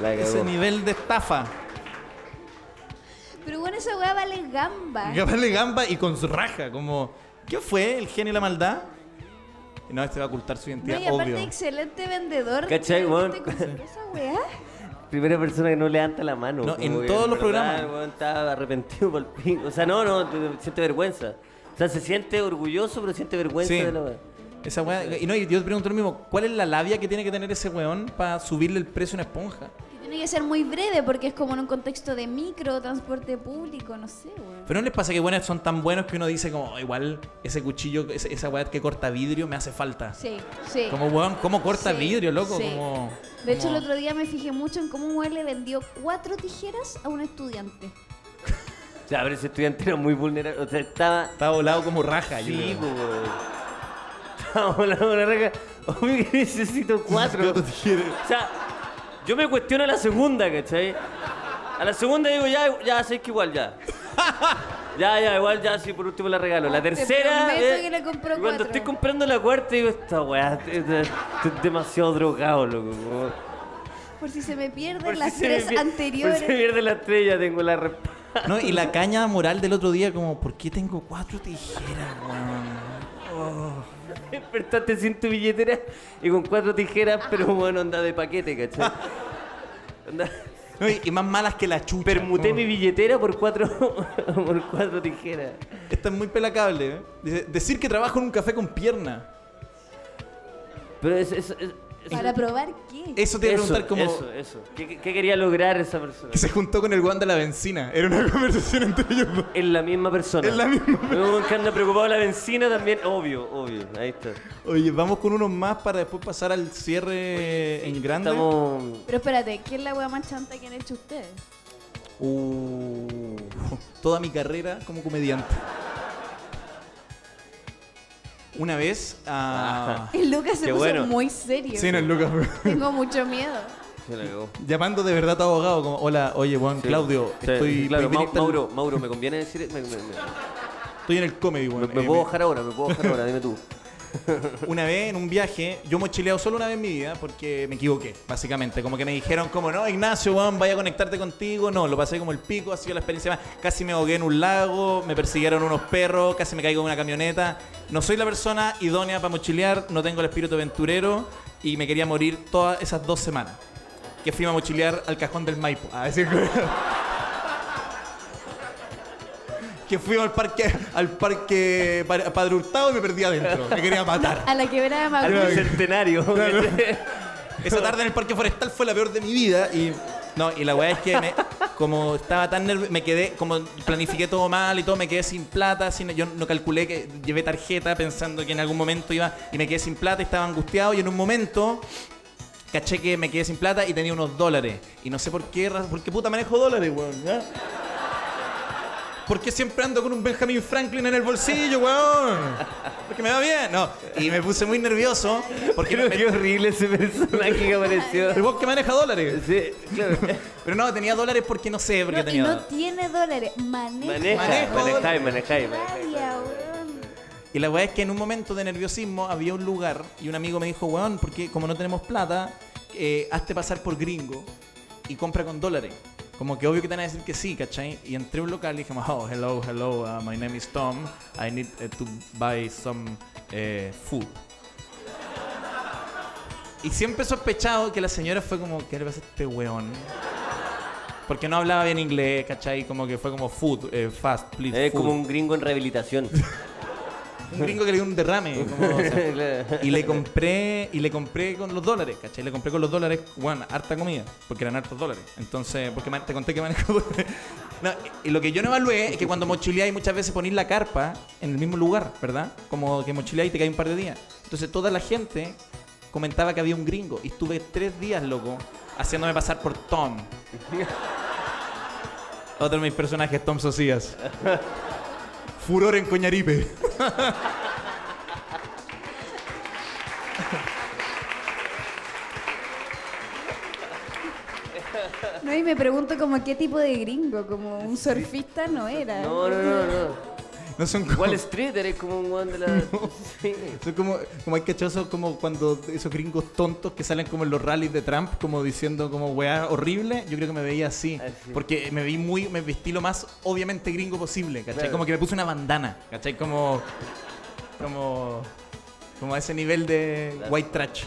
[SPEAKER 1] La
[SPEAKER 2] Ese
[SPEAKER 1] cagó.
[SPEAKER 2] nivel de estafa.
[SPEAKER 3] Pero bueno, esa weá vale gamba.
[SPEAKER 2] Capaz de gamba y con su raja. Como. ¿Qué fue? ¿El genio y la maldad? No, este va a ocultar su
[SPEAKER 3] No,
[SPEAKER 2] identidad,
[SPEAKER 3] y aparte,
[SPEAKER 2] obvio.
[SPEAKER 3] excelente vendedor.
[SPEAKER 1] ¿Cachai, weón?
[SPEAKER 3] ¿Te compró esa weá?
[SPEAKER 1] Primera persona que no levanta la mano.
[SPEAKER 2] No,
[SPEAKER 1] como
[SPEAKER 2] en
[SPEAKER 1] que,
[SPEAKER 2] todos los
[SPEAKER 1] verdad,
[SPEAKER 2] programas.
[SPEAKER 1] el weón Estaba arrepentido por el pico. O sea, no, no, te- te- siente vergüenza. O sea, se siente orgulloso, pero siente vergüenza
[SPEAKER 2] Sí.
[SPEAKER 1] de la weá.
[SPEAKER 2] Esa weá. Y no, y yo te pregunto lo mismo. ¿Cuál es la labia que tiene que tener ese weón para subirle el precio a una esponja?
[SPEAKER 3] Que tiene que ser muy breve porque es como en un contexto de micro, transporte público, no sé, weón.
[SPEAKER 2] Pero no les pasa que buenas son tan buenos que uno dice como, "Oh, igual ese cuchillo, ese- esa weá que corta vidrio me hace falta.
[SPEAKER 3] Sí, sí.
[SPEAKER 2] Como weón, ¿cómo corta
[SPEAKER 3] Sí,
[SPEAKER 2] vidrio, loco?
[SPEAKER 3] sí.
[SPEAKER 2] Como,
[SPEAKER 3] De hecho,
[SPEAKER 2] como-
[SPEAKER 3] el otro día me fijé mucho en cómo un weón le vendió cuatro tijeras a un estudiante.
[SPEAKER 1] O sea, pero ese estudiante era muy vulnerable. O sea, estaba.
[SPEAKER 2] Está volado como raja. yo
[SPEAKER 1] Sí,
[SPEAKER 2] creo.
[SPEAKER 1] po, [laughs] weón. Estaba volando una raja. Obvio que necesito cuatro. O sea, yo me cuestiono a la segunda, ¿cachai? A la segunda digo, ya, ya, sé que igual, ya. Ya, ya, igual, ya, sí, por último la regalo. La
[SPEAKER 3] Te
[SPEAKER 1] tercera.
[SPEAKER 3] prometo que le compró
[SPEAKER 1] cuando
[SPEAKER 3] cuatro.
[SPEAKER 1] estoy comprando la cuarta, digo, esta weá, este, es demasiado drogado, loco. como-
[SPEAKER 3] Por si se me pierden
[SPEAKER 1] por si
[SPEAKER 3] las
[SPEAKER 1] se me
[SPEAKER 3] tres
[SPEAKER 1] pier-
[SPEAKER 3] anteriores.
[SPEAKER 1] Por si se pierde la estrella, tengo la respuesta.
[SPEAKER 2] No, y la caña moral del otro día, como, ¿por qué tengo cuatro tijeras, weón?
[SPEAKER 1] [laughs] Despertaste sin tu billetera y con cuatro tijeras, pero bueno, onda de paquete, [laughs] ¿cachai? Onda-
[SPEAKER 2] No, y, y más malas que la chucha.
[SPEAKER 1] Permuté
[SPEAKER 2] como-
[SPEAKER 1] mi billetera por cuatro, [laughs] por cuatro tijeras.
[SPEAKER 2] Esta es muy pelacable, ¿eh? Dice, decir que trabajo en un café con pierna.
[SPEAKER 1] Pero eso, eso, eso-
[SPEAKER 3] ¿Para probar qué?
[SPEAKER 2] Eso te iba a
[SPEAKER 1] eso,
[SPEAKER 2] preguntar como...
[SPEAKER 1] Eso, eso. ¿Qué, qué- qué quería lograr esa persona?
[SPEAKER 2] Que se juntó con el weón de la benzina. Era una [laughs] conversación entre ellos dos.
[SPEAKER 1] Es la misma persona.
[SPEAKER 2] Es la misma
[SPEAKER 1] persona. que anda preocupado de la benzina también. Obvio, obvio. Ahí está.
[SPEAKER 2] Oye, vamos con unos más para después pasar al cierre en grande.
[SPEAKER 1] Estamos...
[SPEAKER 3] Pero espérate, ¿qué es la weá más chanta que han hecho ustedes? [laughs]
[SPEAKER 2] Uh, toda mi carrera como comediante. Una vez
[SPEAKER 1] Ah.
[SPEAKER 2] a.
[SPEAKER 3] El Lucas se
[SPEAKER 1] Qué
[SPEAKER 3] puso
[SPEAKER 1] bueno.
[SPEAKER 3] muy serio.
[SPEAKER 2] Sí, no, el Lucas. [laughs]
[SPEAKER 3] Tengo mucho miedo.
[SPEAKER 1] Se la cagó.
[SPEAKER 2] Llamando de verdad a tu abogado, como, hola, oye, Juan
[SPEAKER 1] Sí.
[SPEAKER 2] Claudio,
[SPEAKER 1] Sí,
[SPEAKER 2] estoy,
[SPEAKER 1] claro,
[SPEAKER 2] estoy
[SPEAKER 1] Mau-
[SPEAKER 2] directa-
[SPEAKER 1] Mauro, Mauro, me conviene decir... Me, me- me-
[SPEAKER 2] estoy en el comedy,
[SPEAKER 1] me-
[SPEAKER 2] Juan.
[SPEAKER 1] me
[SPEAKER 2] Eh,
[SPEAKER 1] puedo
[SPEAKER 2] me-
[SPEAKER 1] bajar ahora, me puedo bajar ahora, dime tú.
[SPEAKER 2] Una vez en un viaje, yo mochileado solo una vez en mi vida porque me equivoqué, básicamente. Como que me dijeron, como no, Ignacio, weón, vaya a conectarte contigo. No, lo pasé como el pico, ha sido la experiencia más. Casi me ahogué en un lago, me persiguieron unos perros, casi me caigo en una camioneta. No soy la persona idónea para mochilear, no tengo el espíritu aventurero y me quería morir todas esas dos semanas que fui a mochilear al cajón del Maipo. Ah, A decir, que fui al parque, al parque Pa- Padre Hurtado y me perdí adentro. Me quería matar.
[SPEAKER 3] A la quebrada de
[SPEAKER 1] Al
[SPEAKER 3] Mapuche.
[SPEAKER 1] bicentenario.
[SPEAKER 2] Esa tarde en el parque forestal fue la peor de mi vida y no, y la weá es que me- como estaba tan nervioso, me quedé, como planifiqué todo mal y todo, me quedé sin plata, sin, yo no calculé que llevé tarjeta pensando que en algún momento iba y me quedé sin plata, estaba angustiado y en un momento caché que me quedé sin plata y tenía unos dólares. Y no sé por qué, raz- porque puta manejo dólares, weón, ¿ya? ¿Por qué siempre ando con un Benjamin Franklin en el bolsillo, weón? Porque me va bien, no. Y me puse muy nervioso porque
[SPEAKER 1] Creo
[SPEAKER 2] me-
[SPEAKER 1] que horrible ese personaje que apareció.
[SPEAKER 2] el vos que maneja dólares.
[SPEAKER 1] Sí, claro.
[SPEAKER 2] Pero no, tenía dólares porque no sé, porque
[SPEAKER 3] No, y
[SPEAKER 2] tenía
[SPEAKER 3] no
[SPEAKER 2] dólares.
[SPEAKER 3] tiene dólares. Maneja.
[SPEAKER 1] Maneja,
[SPEAKER 2] Manejo.
[SPEAKER 1] manejáis, manejáis. manejáis.
[SPEAKER 3] Rabia, weón.
[SPEAKER 2] Y la weá es que en un momento de nerviosismo había un lugar y un amigo me dijo, weón, porque como no tenemos plata, eh, hazte pasar por gringo y compra con dólares. Como que obvio que te van a decir que sí, ¿cachai? Y entré a un local y dije, oh, hello, hello, uh, my name is Tom, I need eh, to buy some eh, food. Y siempre he sospechado que la señora fue como, ¿qué le pasa a este weón? Porque no hablaba bien inglés, ¿cachai? Como que fue como food, eh, fast, please.
[SPEAKER 1] Es
[SPEAKER 2] food".
[SPEAKER 1] como un gringo en [laughs] rehabilitación.
[SPEAKER 2] Un gringo que le dio un derrame. como, o sea,
[SPEAKER 1] Claro.
[SPEAKER 2] y le compré y le compré con los dólares, ¿cachai? Le compré con los dólares, bueno, harta comida, porque eran hartos dólares. Entonces, porque man- te conté que manejo [laughs] dólares. No, y lo que yo no evalué es que cuando mochileáis muchas veces ponéis la carpa en el mismo lugar, ¿verdad? Como que mochileáis y te cae un par de días. Entonces toda la gente comentaba que había un gringo y estuve tres días, loco, haciéndome pasar por Tom. Otro de mis personajes, Tom Socias. Furor en Coñaripe. [laughs]
[SPEAKER 3] No, y me pregunto como qué tipo de gringo, como un surfista no era.
[SPEAKER 1] No, no, no, no.
[SPEAKER 2] No son como-
[SPEAKER 1] Wall Street eres como un guan de la. Sí.
[SPEAKER 2] Son como, como hay cachazos como cuando esos gringos tontos que salen como en los rallies de Trump, como diciendo como weá horrible, yo creo que me veía así.
[SPEAKER 1] Así.
[SPEAKER 2] Porque me vi muy, me vestí lo más obviamente gringo posible, ¿cachai?
[SPEAKER 1] Claro.
[SPEAKER 2] Como que me puse una bandana, ¿cachai? Como. Como. Como a ese nivel de
[SPEAKER 1] Claro.
[SPEAKER 2] white trash.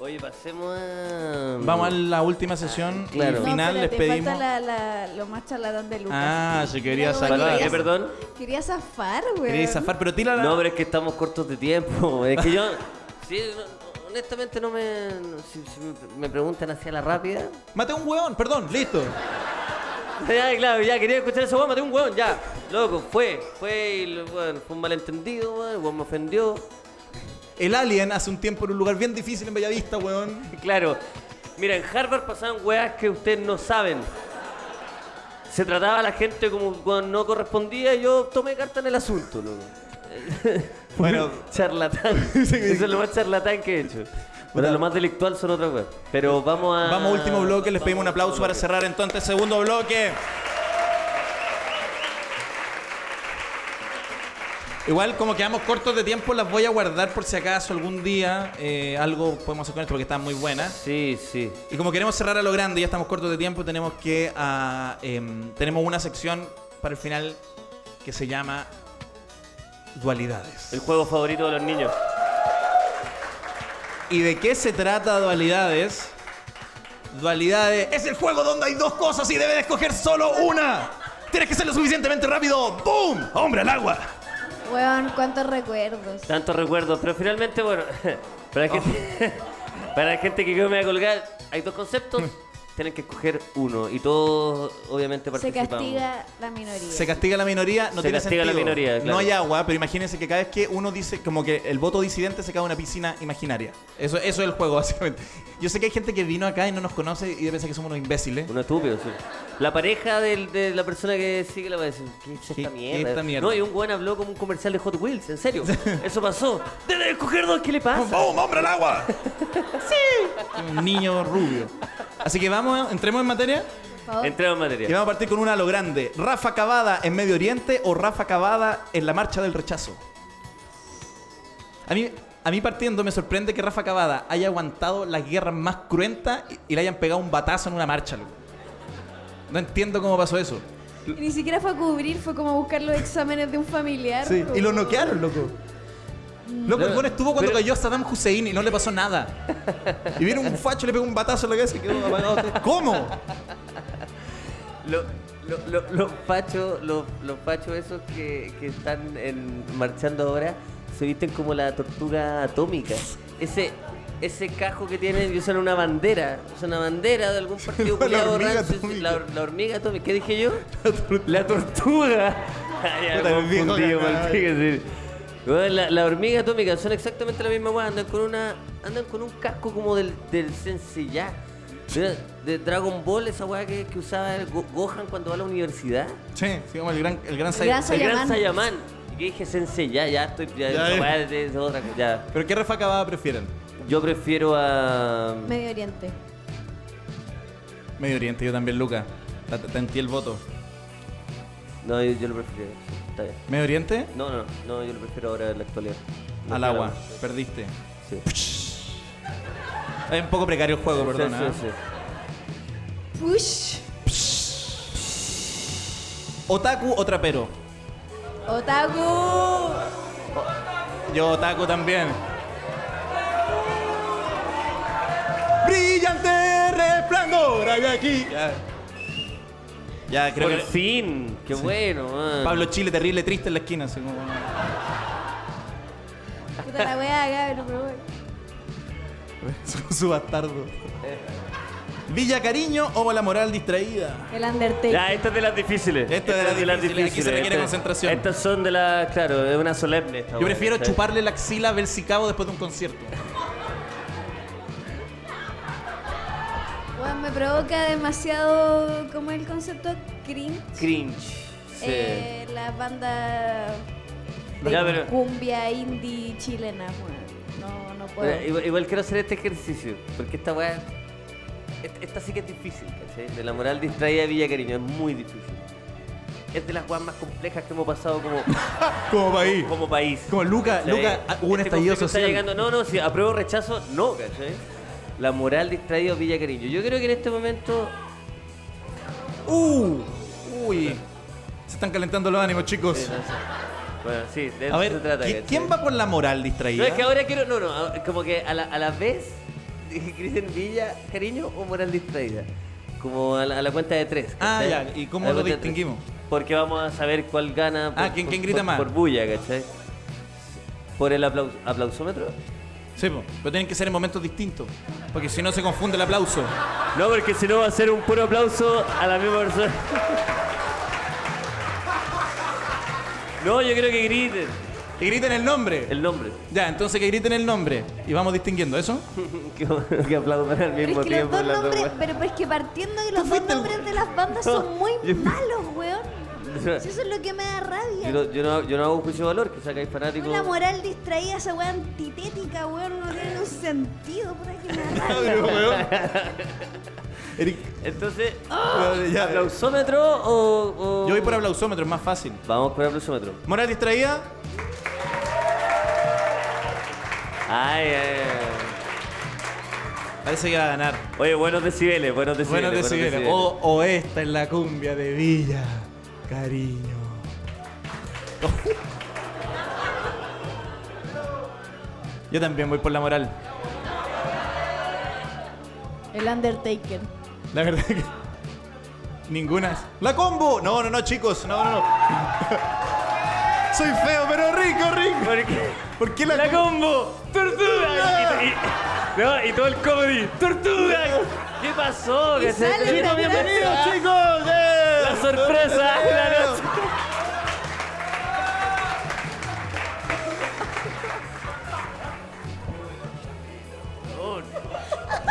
[SPEAKER 1] Oye, pasemos a.
[SPEAKER 2] Vamos a la última sesión
[SPEAKER 1] Claro.
[SPEAKER 2] y
[SPEAKER 3] No,
[SPEAKER 2] al final
[SPEAKER 3] espérate,
[SPEAKER 2] les pedimos.
[SPEAKER 3] falta la, la- lo más charlatán de Lucas.
[SPEAKER 2] Ah, se quería
[SPEAKER 3] Pero
[SPEAKER 2] salvar.
[SPEAKER 1] ¿Para qué,
[SPEAKER 3] quería-
[SPEAKER 1] Eh, perdón?
[SPEAKER 3] Quería zafar, weón.
[SPEAKER 2] Quería zafar, pero tira la.
[SPEAKER 1] No, pero es que estamos cortos de tiempo. Es que yo. Sí, no- honestamente no me. Si, si me- me preguntan hacia la rápida.
[SPEAKER 2] Mate a un weón, perdón, listo.
[SPEAKER 1] Ya, claro, ya quería escuchar esa weón, maté un weón, ya. Loco, fue, fue y lo- bueno, fue un malentendido, weón, el weón me ofendió. [laughs]
[SPEAKER 2] El alien hace un tiempo en un lugar bien difícil en Bellavista, weón.
[SPEAKER 1] Y Claro, mira, en Harvard pasaban weas que ustedes no saben. Se trataba a la gente como cuando no correspondía y yo tomé carta en el asunto, loco. [laughs]
[SPEAKER 2] Bueno.
[SPEAKER 1] charlatán.
[SPEAKER 2] [laughs]
[SPEAKER 1] Eso es lo más charlatán que he hecho. Bueno, lo más delictual son otras weas. Pero vamos a.
[SPEAKER 2] Vamos, último bloque, les pedimos un
[SPEAKER 1] Vamos,
[SPEAKER 2] aplauso
[SPEAKER 1] último
[SPEAKER 2] para
[SPEAKER 1] bloque.
[SPEAKER 2] cerrar entonces segundo bloque. Igual como quedamos cortos de tiempo, las voy a guardar por si acaso algún día eh, algo podemos hacer con esto porque están muy buenas.
[SPEAKER 1] Sí, sí.
[SPEAKER 2] Y como queremos cerrar a lo grande, ya estamos cortos de tiempo, tenemos que ah, em, tenemos una sección para el final que se llama Dualidades.
[SPEAKER 1] El juego favorito de los niños.
[SPEAKER 2] ¿Y de qué se trata Dualidades? Dualidades es el juego donde hay dos cosas y debes escoger solo una. Tienes que ser lo suficientemente rápido. ¡Boom! ¡Hombre al agua!
[SPEAKER 3] Weón, cuántos recuerdos.
[SPEAKER 1] Tantos recuerdos, pero finalmente, bueno, [laughs] para la gente, [laughs] para la gente que creo que me va a colgar, hay dos conceptos, tienen que escoger uno y todos obviamente
[SPEAKER 3] Se
[SPEAKER 1] participamos.
[SPEAKER 3] castiga la minoría.
[SPEAKER 2] Se castiga a la minoría, no
[SPEAKER 1] Se
[SPEAKER 2] tiene
[SPEAKER 1] castiga a la
[SPEAKER 2] sentido.
[SPEAKER 1] minoría, claro.
[SPEAKER 2] No hay agua, pero imagínense que cada vez que uno dice, como que el voto disidente se cae en una piscina imaginaria. Eso, eso es el juego, [laughs] básicamente. Yo sé que hay gente que vino acá y no nos conoce y piensa que somos unos imbéciles.
[SPEAKER 1] Uno estúpido, sí. La pareja del- de la persona que sigue la va a decir, ¿qué es
[SPEAKER 2] ¿Qué-
[SPEAKER 1] esta mierda?
[SPEAKER 2] esta mierda?
[SPEAKER 1] No, y un buen habló como un comercial de Hot Wheels, en serio. Eso pasó. Debe escoger dos, ¿qué le pasa?
[SPEAKER 11] ¡Boom! ¡Hombre al agua!
[SPEAKER 2] Un niño rubio. Así que vamos, entremos en materia.
[SPEAKER 3] Por favor.
[SPEAKER 1] Entramos en
[SPEAKER 2] Y
[SPEAKER 1] materia.
[SPEAKER 2] vamos a partir con una a lo grande. Rafa Cavada en Medio Oriente o Rafa Cavada en la marcha del rechazo. A mí, a mí partiendo me sorprende que Rafa Cavada haya aguantado las guerras más cruentas y, y le hayan pegado un batazo en una marcha, loco. No entiendo cómo pasó eso.
[SPEAKER 3] Y ni siquiera fue a cubrir, fue como a buscar los exámenes de un familiar.
[SPEAKER 2] Sí, y lo
[SPEAKER 3] como-
[SPEAKER 2] noquearon, loco. Loco, el
[SPEAKER 4] No,
[SPEAKER 2] buen estuvo cuando
[SPEAKER 4] pero-
[SPEAKER 2] cayó Saddam Hussein y no le pasó nada. Y viene un facho, le pegó un batazo en la cabeza y quedó [laughs] apagado. ¿Cómo?
[SPEAKER 4] Lo-
[SPEAKER 1] Lo- lo- Los pachos, los, los pachos esos que, que están en- marchando ahora se visten como la tortuga atómica. Ese ese cajo que tienen y usan una bandera, usan una bandera de algún partido
[SPEAKER 5] [laughs] La
[SPEAKER 1] culiado
[SPEAKER 5] hormiga
[SPEAKER 1] rancio, sí, la,
[SPEAKER 5] atómica.
[SPEAKER 1] la hormiga atómica. ¿Qué dije yo?
[SPEAKER 4] La tortuga.
[SPEAKER 1] [laughs] Ay, ya,
[SPEAKER 5] Puta, el viejo
[SPEAKER 1] confundido,
[SPEAKER 5] cagado.
[SPEAKER 1] mal, fíjate. Bueno, La, la hormiga atómica son exactamente la misma weá, andan con una. andan con un casco como del, del Sensei Ya, De, de Dragon Ball, esa weá que, que usaba el Go- Gohan cuando va a la universidad.
[SPEAKER 2] Sí, sí, como el gran, el gran
[SPEAKER 3] Gran
[SPEAKER 2] Sai-
[SPEAKER 1] El gran
[SPEAKER 3] Sayaman.
[SPEAKER 1] Sayaman. Y que dije Sensei, ya, ya estoy. Ya,
[SPEAKER 2] Ya,
[SPEAKER 1] esa
[SPEAKER 2] ya.
[SPEAKER 1] weá es- es otra cosa, ya.
[SPEAKER 2] ¿Pero qué Rafa Cavada prefieren?
[SPEAKER 1] Yo prefiero a.
[SPEAKER 3] Medio Oriente.
[SPEAKER 2] Medio Oriente, yo también, Luca. Te- Te entiendo el voto.
[SPEAKER 1] No, yo, yo lo prefiero. Está bien.
[SPEAKER 2] ¿Medio Oriente?
[SPEAKER 1] No, no, no, yo lo prefiero ahora en la actualidad. No
[SPEAKER 2] Al
[SPEAKER 1] quiero
[SPEAKER 2] agua.
[SPEAKER 1] la-
[SPEAKER 2] Perdiste.
[SPEAKER 1] Sí.
[SPEAKER 2] Es un poco precario el juego,
[SPEAKER 1] Sí,
[SPEAKER 2] perdona.
[SPEAKER 1] sí,
[SPEAKER 2] ¿eh?
[SPEAKER 1] sí.
[SPEAKER 3] Push.
[SPEAKER 2] ¿Otaku o trapero?
[SPEAKER 3] Otaku.
[SPEAKER 2] Yo otaku también. Brillante resplandor hay aquí. Ya, Ya, creo
[SPEAKER 4] Por
[SPEAKER 2] que
[SPEAKER 4] fin. Qué bueno, man.
[SPEAKER 2] Pablo Chile terrible triste en la esquina. así como- [laughs]
[SPEAKER 3] Puta la wea, cabrón, pero bueno.
[SPEAKER 2] su, su bastardo. Villa Cariño o la moral distraída.
[SPEAKER 3] El Undertaker.
[SPEAKER 4] Ya, estas de las difíciles.
[SPEAKER 2] Esta de las difíciles, aquí se requiere
[SPEAKER 4] Estas-
[SPEAKER 2] concentración.
[SPEAKER 4] Estas son de las, claro, es una solemne. esta
[SPEAKER 2] Yo
[SPEAKER 4] weá,
[SPEAKER 2] prefiero
[SPEAKER 4] ¿cachai?
[SPEAKER 2] chuparle la axila a Belcicabo después de un concierto.
[SPEAKER 3] Weón, me provoca demasiado, como el concepto cringe.
[SPEAKER 4] Cringe. Sí.
[SPEAKER 3] Eh, la banda de
[SPEAKER 4] Ya, pero-
[SPEAKER 3] cumbia indie chilena, weón. No, no puedo.
[SPEAKER 1] Mira, igual, igual quiero hacer este ejercicio, porque esta weá. est- Esta sí que es difícil, ¿cachai? De la moral distraída de Villa Cariño, es muy difícil. Es de las weas más complejas que hemos pasado como,
[SPEAKER 2] Como [laughs] país.
[SPEAKER 1] como país.
[SPEAKER 2] Como Luca,
[SPEAKER 1] Sí.
[SPEAKER 2] Luca, ah, hubo un
[SPEAKER 1] Este
[SPEAKER 2] estallido
[SPEAKER 1] conflicto está
[SPEAKER 2] social.
[SPEAKER 1] llegando- No, no, si apruebo o rechazo, no, ¿cachai? La moral distraída de Villa Cariño. Yo creo que en este momento.
[SPEAKER 2] Uh, uy. Se están calentando los ánimos, chicos.
[SPEAKER 1] eh, no sé. Bueno, sí, de eso
[SPEAKER 2] A
[SPEAKER 1] se
[SPEAKER 2] ver,
[SPEAKER 1] trata.
[SPEAKER 2] ¿qui-
[SPEAKER 1] ¿cachai?
[SPEAKER 2] ¿quién va por la moral distraída?
[SPEAKER 1] No, es que ahora quiero. No, no, a- como que a la, a la vez. [laughs] Cristian Villa, cariño o moral distraída. Como a la, a la cuenta de tres.
[SPEAKER 2] Ah,
[SPEAKER 1] ¿cachai?
[SPEAKER 2] ya, ¿y cómo
[SPEAKER 1] A la
[SPEAKER 2] lo
[SPEAKER 1] cuenta de tres.
[SPEAKER 2] distinguimos?
[SPEAKER 1] Porque vamos a saber cuál gana.
[SPEAKER 2] Ah, ¿quién- quién grita
[SPEAKER 1] por-
[SPEAKER 2] más?
[SPEAKER 1] Por bulla, ¿cachai? Por el aplaus- aplausómetro.
[SPEAKER 2] Sí, po, pero tienen que ser en momentos distintos. Porque si no se confunde el aplauso.
[SPEAKER 4] No, porque si no va a ser un puro aplauso a la misma persona. No, yo creo que griten
[SPEAKER 2] Que griten el nombre.
[SPEAKER 4] el nombre.
[SPEAKER 2] Ya, entonces que griten el nombre. Y vamos distinguiendo eso.
[SPEAKER 1] [laughs] que, [laughs] que aplaudan al
[SPEAKER 3] Pero
[SPEAKER 1] mismo
[SPEAKER 3] es que los
[SPEAKER 1] tiempo.
[SPEAKER 3] dos
[SPEAKER 1] las dos
[SPEAKER 3] nombres,
[SPEAKER 1] weas.
[SPEAKER 3] pero es que partiendo que los dos
[SPEAKER 2] fuiste el-
[SPEAKER 3] nombres de las bandas son muy
[SPEAKER 1] yo-
[SPEAKER 3] malos, weón. [laughs] Si eso es lo que me da
[SPEAKER 1] [laughs] yo,
[SPEAKER 3] rabia.
[SPEAKER 1] no, yo, no, yo no hago juicio de valor, que sacáis fanáticos.
[SPEAKER 3] Una moral distraída, esa weá antitética, weón, no tiene un sentido, por
[SPEAKER 1] [laughs]
[SPEAKER 3] que me da rabia.
[SPEAKER 2] Eric,
[SPEAKER 1] Entonces,
[SPEAKER 4] ¡Oh!
[SPEAKER 2] ya,
[SPEAKER 1] ¿aplausómetro o, o.?
[SPEAKER 2] Yo voy por aplausómetro, es más fácil.
[SPEAKER 1] Vamos por aplausómetro.
[SPEAKER 2] Moral distraída.
[SPEAKER 1] Ay, ay, ay.
[SPEAKER 2] Parece que va a ganar.
[SPEAKER 1] Oye, buenos decibeles, buenos decibeles. Oh,
[SPEAKER 2] Bueno, decidir. O, o esta es la cumbia de Villa, cariño. Yo también voy por la moral.
[SPEAKER 3] El Undertaker.
[SPEAKER 2] La verdad que. Ninguna. ¡La combo! No, no, no, chicos. No, no, no. Soy feo, pero rico, rico.
[SPEAKER 4] ¿Por qué?
[SPEAKER 2] ¿Por qué la,
[SPEAKER 4] ¡La
[SPEAKER 2] combo? Ah.
[SPEAKER 4] combo! ¡Tortuga! Y, y- no, y todo el comedy. ¡Tortuga! ¿Qué pasó?
[SPEAKER 3] Y
[SPEAKER 4] ¿Qué se-
[SPEAKER 3] sale
[SPEAKER 4] Chicos,
[SPEAKER 3] la
[SPEAKER 4] bienvenidos,
[SPEAKER 3] gracia.
[SPEAKER 4] chicos.
[SPEAKER 2] ¡Chicos! ¡eh!
[SPEAKER 4] La sorpresa de
[SPEAKER 1] ¡Eh!
[SPEAKER 4] la noche.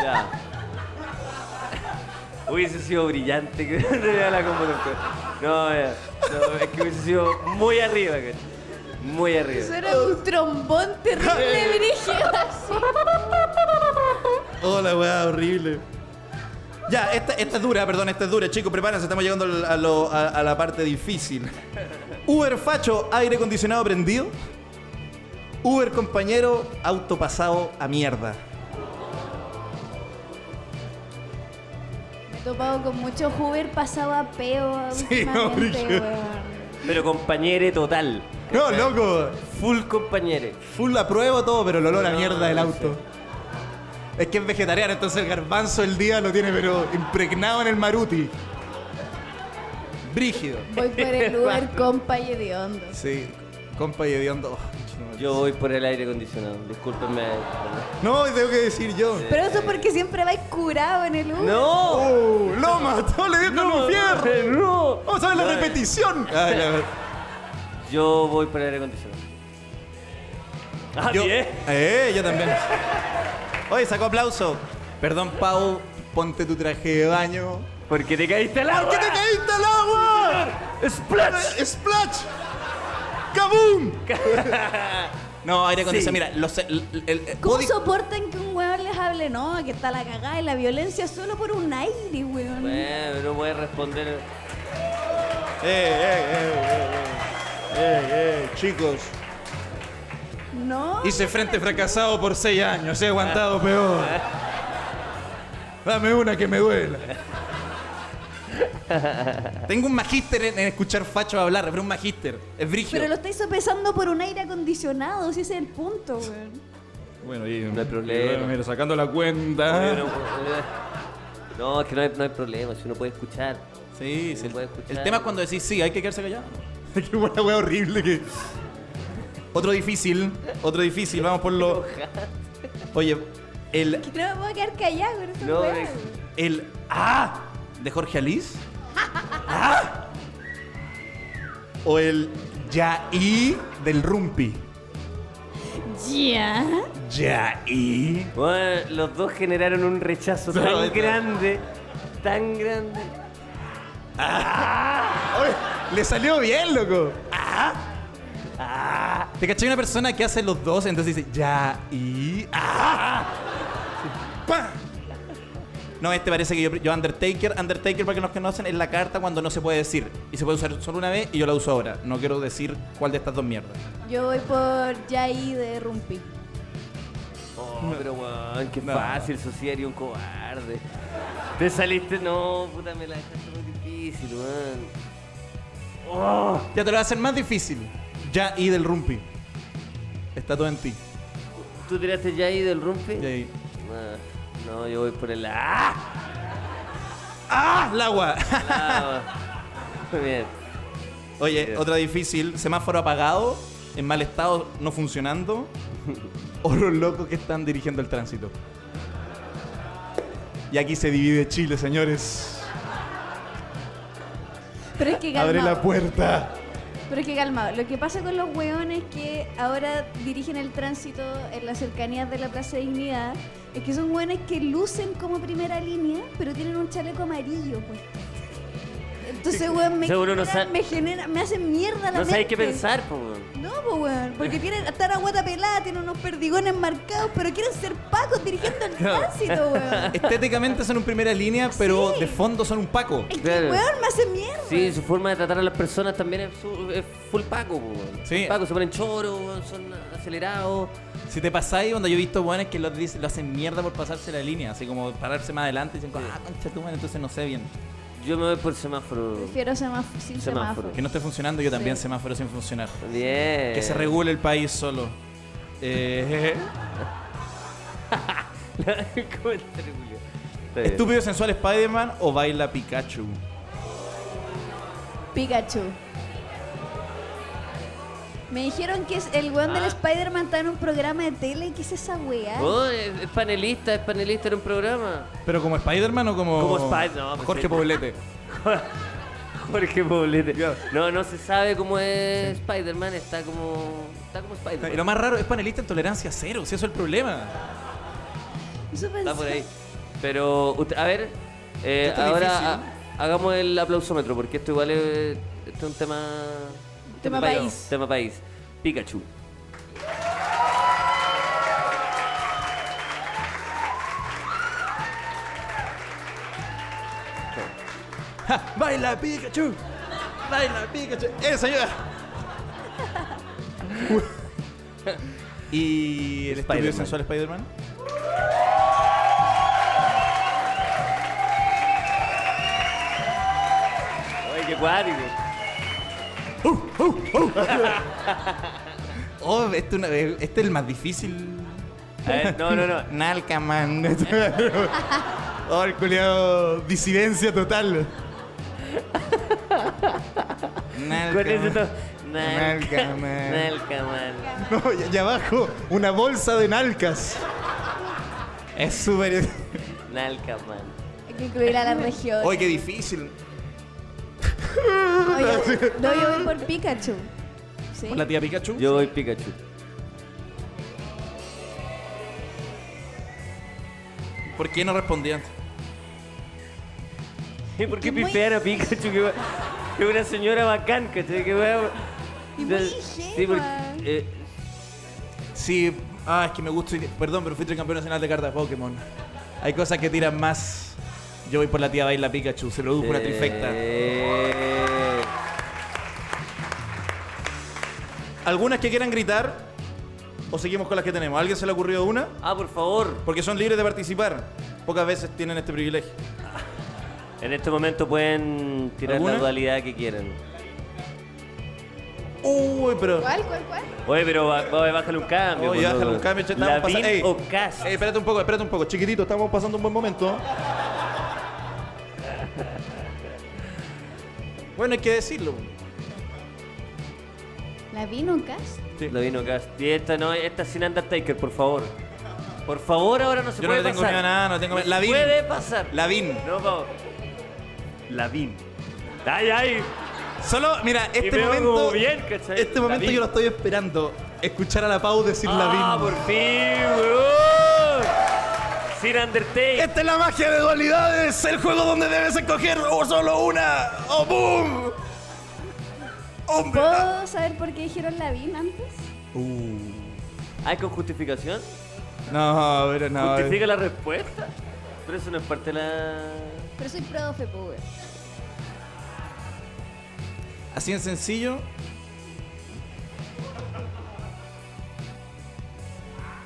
[SPEAKER 1] Ya. Hubiese sido brillante que [laughs] tenía la computadora. No, ya. No, es que hubiese sido muy arriba, que- Muy
[SPEAKER 3] Eso
[SPEAKER 1] arriba.
[SPEAKER 3] era un trombón terrible,
[SPEAKER 1] [laughs]
[SPEAKER 3] brígido, así.
[SPEAKER 2] Oh, la weá, horrible. Ya, esta, esta es dura, perdón, esta es dura, chicos, prepárense, estamos llegando al- a, lo- a- a la parte difícil. Uber facho, aire acondicionado prendido. Uber compañero, auto pasado a mierda.
[SPEAKER 3] Me he topado con mucho Uber pasado a peo
[SPEAKER 12] Sí, no,
[SPEAKER 3] últimamente,
[SPEAKER 12] brígido.
[SPEAKER 3] weón.
[SPEAKER 1] Pero compañere total.
[SPEAKER 2] No, loco.
[SPEAKER 1] Full compañere.
[SPEAKER 2] Full apruebo todo, pero el olor a
[SPEAKER 1] No,
[SPEAKER 2] mierda del
[SPEAKER 1] no
[SPEAKER 2] auto. Es que es vegetariano, entonces el garbanzo el día lo tiene pero impregnado en el maruti. Brígido.
[SPEAKER 3] Voy
[SPEAKER 1] [laughs]
[SPEAKER 3] por el Uber compa y hediondo.
[SPEAKER 2] Sí, compa y Oh, hediondo.
[SPEAKER 1] Yo voy por el aire acondicionado. Discúlpenme.
[SPEAKER 2] No, tengo que decir yo.
[SPEAKER 3] Pero eso porque siempre vais curado en el Uber.
[SPEAKER 1] ¡No!
[SPEAKER 2] Oh, lo mató, le dio con un fierro.
[SPEAKER 1] ¡No!
[SPEAKER 2] Vamos a ver la repetición. Ay, la verdad.
[SPEAKER 1] Yo voy por el aire acondicionado. Ah,
[SPEAKER 2] Yo,
[SPEAKER 1] bien.
[SPEAKER 2] eh, yo también. Oye, sacó aplauso. Perdón, Pau, ponte tu traje de baño.
[SPEAKER 1] Porque te caíste al agua.
[SPEAKER 2] ¡Que te caíste al agua!
[SPEAKER 1] ¡Splash!
[SPEAKER 2] ¡Splash! ¡Kaboom! no, aire acondicionado. Mira, los, el, el- el-
[SPEAKER 3] ¿Cómo
[SPEAKER 2] body-
[SPEAKER 3] soportan que un weón les hable? No, que está la cagada y la violencia solo por un aire, weón.
[SPEAKER 1] Bueno, no voy a responder.
[SPEAKER 2] Eh, eh, eh, eh, eh, eh, chicos.
[SPEAKER 3] No.
[SPEAKER 2] Hice frente fracasado por seis años, he aguantado peor. Dame una que me duela. Tengo un magíster en, en escuchar fachos hablar, pero un magíster. Es brígido.
[SPEAKER 3] Pero lo estáis sopesando por un aire acondicionado, si ese es el punto, weón.
[SPEAKER 13] Bueno, y.
[SPEAKER 1] No hay problema.
[SPEAKER 13] Mira, sacando la cuenta.
[SPEAKER 1] eh, No, es que no hay, no hay problema, si uno puede escuchar.
[SPEAKER 2] Sí, sí,
[SPEAKER 1] Se
[SPEAKER 2] el,
[SPEAKER 1] puede escuchar.
[SPEAKER 2] el tema es cuando decís sí, hay que
[SPEAKER 13] [laughs]
[SPEAKER 2] quedarse callado. Qué buena wea horrible que. Otro difícil, otro difícil, vamos
[SPEAKER 1] [laughs]
[SPEAKER 2] por lo. Oye, el.
[SPEAKER 3] Que no me puedo quedar callado con esa
[SPEAKER 1] No,
[SPEAKER 3] weá,
[SPEAKER 1] es-
[SPEAKER 3] weón.
[SPEAKER 2] El A de Jorge Alice. ¿Ah? O el Yaí del Rumpi.
[SPEAKER 3] Ya.
[SPEAKER 2] Yaí.
[SPEAKER 1] Bueno, los dos generaron un rechazo
[SPEAKER 2] No,
[SPEAKER 1] tan
[SPEAKER 2] no.
[SPEAKER 1] grande, tan grande.
[SPEAKER 2] Oye, le salió bien, loco. Ah. Ah. Te caché una persona que hace los dos, entonces dice ya y ah. Pa. No, este parece que yo, yo Undertaker, Undertaker para que nos conocen es la carta cuando no se puede decir y se puede usar solo una vez y yo la uso ahora. No quiero decir cuál de estas dos mierdas.
[SPEAKER 3] Yo voy por Yaí de Rumpi.
[SPEAKER 2] [laughs]
[SPEAKER 1] Oh, pero weón, qué
[SPEAKER 2] No.
[SPEAKER 1] fácil, sociedad y un cobarde. Te saliste, no, puta, me la dejaste muy difícil, weón.
[SPEAKER 2] Ya te lo voy a hacer más difícil. Ya y del Rumpi. Está todo en ti.
[SPEAKER 1] ¿Tú tiraste ya ahí del rumpi?
[SPEAKER 2] Yaí.
[SPEAKER 1] Ah, No, yo voy por el. ¡Ah!
[SPEAKER 2] ¡Ah! El agua. [laughs]
[SPEAKER 1] Ah, [laughs] Muy bien.
[SPEAKER 2] Oye,
[SPEAKER 1] Bien.
[SPEAKER 2] otra difícil, semáforo apagado, en mal estado, no funcionando, o los locos que están dirigiendo el tránsito. Y aquí se divide Chile, señores.
[SPEAKER 3] Pero es que
[SPEAKER 2] Abre la
[SPEAKER 3] calmado.
[SPEAKER 2] puerta.
[SPEAKER 3] Pero es que calmado. Lo que pasa con los hueones que ahora dirigen el tránsito en las cercanías de la Plaza de Dignidad es que son hueones que lucen como primera línea, pero tienen un chaleco amarillo puesto. Entonces, hueón, me,
[SPEAKER 1] Seguro no
[SPEAKER 3] genera-
[SPEAKER 1] sa-
[SPEAKER 3] me genera, me hacen mierda la
[SPEAKER 1] No sabéis qué
[SPEAKER 3] mente.
[SPEAKER 1] pensar, po, weón.
[SPEAKER 3] No, pues, hueón, porque tienen hasta la guata pelada, tienen unos perdigones marcados, pero quieren ser pacos dirigiendo el tránsito, hueón.
[SPEAKER 2] Estéticamente son un primera línea, pero
[SPEAKER 3] Sí.
[SPEAKER 2] de fondo son un paco.
[SPEAKER 3] Es que,
[SPEAKER 1] Claro.
[SPEAKER 3] hueón, me hacen mierda.
[SPEAKER 1] Sí, su forma de tratar a las personas también es, su- es full paco, po, weón.
[SPEAKER 2] Sí.
[SPEAKER 1] Paco, se ponen choro, weón, son acelerados.
[SPEAKER 2] Si te pasáis, cuando yo he visto buenas que lo, dic- lo hacen mierda por pasarse la línea, así como pararse más adelante y dicen, ah, concha tu madre", entonces no sé bien.
[SPEAKER 1] Yo me voy por semáforo.
[SPEAKER 3] Prefiero semáforo, sin
[SPEAKER 1] Semáforo.
[SPEAKER 3] semáforo.
[SPEAKER 2] Que no esté funcionando, yo también
[SPEAKER 3] Sí.
[SPEAKER 2] semáforo sin funcionar.
[SPEAKER 1] Bien.
[SPEAKER 2] Que se regule el país solo. Eh,
[SPEAKER 1] [laughs] ¿Cómo está, Julio? Está bien.
[SPEAKER 2] ¿Estúpido sensual Spider-Man o baila Pikachu?
[SPEAKER 3] Pikachu. Me dijeron que es el weón del
[SPEAKER 1] Ah.
[SPEAKER 3] Spider-Man está en un programa de tele. ¿Qué es esa weá?
[SPEAKER 1] Oh, es, es panelista, es panelista en un programa. [laughs]
[SPEAKER 2] ¿Pero como Spider-Man o como,
[SPEAKER 1] Como Spider- no, pues
[SPEAKER 2] Jorge
[SPEAKER 1] sí.
[SPEAKER 2] Poblete?
[SPEAKER 1] Jorge Poblete. No, no se sabe cómo es Spider-Man, está como. Está como
[SPEAKER 2] Y lo
[SPEAKER 1] Spider-Man.
[SPEAKER 2] más raro, es panelista en tolerancia cero, si eso es el problema.
[SPEAKER 3] Eso
[SPEAKER 1] Está por
[SPEAKER 3] pensé.
[SPEAKER 1] ahí. Pero, usted- a ver, eh,
[SPEAKER 2] Esto es
[SPEAKER 1] ahora ha- hagamos el aplausómetro, porque esto igual es, esto es un tema.
[SPEAKER 3] Tema país.
[SPEAKER 1] Tema país. Pikachu.
[SPEAKER 2] ¡Ja! Ah, ¡Baila Pikachu! ¡Baila Pikachu! ¡Eso ayuda! [laughs] ¿Y el estudio
[SPEAKER 14] Spider-Man.
[SPEAKER 2] sensual Spider-Man?
[SPEAKER 1] Oye, qué cuático.
[SPEAKER 2] Oh, este, una- este es el más difícil.
[SPEAKER 1] A ver, no, no, no.
[SPEAKER 2] Nalcaman. [laughs] oh, el culiado. Disidencia total.
[SPEAKER 1] Con eso
[SPEAKER 2] Nalcaman.
[SPEAKER 1] todo.
[SPEAKER 2] Nalcaman.
[SPEAKER 1] Nalcaman.
[SPEAKER 2] [laughs] No, y, y abajo, una bolsa de nalcas. Es súper.
[SPEAKER 1] Nalcaman.
[SPEAKER 3] Hay que incluir a la región.
[SPEAKER 2] Oye, qué difícil.
[SPEAKER 3] Oye, no, yo voy por Pikachu. ¿Sí?
[SPEAKER 2] ¿La tía Pikachu?
[SPEAKER 1] Yo voy Pikachu.
[SPEAKER 2] ¿Por qué no respondían?
[SPEAKER 1] ¿Y por qué
[SPEAKER 3] Qué muy-
[SPEAKER 1] pifear a Pikachu? Que va- que una señora bacán, ¿cachai? Que va...
[SPEAKER 3] Y muy
[SPEAKER 1] Sí, porque,
[SPEAKER 3] ingenua.
[SPEAKER 1] eh,
[SPEAKER 2] Sí, ah, es que me gusta. ir- Perdón, pero fui campeón nacional de cartas Pokémon. Hay cosas que tiran más. Yo voy por la tía Baila Pikachu, se produjo una trifecta.
[SPEAKER 1] eh,
[SPEAKER 2] Algunas que quieran gritar, o seguimos con las que tenemos. ¿A alguien se le ha ocurrido una?
[SPEAKER 1] Ah, por favor.
[SPEAKER 2] Porque son libres de participar. Pocas veces tienen este privilegio.
[SPEAKER 1] En este momento pueden tirar
[SPEAKER 2] ¿Alguna?
[SPEAKER 1] la dualidad que quieran.
[SPEAKER 2] Uy, pero.
[SPEAKER 3] ¿Cuál, cuál, cuál?
[SPEAKER 1] Oye, pero ba- ba- bájale un cambio.
[SPEAKER 2] Oye,
[SPEAKER 1] por
[SPEAKER 2] bájale
[SPEAKER 1] favor.
[SPEAKER 2] un cambio, che, estamos
[SPEAKER 1] Lavín
[SPEAKER 2] pasando- Ey.
[SPEAKER 1] o Cass.
[SPEAKER 2] Eh, espérate un poco, espérate un poco. Chiquitito, estamos pasando un
[SPEAKER 1] [laughs]
[SPEAKER 2] buen momento. bueno, hay que decirlo.
[SPEAKER 3] ¿La vi Cas?
[SPEAKER 2] sí.
[SPEAKER 1] Lavín o Cass. Y esta no, esta sin Undertaker, por favor. Por favor, ahora no se
[SPEAKER 2] Yo no
[SPEAKER 1] puede
[SPEAKER 2] le tengo
[SPEAKER 1] pasar.
[SPEAKER 2] miedo a nada, no tengo
[SPEAKER 1] No
[SPEAKER 2] miedo.
[SPEAKER 1] se
[SPEAKER 2] Lavín.
[SPEAKER 1] Puede pasar.
[SPEAKER 2] Lavín.
[SPEAKER 1] No, por favor. Lavín. Ay, ay.
[SPEAKER 2] Solo, mira, este
[SPEAKER 1] me veo
[SPEAKER 2] momento.
[SPEAKER 1] como bien, ¿cachai?
[SPEAKER 2] Este momento
[SPEAKER 1] Lavín.
[SPEAKER 2] yo lo estoy esperando. Escuchar a la Pau decir
[SPEAKER 1] Ah,
[SPEAKER 2] Lavín.
[SPEAKER 1] por fin, weón. Sin Undertaker.
[SPEAKER 2] Esta es la magia de dualidades, el juego donde debes escoger o solo una. ¡Oh, boom! ¡Hombre!
[SPEAKER 3] ¿Puedo saber por qué dijeron la vi antes?
[SPEAKER 1] ¿Hay con justificación?
[SPEAKER 2] No, pero no.
[SPEAKER 1] ¿Justifica la respuesta? Pero eso no es parte de la...
[SPEAKER 3] Pero soy profe, pues.
[SPEAKER 2] Así en sencillo.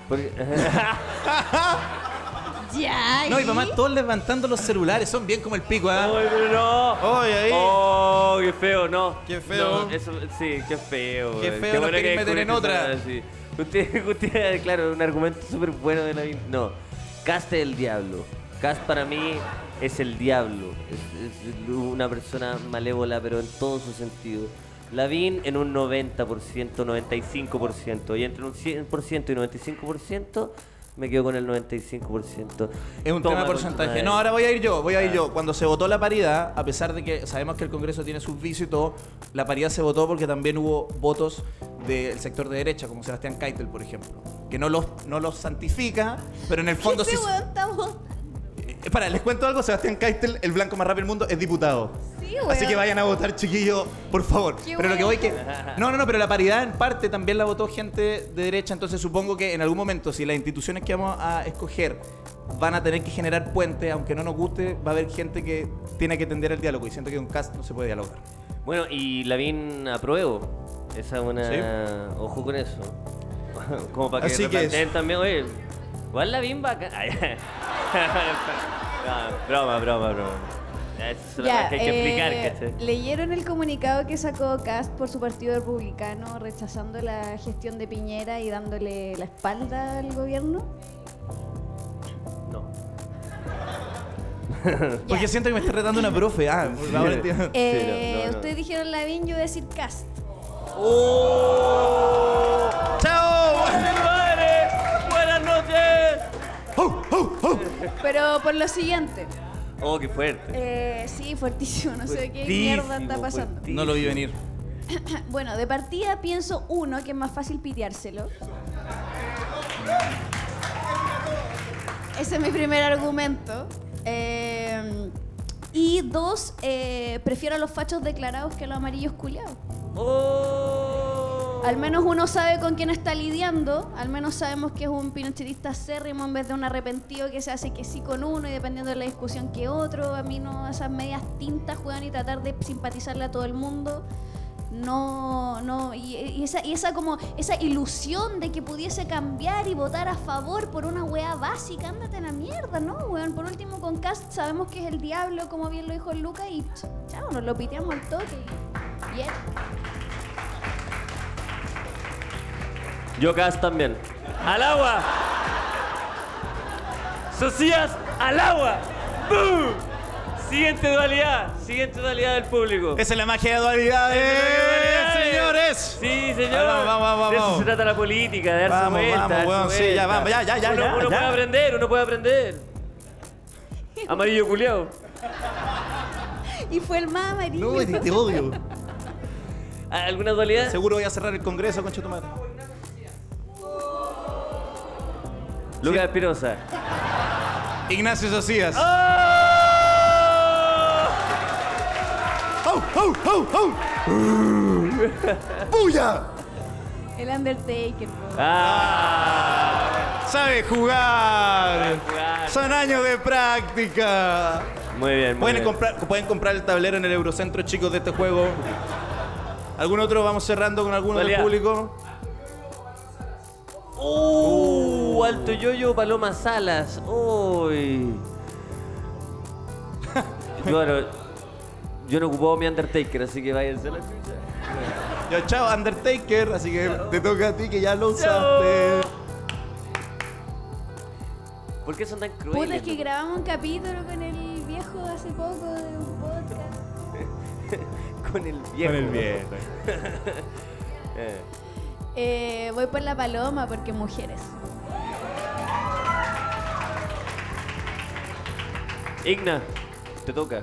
[SPEAKER 1] Porque- [laughs]
[SPEAKER 3] Ya.
[SPEAKER 2] No, y mamá, todos levantando los celulares, son bien como el pico, ¿ah?
[SPEAKER 1] Ay, pero no.
[SPEAKER 2] Ay, ahí.
[SPEAKER 1] Oh, qué feo, no.
[SPEAKER 2] Qué feo.
[SPEAKER 1] No, eso, sí, qué feo.
[SPEAKER 2] Qué
[SPEAKER 1] güey.
[SPEAKER 2] feo, nos
[SPEAKER 1] bueno
[SPEAKER 2] queréis meter en
[SPEAKER 1] descubriste
[SPEAKER 2] otra.
[SPEAKER 1] esa- sí. Usted, [laughs] usted, claro, un argumento súper bueno de la vida. No, Cast es el diablo. Cast para mí es el diablo. Es, es una persona malévola, pero en todo su sentido. Lavín en un 90%, 95%. Y entre un 100% y 95%, me quedo con el 95%.
[SPEAKER 2] Es un
[SPEAKER 1] Toma, Ah.
[SPEAKER 2] tema
[SPEAKER 1] conchetumare.
[SPEAKER 2] de porcentaje. No, ahora voy a ir yo, voy a ir yo. Cuando se votó la paridad, a pesar de que sabemos que el Congreso tiene sus vicios y todo, la paridad se votó porque también hubo votos del sector de derecha, como Sebastián Keitel, por ejemplo. Que no los, no los santifica, pero en el fondo sí.
[SPEAKER 3] Este weón está vos-
[SPEAKER 2] Eh, Para, les cuento algo. Sebastián Keitel, el blanco más rápido del mundo, es diputado.
[SPEAKER 3] Sí, weón.
[SPEAKER 2] Así que vayan a votar, chiquillos, por favor.
[SPEAKER 3] Qué
[SPEAKER 2] pero lo que voy que.
[SPEAKER 3] bueno.
[SPEAKER 2] No, no, no, pero la paridad en parte también la votó gente de derecha. Entonces supongo que en algún momento, si las instituciones que vamos a escoger van a tener que generar puentes, aunque no nos guste, va a haber gente que tiene que tender el diálogo. Y siento que con cast no se puede dialogar.
[SPEAKER 1] Bueno, y Lavín apruebo. Esa es una. Ojo con eso. [laughs] Como para que
[SPEAKER 2] Así que
[SPEAKER 1] replanteen
[SPEAKER 2] es.
[SPEAKER 1] también, oye. Igual Lavín va acá. [laughs] Ay, no, broma, broma, broma. Eso es lo
[SPEAKER 3] Ya,
[SPEAKER 1] que hay que explicar,
[SPEAKER 3] eh,
[SPEAKER 1] ¿cachai?
[SPEAKER 3] leyeron el comunicado que sacó Cast por su partido republicano rechazando la gestión de Piñera y dándole la espalda al gobierno.
[SPEAKER 1] No.
[SPEAKER 2] Porque siento que me está retando una profe. Ah, por favor, entiendo.
[SPEAKER 3] Eh,
[SPEAKER 1] no, no.
[SPEAKER 3] Ustedes dijeron Lavín, yo voy a decir Cast.
[SPEAKER 2] ¡Oh! ¡Chao!
[SPEAKER 1] ¡Compadre! ¡Buenas noches!
[SPEAKER 3] Pero por lo siguiente.
[SPEAKER 1] Oh, qué fuerte.
[SPEAKER 3] Eh, sí, fuertísimo. No sé qué
[SPEAKER 1] Fuertísimo,
[SPEAKER 3] mierda está pasando.
[SPEAKER 1] fuertísimo.
[SPEAKER 2] No lo vi venir.
[SPEAKER 3] [laughs] Bueno, de partida pienso uno que es más fácil piteárselo. Ese es mi primer argumento. Eh, y dos, eh, prefiero a los fachos declarados que a los amarillos culiados.
[SPEAKER 1] ¡Oh!
[SPEAKER 3] Al menos uno sabe con quién está lidiando, al menos sabemos que es un pinochetista acérrimo en vez de un arrepentido que se hace que sí con uno y dependiendo de la discusión que otro. A mí no, esas medias tintas, juegan y tratar de simpatizarle a todo el mundo. no, no, y, y esa, y esa como, esa ilusión de que pudiese cambiar y votar a favor por una weá básica, ándate a la mierda, ¿no, weón? Por último, con Cast sabemos que es el diablo, como bien lo dijo el Luca, y ch- chao, nos lo piteamos al toque. Y era.
[SPEAKER 1] Yo gas también. ¡Al agua! ¡Socias al agua! ¡Bum! Siguiente dualidad, siguiente dualidad del público.
[SPEAKER 2] Esa es la magia de dualidades, Eh, señores.
[SPEAKER 1] Sí, señor.
[SPEAKER 2] Vamos, vamos, vamos,
[SPEAKER 1] De eso
[SPEAKER 2] vamos.
[SPEAKER 1] se trata la política, de darse
[SPEAKER 2] Vamos,
[SPEAKER 1] vuelta,
[SPEAKER 2] vamos,
[SPEAKER 1] darse
[SPEAKER 2] weón, sí,
[SPEAKER 1] vuelta.
[SPEAKER 2] ya, vamos, ya, ya, ya,
[SPEAKER 1] Uno,
[SPEAKER 2] ya,
[SPEAKER 1] uno
[SPEAKER 2] ya.
[SPEAKER 1] puede aprender, uno puede aprender. Amarillo culiao.
[SPEAKER 3] Y fue el más amarillo.
[SPEAKER 2] No, te, te odio.
[SPEAKER 1] ¿Alguna dualidad?
[SPEAKER 2] Seguro voy a cerrar el congreso, concha tu madre.
[SPEAKER 1] Lucas Espirosa.
[SPEAKER 2] Ignacio Socias. Ah.
[SPEAKER 1] ¡Oh!
[SPEAKER 15] ¡Oh, oh, oh, oh! ¡Bulla!
[SPEAKER 3] El Undertaker, po.
[SPEAKER 1] Ah,
[SPEAKER 2] Sabe jugar.
[SPEAKER 1] jugar.
[SPEAKER 2] Son años de práctica.
[SPEAKER 1] Muy bien, muy
[SPEAKER 2] Pueden
[SPEAKER 1] bien.
[SPEAKER 2] comprar, pueden comprar el tablero en el Eurocentro, chicos, de este juego. ¿Algún otro? Vamos cerrando con alguno del
[SPEAKER 1] Dualidad.
[SPEAKER 2] público.
[SPEAKER 1] ¡Uh! Alto yoyo, Paloma Salas.
[SPEAKER 2] [laughs]
[SPEAKER 1] ¡Uy! yo, no, yo no ocupaba mi Undertaker, así que váyanse a la chucha.
[SPEAKER 2] Yo, chao, Undertaker. Así que te toca a ti que ya lo
[SPEAKER 1] Chao.
[SPEAKER 2] usaste.
[SPEAKER 1] ¿Por qué son tan crueles?
[SPEAKER 3] Puta, es que
[SPEAKER 1] loco?
[SPEAKER 3] grabamos un capítulo con el viejo hace poco de un podcast.
[SPEAKER 1] Con el viejo.
[SPEAKER 16] Con el viejo.
[SPEAKER 1] Eh.
[SPEAKER 3] Eh, voy por la paloma porque mujeres.
[SPEAKER 1] Igna, te toca.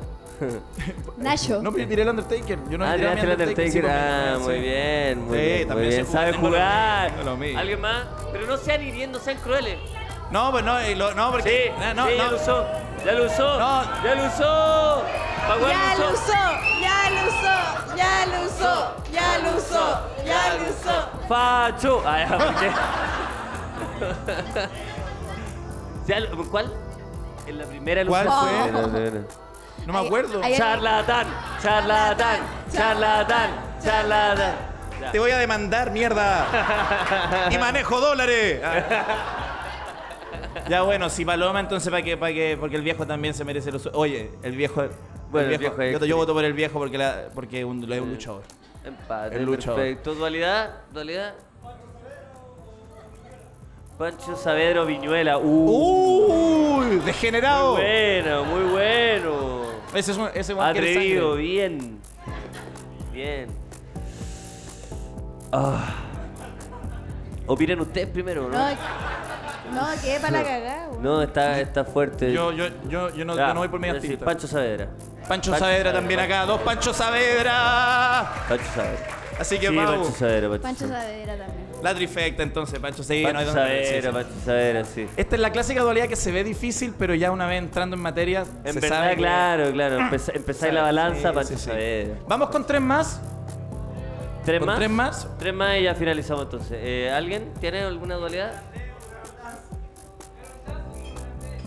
[SPEAKER 3] Nacho.
[SPEAKER 2] No, pero yo tiré el Undertaker. Yo no
[SPEAKER 1] ah,
[SPEAKER 2] tiré a mi
[SPEAKER 1] tiraste el
[SPEAKER 2] sí,
[SPEAKER 1] Undertaker.
[SPEAKER 2] porque-
[SPEAKER 1] Ah,
[SPEAKER 2] sí.
[SPEAKER 1] muy bien, muy
[SPEAKER 2] Sí,
[SPEAKER 1] bien. Muy
[SPEAKER 2] también se
[SPEAKER 1] bien.
[SPEAKER 2] ocupa,
[SPEAKER 1] Sabe
[SPEAKER 2] tengo lo
[SPEAKER 1] jugar.
[SPEAKER 16] tengo lo mismo.
[SPEAKER 1] ¿Alguien más? Pero no sean hiriendo, sean crueles.
[SPEAKER 2] No, pues no, eh, lo- no,
[SPEAKER 1] Sí,
[SPEAKER 2] porque. no, no,
[SPEAKER 1] sí, ya
[SPEAKER 2] no.
[SPEAKER 1] lo usó. Ya lo usó.
[SPEAKER 2] No.
[SPEAKER 1] Ya lo usó. Paguán
[SPEAKER 17] Ya lo usó, ya lo usó, ya lo usó, ya lo usó, ya lo usó.
[SPEAKER 1] Facho. Ah, ya,
[SPEAKER 2] [laughs]
[SPEAKER 1] porque- Ya lo- ¿Cuál? En la primera
[SPEAKER 2] ¿Cuál
[SPEAKER 1] ilusión.
[SPEAKER 2] fue?
[SPEAKER 1] No, no, no.
[SPEAKER 2] No me acuerdo.
[SPEAKER 3] Ay, ay,
[SPEAKER 1] Charlatán, charlatán, charlatán, charlatán.
[SPEAKER 2] Te voy a demandar, mierda. y manejo dólares. [laughs] ya bueno, si Paloma, entonces para que, para que, porque el viejo también se merece los. Oye, el viejo.
[SPEAKER 1] Bueno,
[SPEAKER 2] el
[SPEAKER 1] el
[SPEAKER 2] viejo,
[SPEAKER 1] viejo es-
[SPEAKER 2] yo, yo voto por el viejo porque la, porque un, lo es un luchador.
[SPEAKER 1] Empate,
[SPEAKER 2] El luchador.
[SPEAKER 1] perfecto. Dualidad, dualidad. Pancho Saavedra Viñuela. Uh,
[SPEAKER 2] ¡Uy! ¡Degenerado!
[SPEAKER 1] muy bueno, muy bueno.
[SPEAKER 2] Ese es un, ese weón quiere
[SPEAKER 1] Atrevido,
[SPEAKER 2] sangre.
[SPEAKER 1] bien. Bien. Ah. Opinen ustedes primero, ¿no?
[SPEAKER 3] No, quedé para la cagada. weón.
[SPEAKER 1] No, está, está fuerte.
[SPEAKER 2] Yo, yo, yo, yo no,
[SPEAKER 1] Ya,
[SPEAKER 2] yo no voy por mi
[SPEAKER 1] es decir,
[SPEAKER 2] artista. Pancho,
[SPEAKER 1] Pancho Saavedra.
[SPEAKER 2] Saavedra también acá. Dos Pancho Saavedra.
[SPEAKER 1] Pancho Saavedra.
[SPEAKER 2] Así que
[SPEAKER 1] Sí, Pancho
[SPEAKER 2] vamos.
[SPEAKER 1] Saavedra, Pancho,
[SPEAKER 3] Pancho
[SPEAKER 1] Saavedra.
[SPEAKER 3] Saavedra también.
[SPEAKER 2] La trifecta entonces, Pancho sí, no hay
[SPEAKER 1] Pancho
[SPEAKER 2] donde- sí, sí,
[SPEAKER 1] Saavedra,
[SPEAKER 2] sí.
[SPEAKER 1] Pancho Saavedra, sí.
[SPEAKER 2] Esta es la clásica dualidad que se ve difícil, pero ya una vez entrando en materia,
[SPEAKER 1] En
[SPEAKER 2] se
[SPEAKER 1] verdad,
[SPEAKER 2] sabe que-
[SPEAKER 1] claro, claro. Empeza- Empezáis la
[SPEAKER 2] Sí,
[SPEAKER 1] balanza,
[SPEAKER 2] sí,
[SPEAKER 1] Pancho
[SPEAKER 2] sí.
[SPEAKER 1] Saavedra.
[SPEAKER 2] Vamos con tres más.
[SPEAKER 1] ¿Tres
[SPEAKER 2] ¿Con
[SPEAKER 1] más?
[SPEAKER 2] tres más?
[SPEAKER 1] Tres más y ya finalizamos entonces. Eh, ¿Alguien tiene alguna dualidad?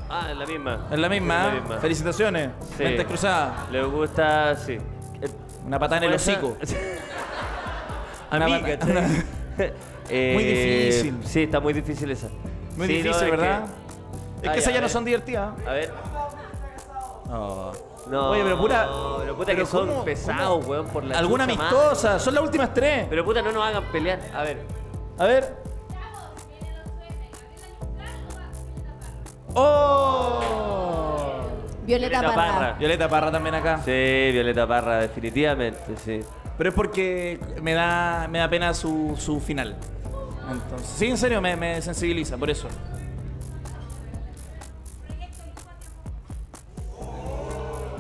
[SPEAKER 1] Ah, es la misma.
[SPEAKER 2] Es la misma. Felicitaciones.
[SPEAKER 1] Sí.
[SPEAKER 2] Mentes cruzadas.
[SPEAKER 1] Le gusta, sí. Eh,
[SPEAKER 2] Una patada en el
[SPEAKER 1] fuerza-
[SPEAKER 2] hocico.
[SPEAKER 1] [laughs] A
[SPEAKER 2] Una
[SPEAKER 1] mí,
[SPEAKER 2] pata-
[SPEAKER 1] ¿cachai?
[SPEAKER 2] una-
[SPEAKER 1] [laughs] Eh,
[SPEAKER 2] Muy difícil.
[SPEAKER 1] Sí, está muy difícil esa.
[SPEAKER 2] [laughs] Muy
[SPEAKER 1] Sí, no,
[SPEAKER 2] difícil,
[SPEAKER 1] es
[SPEAKER 2] ¿verdad? Es que
[SPEAKER 1] Ay,
[SPEAKER 2] esas
[SPEAKER 1] a
[SPEAKER 2] ya no
[SPEAKER 1] ver. Oh,
[SPEAKER 2] son divertidas.
[SPEAKER 1] que- a ver. No.
[SPEAKER 2] Oye, pero pura-
[SPEAKER 1] Pero puta que
[SPEAKER 2] pero
[SPEAKER 1] son
[SPEAKER 2] ¿cómo-
[SPEAKER 1] pesados, weón, por la
[SPEAKER 2] Alguna
[SPEAKER 1] chucha madre.
[SPEAKER 2] amistosa. Son las últimas tres.
[SPEAKER 1] Pero puta, no nos hagan pelear. A ver.
[SPEAKER 2] A ver. ¡Oh!
[SPEAKER 3] Violeta,
[SPEAKER 1] Violeta
[SPEAKER 3] Parra.
[SPEAKER 1] Parra.
[SPEAKER 2] Violeta Parra también acá.
[SPEAKER 1] Sí, Violeta Parra, definitivamente, sí.
[SPEAKER 2] Pero es porque me da, me da pena su, su final. Entonces, sí, en serio, me, me sensibiliza, por eso.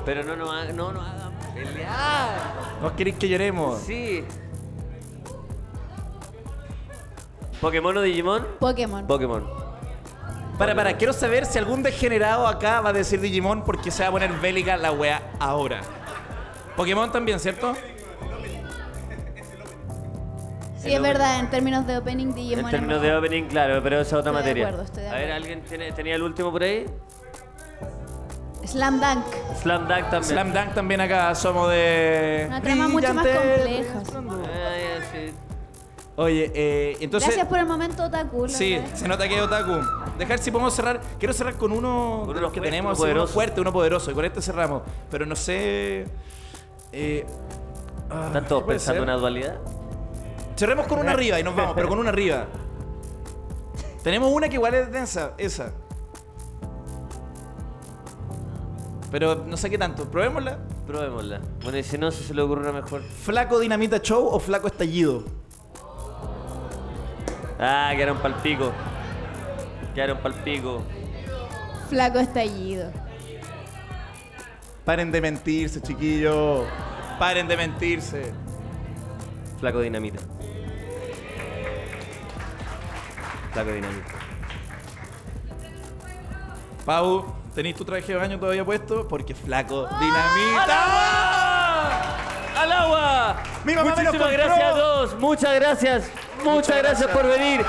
[SPEAKER 1] Pero no nos hagan, no, nos hagan pelear.
[SPEAKER 2] ¿No queréis que lloremos?
[SPEAKER 1] Sí. ¿Pokémon o Digimon?
[SPEAKER 3] Pokémon.
[SPEAKER 1] Pokémon.
[SPEAKER 2] Para, para, quiero saber si algún degenerado acá va a decir Digimon porque se va a poner bélica la wea ahora. Pokémon también, ¿cierto?
[SPEAKER 3] sí, es verdad, en términos de opening Digimon.
[SPEAKER 1] En
[SPEAKER 3] es
[SPEAKER 1] términos
[SPEAKER 3] mejor.
[SPEAKER 1] de opening, claro, pero esa es otra
[SPEAKER 3] Estoy de
[SPEAKER 1] materia.
[SPEAKER 3] acuerdo, estoy de
[SPEAKER 1] A ver,
[SPEAKER 3] acuerdo.
[SPEAKER 1] ¿alguien tiene- tenía el último por ahí?
[SPEAKER 3] Slam Dunk.
[SPEAKER 1] Slam Dunk también.
[SPEAKER 2] Slam Dunk también acá, somos de...
[SPEAKER 3] Una trama mucho más
[SPEAKER 2] Brillante.
[SPEAKER 3] compleja.
[SPEAKER 1] Ah, ya, sí.
[SPEAKER 2] Oye, eh, entonces...
[SPEAKER 3] Gracias por el momento, Otaku. la
[SPEAKER 2] Sí,
[SPEAKER 3] verdad.
[SPEAKER 2] se nota que es otaku. Dejar si podemos cerrar. Quiero cerrar con uno
[SPEAKER 1] Con
[SPEAKER 2] de
[SPEAKER 1] uno
[SPEAKER 2] los que
[SPEAKER 1] fuerte, uno
[SPEAKER 2] tenemos, así, uno
[SPEAKER 1] poderoso.
[SPEAKER 2] fuerte, uno poderoso. Y con este cerramos. Pero no sé. eh, ah,
[SPEAKER 1] ¿Están todos
[SPEAKER 2] ¿qué puede
[SPEAKER 1] pensando en
[SPEAKER 2] ser?
[SPEAKER 1] una dualidad?
[SPEAKER 2] Cerremos con una arriba y nos vamos, pero con una [laughs] arriba. Tenemos una que igual es densa, esa. Pero no sé qué tanto. Probémosla.
[SPEAKER 1] Probémosla. Bueno, y si no, si se le ocurre una mejor.
[SPEAKER 2] ¿Flaco Dinamita Show o Flaco Estallido?
[SPEAKER 1] Ah, quedaron pal pico. Quedaron pal pico.
[SPEAKER 3] Flaco estallido.
[SPEAKER 2] Paren de mentirse, chiquillo. Paren de mentirse.
[SPEAKER 1] Flaco dinamita. Flaco dinamita.
[SPEAKER 2] Pau, tenéis tu traje de baño todavía puesto porque flaco, ¡Ah! dinamita.
[SPEAKER 1] ¡Al agua!
[SPEAKER 2] Mi mamá me lo
[SPEAKER 1] Muchísimas
[SPEAKER 2] compró.
[SPEAKER 1] gracias a todos. Muchas gracias. Muchas, gracias, por venir.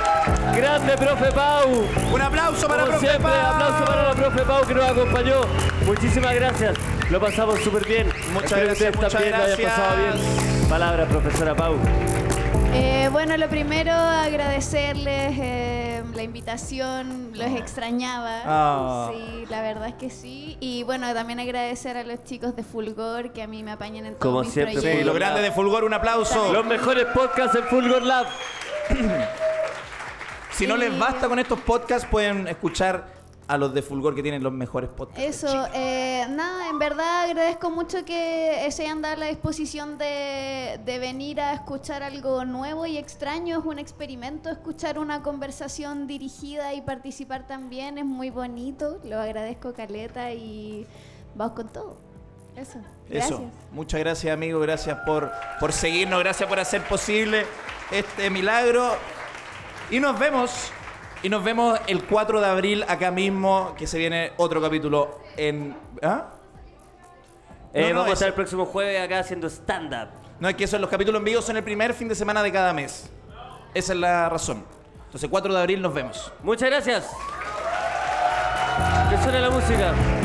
[SPEAKER 1] Grande, profe Pau.
[SPEAKER 2] Un aplauso para
[SPEAKER 1] Como
[SPEAKER 2] profe
[SPEAKER 1] siempre,
[SPEAKER 2] Pau.
[SPEAKER 1] aplauso para la profe Pau que nos acompañó. Muchísimas gracias. Lo pasamos súper bien.
[SPEAKER 2] Muchas
[SPEAKER 1] Espero que ustedes
[SPEAKER 2] gracias,
[SPEAKER 1] también
[SPEAKER 2] muchas
[SPEAKER 1] lo hayan pasado
[SPEAKER 2] gracias.
[SPEAKER 1] bien. Palabra, profesora Pau.
[SPEAKER 3] Eh, bueno, lo primero, agradecerles eh, la invitación, los extrañaba.
[SPEAKER 2] Ah.
[SPEAKER 3] Sí, la verdad es que sí. Y bueno, también agradecer a los chicos de Fulgor que a mí me apañan en todos
[SPEAKER 1] Como
[SPEAKER 3] mis
[SPEAKER 1] siempre,
[SPEAKER 2] Sí,
[SPEAKER 3] proyectos.
[SPEAKER 2] lo grande de Fulgor, un aplauso.
[SPEAKER 1] Los mejores podcasts en Fulgor Lab.
[SPEAKER 2] Si no les basta con estos podcasts, pueden escuchar a los de Fulgor que tienen los mejores podcasts.
[SPEAKER 3] Eso, eh, nada, en verdad agradezco mucho que se hayan dado la disposición de, de venir a escuchar algo nuevo y extraño. Es un experimento escuchar una conversación dirigida y participar también. Es muy bonito. Lo agradezco, Caleta, y vamos con todo. Eso. Gracias.
[SPEAKER 2] Eso. Muchas gracias, amigo. Gracias por, por seguirnos. Gracias por hacer posible este milagro. Y nos vemos. Y nos vemos el 4 de abril acá mismo, que se viene otro capítulo en... ¿Ah?
[SPEAKER 1] Eh,
[SPEAKER 2] No, no,
[SPEAKER 1] vamos a
[SPEAKER 2] eso-
[SPEAKER 1] estar el próximo jueves acá haciendo stand-up.
[SPEAKER 2] No, es que eso, los capítulos en vivo son el primer fin de semana de cada mes. Esa es la razón. Entonces, 4 de abril nos vemos.
[SPEAKER 1] Muchas gracias. Que suene la música.